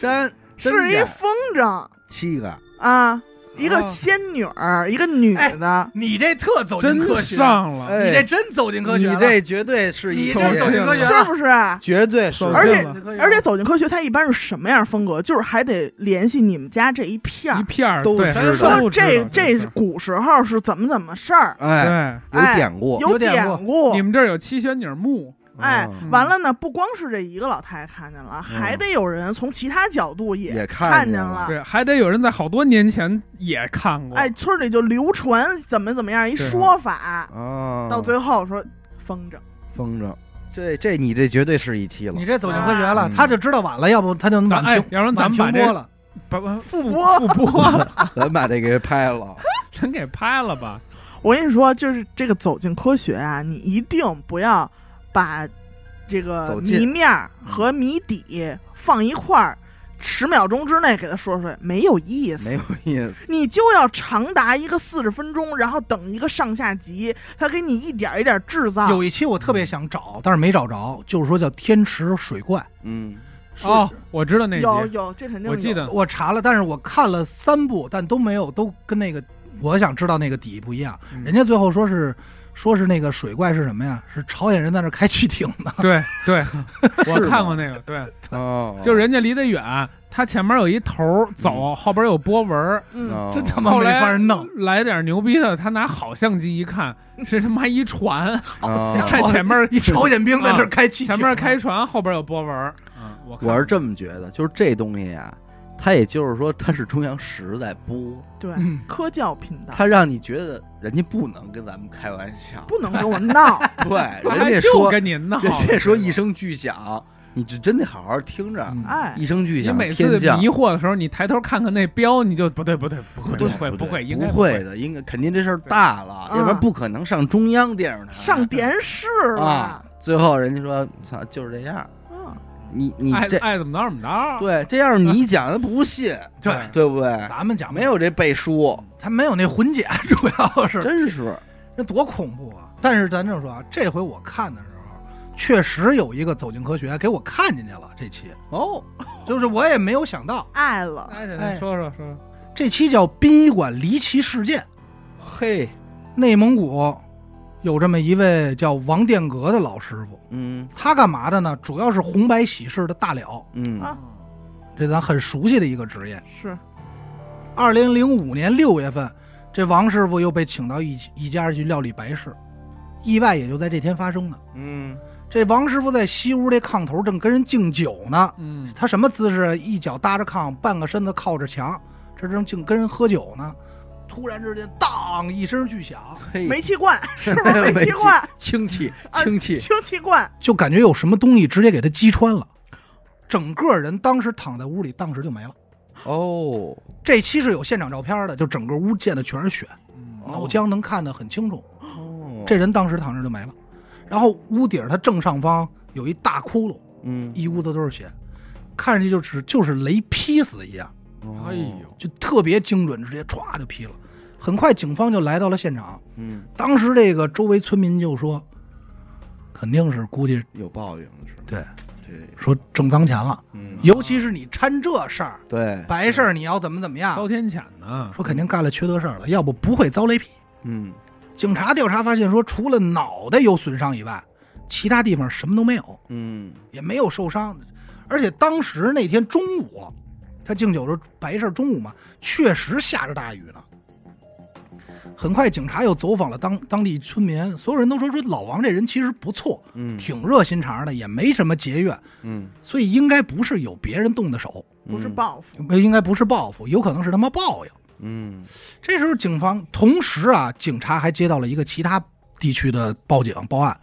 Speaker 1: 真真
Speaker 3: 是一
Speaker 1: 假
Speaker 3: 风筝
Speaker 1: 七个，
Speaker 3: 啊，一个
Speaker 4: 哦
Speaker 3: 仙女儿，一个女
Speaker 2: 哎 [laughs]
Speaker 3: 的。
Speaker 2: 你这特走进
Speaker 4: 真
Speaker 2: 科学，啊
Speaker 4: 上了，
Speaker 1: 哎
Speaker 2: 你这真走进科学了，
Speaker 1: 你这绝对是一
Speaker 2: 你
Speaker 1: 系
Speaker 2: 这
Speaker 1: 列
Speaker 2: 走进科学啊了
Speaker 3: 是不是？
Speaker 1: 绝对是，
Speaker 4: 走
Speaker 3: 而且
Speaker 4: 进了
Speaker 2: 哎
Speaker 3: 而且走进科学，它一般是什么样风格？就是还得联系你们家这一片
Speaker 4: 一
Speaker 3: 儿，
Speaker 4: 片儿
Speaker 1: 都
Speaker 4: 对
Speaker 1: 知道
Speaker 4: 都
Speaker 3: 说
Speaker 4: 知道
Speaker 3: 这
Speaker 4: 这
Speaker 3: 这
Speaker 4: 事儿
Speaker 3: 古时候是怎么怎么事儿，
Speaker 1: 哎，
Speaker 4: 对。
Speaker 1: 有
Speaker 3: 哎
Speaker 1: 典故，
Speaker 2: 有典
Speaker 3: 典故
Speaker 4: 你。们这儿有七仙女墓，
Speaker 3: 哎
Speaker 1: 嗯，
Speaker 4: 嗯
Speaker 3: 完了呢，不光是这一个老太太看见了，还得有人从其他角度
Speaker 1: 也
Speaker 3: 看
Speaker 1: 看见
Speaker 3: 了。
Speaker 4: 对，还得有人在好多年前也看过。
Speaker 3: 啊哎，，村里就流传怎么怎么样一
Speaker 4: 对啊
Speaker 1: 嗯
Speaker 3: 说法，
Speaker 1: 啊，
Speaker 3: 到最后说风筝。
Speaker 1: 风筝，这这你这绝对是一期了
Speaker 2: 你，这走进科学了
Speaker 1: 嗯，
Speaker 2: 他就知道晚了，要不他就能晚
Speaker 4: 咱哎
Speaker 2: 停，，
Speaker 4: 要不然咱们把
Speaker 2: 晚停播
Speaker 4: 这
Speaker 2: 了。
Speaker 4: 把把复
Speaker 3: 播
Speaker 4: 复播 [laughs] 了，
Speaker 1: 咱 [laughs] 把这给拍了，
Speaker 4: 咱给拍
Speaker 3: [laughs]
Speaker 4: 了吧。
Speaker 3: 我跟你说，就是这个走进科学啊，你一定不要把这个
Speaker 1: 走嗯进
Speaker 3: 谜面儿和谜底放一块儿，十秒钟之内给它说出来，没有意思。
Speaker 1: 没有意思，
Speaker 3: 你就要长达一个四十分钟，然后等一个上下集，他给你一点儿一点儿制造。
Speaker 2: 有一期我特别想找，但是没找着，就是说叫天池水怪。
Speaker 3: [laughs]
Speaker 1: 嗯，
Speaker 4: 哦，我知道那
Speaker 3: 有
Speaker 4: 集，
Speaker 3: 有，这肯定
Speaker 4: 我记
Speaker 3: 有
Speaker 4: 得
Speaker 2: 我查了，但是我看了三部，但都没有，都跟那个我想知道那个底不一样。
Speaker 4: 嗯
Speaker 2: 人家最后说是说是那个水怪是什么呀？是朝鲜人在那儿开汽艇呢。
Speaker 4: 嗯对对，我
Speaker 1: 是吗
Speaker 4: 看过那个，对，
Speaker 1: 哦，
Speaker 4: 就人家离得远，他前面有一头儿走，后边有波纹儿，
Speaker 3: 嗯，
Speaker 1: 哦
Speaker 2: 真他妈
Speaker 4: 后
Speaker 2: 没
Speaker 4: 来
Speaker 2: 法弄。
Speaker 4: 来点牛逼的，他拿好相机一看， [laughs] 是他妈一船，
Speaker 1: 哦
Speaker 4: 看前面
Speaker 2: 一朝鲜兵在这儿开汽艇，
Speaker 4: 啊前面开船，后边有波纹儿。嗯，我看
Speaker 1: 我是这么觉得，就是这东西啊，它也就是说它是中央十在播，
Speaker 3: 对，
Speaker 2: 嗯
Speaker 3: 科教频道
Speaker 1: 它让你觉得人家不能跟咱们开玩笑，
Speaker 3: 不能跟
Speaker 2: [laughs]
Speaker 3: 我闹。
Speaker 1: [laughs] 对，
Speaker 4: 他
Speaker 1: 人
Speaker 4: 还
Speaker 1: 家
Speaker 4: 就
Speaker 1: 说
Speaker 4: 跟你闹，
Speaker 1: 人家说一声巨响，你就真得好好听着，
Speaker 4: 嗯
Speaker 3: 哎，
Speaker 1: 一声巨
Speaker 4: 你
Speaker 1: 响，
Speaker 4: 每次
Speaker 1: 天降
Speaker 4: 迷。惑的时候，你抬头看看那标，你就不对不对不会
Speaker 1: 对
Speaker 4: 不会
Speaker 1: 不
Speaker 4: 不会应该
Speaker 1: 不
Speaker 4: 会
Speaker 1: 会的，应该肯定这事儿大了，
Speaker 3: 对
Speaker 1: 要不然
Speaker 3: 啊
Speaker 1: 不可能上中央电视台。
Speaker 3: 上电视
Speaker 1: 啊
Speaker 3: 了，，
Speaker 1: 最后人家说，操，就是这样，
Speaker 3: 嗯，
Speaker 1: 你你
Speaker 4: 爱
Speaker 1: 这
Speaker 4: 爱怎么着怎么着。
Speaker 1: 对这样你讲的不信，
Speaker 2: 对，
Speaker 1: 对不
Speaker 4: 嗯
Speaker 1: 对？
Speaker 2: 咱们讲
Speaker 1: 没，有这背书，
Speaker 2: 他没有那混剪，主要是
Speaker 1: 真是
Speaker 2: 这多恐怖啊！但是咱这么说啊，这回我看的时候，确实有一个走进科学给我看进去了。这期
Speaker 1: 哦，
Speaker 2: 就是我也没有想到，
Speaker 3: 爱了，
Speaker 4: 哎，
Speaker 2: 哎
Speaker 4: 说说说说，
Speaker 2: 这期叫《殡仪馆离奇事件》。
Speaker 1: 嘿，
Speaker 2: 内蒙古有这么一位叫王殿阁的老师傅，
Speaker 1: 嗯
Speaker 2: 他干嘛的呢？主要是红白喜事的大了，
Speaker 1: 嗯
Speaker 3: 啊
Speaker 2: 这咱很熟悉的一个职业。
Speaker 3: 是
Speaker 2: 二零零五年六月份，这王师傅又被请到一一家去料理白事，意外也就在这天发生的。
Speaker 1: 嗯
Speaker 2: 这王师傅在西屋这炕头正跟人敬酒呢，
Speaker 4: 嗯，
Speaker 2: 他什么姿势？啊一脚搭着炕，半个身子靠着墙，这正净跟人喝酒呢。突然之间，当一声巨响，
Speaker 1: 嘿，
Speaker 3: 煤
Speaker 2: [laughs]
Speaker 3: 气罐，是不是煤气罐？
Speaker 1: 氢气
Speaker 3: 啊
Speaker 1: 氢气，
Speaker 3: 氢气罐，
Speaker 2: 就感觉有什么东西直接给他击穿了，整个人当时躺在屋里，当时就没了。
Speaker 1: 哦，
Speaker 2: 这期是有现场照片的，就整个屋溅的全是血，
Speaker 4: 哦嗯
Speaker 2: 脑浆能看得很清楚。
Speaker 1: 哦
Speaker 2: 这人当时躺这就没了，然后屋顶儿它正上方有一大窟窿，
Speaker 1: 嗯
Speaker 2: 一屋子都是血。看上去就只就是雷劈死一样，
Speaker 1: 哦
Speaker 4: 哎呦，
Speaker 2: 就特别精准，直接歘就劈了。很快，警方就来到了现场。
Speaker 1: 嗯，
Speaker 2: 当时这个周围村民就说，肯定是估计
Speaker 1: 有报应是吧
Speaker 2: 对
Speaker 1: 这，
Speaker 2: 说挣脏钱了，
Speaker 1: 嗯，
Speaker 2: 尤其是你掺这事儿，
Speaker 1: 对，
Speaker 2: 白事儿你要怎么怎么样，
Speaker 4: 遭天谴呢，
Speaker 2: 说肯定干了缺德事儿了，要不不会遭雷劈。
Speaker 1: 嗯，
Speaker 2: 警察调查发现说，除了脑袋有损伤以外，其他地方什么都没有，
Speaker 1: 嗯，
Speaker 2: 也没有受伤。而且当时那天中午，他敬酒时候白事儿中午嘛，确实下着大雨呢。很快，警察又走访了当当地村民，所有人都说说老王这人其实不错，
Speaker 1: 嗯，
Speaker 2: 挺热心肠的，也没什么结怨，
Speaker 1: 嗯，
Speaker 2: 所以应该不是有别人动的手，
Speaker 3: 不是
Speaker 1: 嗯，
Speaker 3: 报复，
Speaker 2: 应该不是报复，有可能是他妈报应。
Speaker 1: 嗯，
Speaker 2: 这时候，警方同时啊，警察还接到了一个其他地区的报警报案，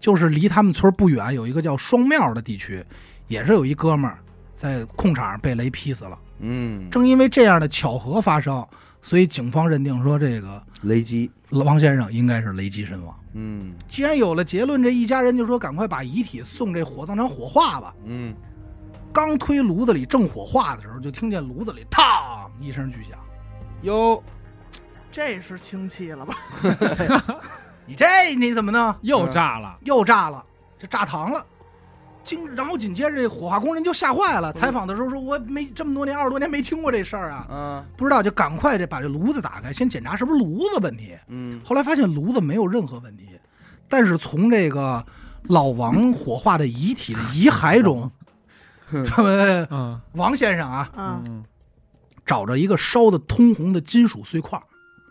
Speaker 2: 就是离他们村不远有一个叫双庙的地区，也是有一哥们儿在空场被雷劈死了。
Speaker 1: 嗯，
Speaker 2: 正因为这样的巧合发生，所以警方认定说这个
Speaker 1: 雷击，
Speaker 2: 王先生应该是雷击身亡。
Speaker 1: 嗯，
Speaker 2: 既然有了结论，这一家人就说赶快把遗体送这火葬场火化吧。
Speaker 1: 嗯，
Speaker 2: 刚推炉子里正火化的时候，就听见炉子里嘡一声巨响。
Speaker 1: 哟，
Speaker 3: 这是清气了吧？
Speaker 2: 你这你怎么弄？
Speaker 4: 又炸了，
Speaker 2: 又炸了，这炸膛了。经，然后紧接着这火化工人就吓坏了。采访的时候说，我没这么多年，二十多年没听过这事儿啊，
Speaker 1: 啊，
Speaker 2: 不知道就赶快这把这炉子打开，先检查是不是炉子问题。
Speaker 1: 嗯，
Speaker 2: 后来发现炉子没有任何问题，但是从这个老王火化的遗体的遗骸中，这位
Speaker 4: 嗯
Speaker 2: [laughs] 王先生啊，
Speaker 3: 啊，
Speaker 4: 嗯
Speaker 2: 找着一个烧得通红的金属碎块，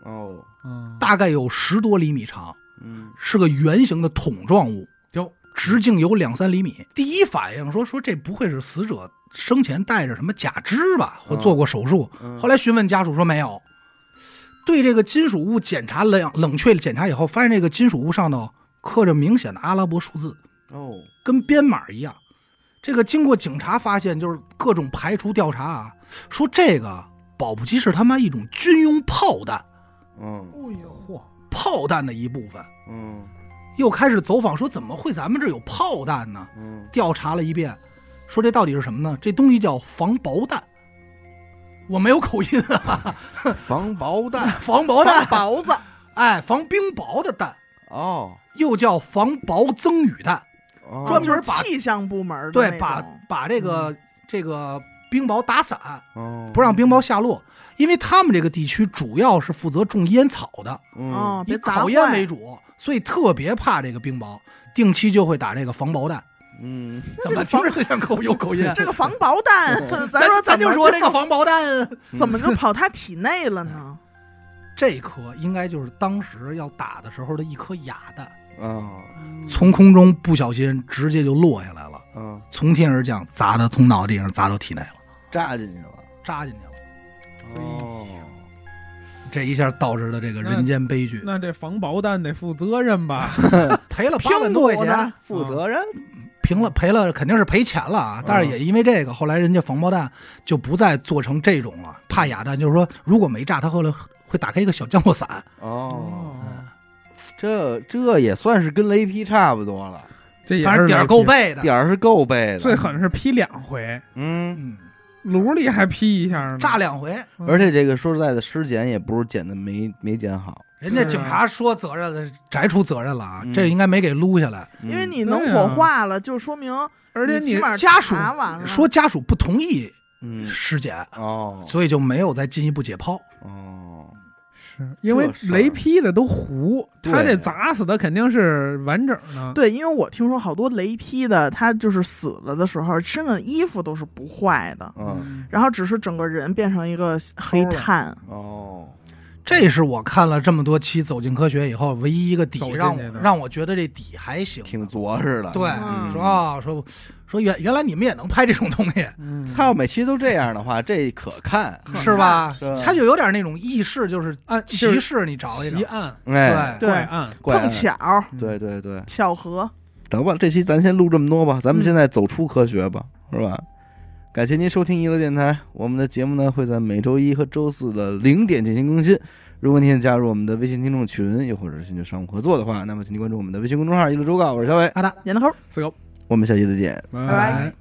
Speaker 1: 哦，
Speaker 4: 嗯，
Speaker 2: 大概有十多厘米长，
Speaker 1: 嗯，
Speaker 2: 是个圆形的桶状物。
Speaker 4: 哟，
Speaker 2: 直径有两三厘米。第一反应说说这不会是死者生前带着什么假肢吧，或
Speaker 1: 嗯
Speaker 2: 做过手术？
Speaker 1: 嗯
Speaker 2: 后来询问家属说没有。对这个金属物检查冷冷却检查以后，发现这个金属物上头刻着明显的阿拉伯数字，
Speaker 1: 哦，
Speaker 2: 跟编码一样。这个经过警察发现，就是各种排除调查啊，说这个保不齐是他妈一种军用炮弹，
Speaker 1: 嗯，
Speaker 3: 哦呦，
Speaker 4: 嚯，
Speaker 2: 炮弹的一部分。
Speaker 1: 嗯，
Speaker 2: 又开始走访，说怎么会咱们这儿有炮弹呢？
Speaker 1: 嗯，
Speaker 2: 调查了一遍，说这到底是什么呢？这东西叫防雹弹。我没有口音啊， [laughs]
Speaker 1: 防雹 [laughs] 弹，
Speaker 2: 防雹弹，
Speaker 3: 雹子，
Speaker 2: 哎，防冰雹的弹，
Speaker 1: 哦，
Speaker 2: 又叫防雹增雨弹，
Speaker 1: 哦
Speaker 2: [laughs] 专门
Speaker 3: 就是
Speaker 2: 把
Speaker 3: 气象部门的
Speaker 2: 对，
Speaker 3: 那
Speaker 2: 把
Speaker 3: 种嗯
Speaker 2: 把这个、这个冰雹打散，
Speaker 1: 哦，
Speaker 2: 不让冰雹下落，因为他们这个地区主要是负责种烟草的，
Speaker 1: 嗯，
Speaker 3: 哦，
Speaker 2: 以
Speaker 3: 别砸
Speaker 2: 烤烟
Speaker 3: 坏
Speaker 2: 为主，所以特别怕这个冰雹，定期就会打这个防雹弹。
Speaker 1: 嗯，
Speaker 2: 怎么听着像口有口音？
Speaker 3: 这个防雹弹，咱
Speaker 2: [laughs]
Speaker 3: 说
Speaker 2: 咱
Speaker 3: 怎么
Speaker 2: 说这个防雹弹。
Speaker 3: 怎么就跑他体内了呢？
Speaker 2: 这颗应该就是当时要打的时候的一颗哑弹，
Speaker 1: 啊，
Speaker 2: 从空中不小心直接就落下来了，
Speaker 1: 嗯，
Speaker 2: 从天而降，砸的从脑袋上砸到体内了，
Speaker 1: 炸进去了，
Speaker 2: 扎进去了。
Speaker 1: 哦，
Speaker 2: 这一下导致的这个人间悲剧，
Speaker 4: 那这防雹弹得负责任吧？
Speaker 2: 赔了八
Speaker 3: 苹
Speaker 2: 万多块
Speaker 3: 果
Speaker 2: 钱
Speaker 3: 呢，
Speaker 1: 负责任，
Speaker 2: 平了赔了肯定是赔钱了啊！但是也因为这个，后来人家防爆弹就不再做成这种了，怕哑弹，就是说如果没炸，它后来会打开一个小降落伞。
Speaker 1: 哦，
Speaker 4: 哦，
Speaker 1: 这这也算是跟雷劈差不多了，
Speaker 4: 这也
Speaker 2: 反正
Speaker 4: 是
Speaker 2: 点儿
Speaker 4: 雷
Speaker 2: 够
Speaker 4: 劈，
Speaker 2: 背的，
Speaker 1: 点儿是够背的，
Speaker 4: 最狠是劈两回，
Speaker 1: 嗯，
Speaker 2: 嗯，
Speaker 4: 炉里还劈一下呢，
Speaker 2: 炸两回。
Speaker 4: 嗯
Speaker 1: 而且这个说实在的，尸检也不是检的没没检好，
Speaker 2: 人家警察说责任了，摘出责任了啊，
Speaker 1: 嗯
Speaker 2: 这应该没给撸下来。
Speaker 1: 嗯
Speaker 3: 因为你能
Speaker 4: 对
Speaker 3: 火
Speaker 4: 啊
Speaker 3: 化了，就说明
Speaker 4: 而且
Speaker 3: 起
Speaker 4: 你
Speaker 3: 码
Speaker 2: 家属
Speaker 3: 查
Speaker 4: 啊
Speaker 3: 完了
Speaker 2: 说家属不同意
Speaker 1: 嗯，
Speaker 2: 尸检，
Speaker 1: 哦，
Speaker 2: 所以就没有再进一步解剖。
Speaker 1: 哦，
Speaker 4: 是因为雷劈的都糊，
Speaker 1: 对
Speaker 4: 他这砸死的肯定是完整的，
Speaker 3: 对，因为我听说好多雷劈的，他就是死了的时候，身上的衣服都是不坏的，
Speaker 1: 嗯，
Speaker 3: 然后只是整个人变成一个黑炭。
Speaker 1: 哦，
Speaker 2: 这是我看了这么多期《走进科学》以后唯一一个底
Speaker 4: 走进去
Speaker 2: 让我
Speaker 4: 的
Speaker 2: 让我觉得这底还行。
Speaker 1: 挺着实的，
Speaker 2: 对，
Speaker 3: 嗯
Speaker 2: 说啊，说说原原来你们也能拍这种东西，
Speaker 4: 嗯，
Speaker 1: 他要每期都这样的话，这可看，
Speaker 2: 是吧
Speaker 1: 是？
Speaker 2: 他就有点那种意识，就是
Speaker 4: 按
Speaker 2: 歧
Speaker 4: 嗯就是
Speaker 2: 视你找一
Speaker 4: 一
Speaker 2: 找。
Speaker 4: 按
Speaker 1: 哎，
Speaker 4: 怪
Speaker 3: 对，
Speaker 4: 按，
Speaker 1: 怪
Speaker 3: 碰
Speaker 1: 案，
Speaker 3: 巧
Speaker 1: 对对对，
Speaker 3: 巧合，
Speaker 1: 等吧，这期咱先录这么多吧，咱们
Speaker 3: 嗯
Speaker 1: 现在走出科学吧，是吧？感谢您收听娱乐电台，我们的节目呢会在每周一和周四的零点进行更新。如果您想加入我们的微信听众群，又或者是寻求商务合作的话，那么请您关注我们的微信公众号“一乐周告”，我是小伟，
Speaker 2: 好的，
Speaker 3: 年头。
Speaker 4: 四个，
Speaker 1: 我们下期再见。
Speaker 4: 拜
Speaker 3: 拜。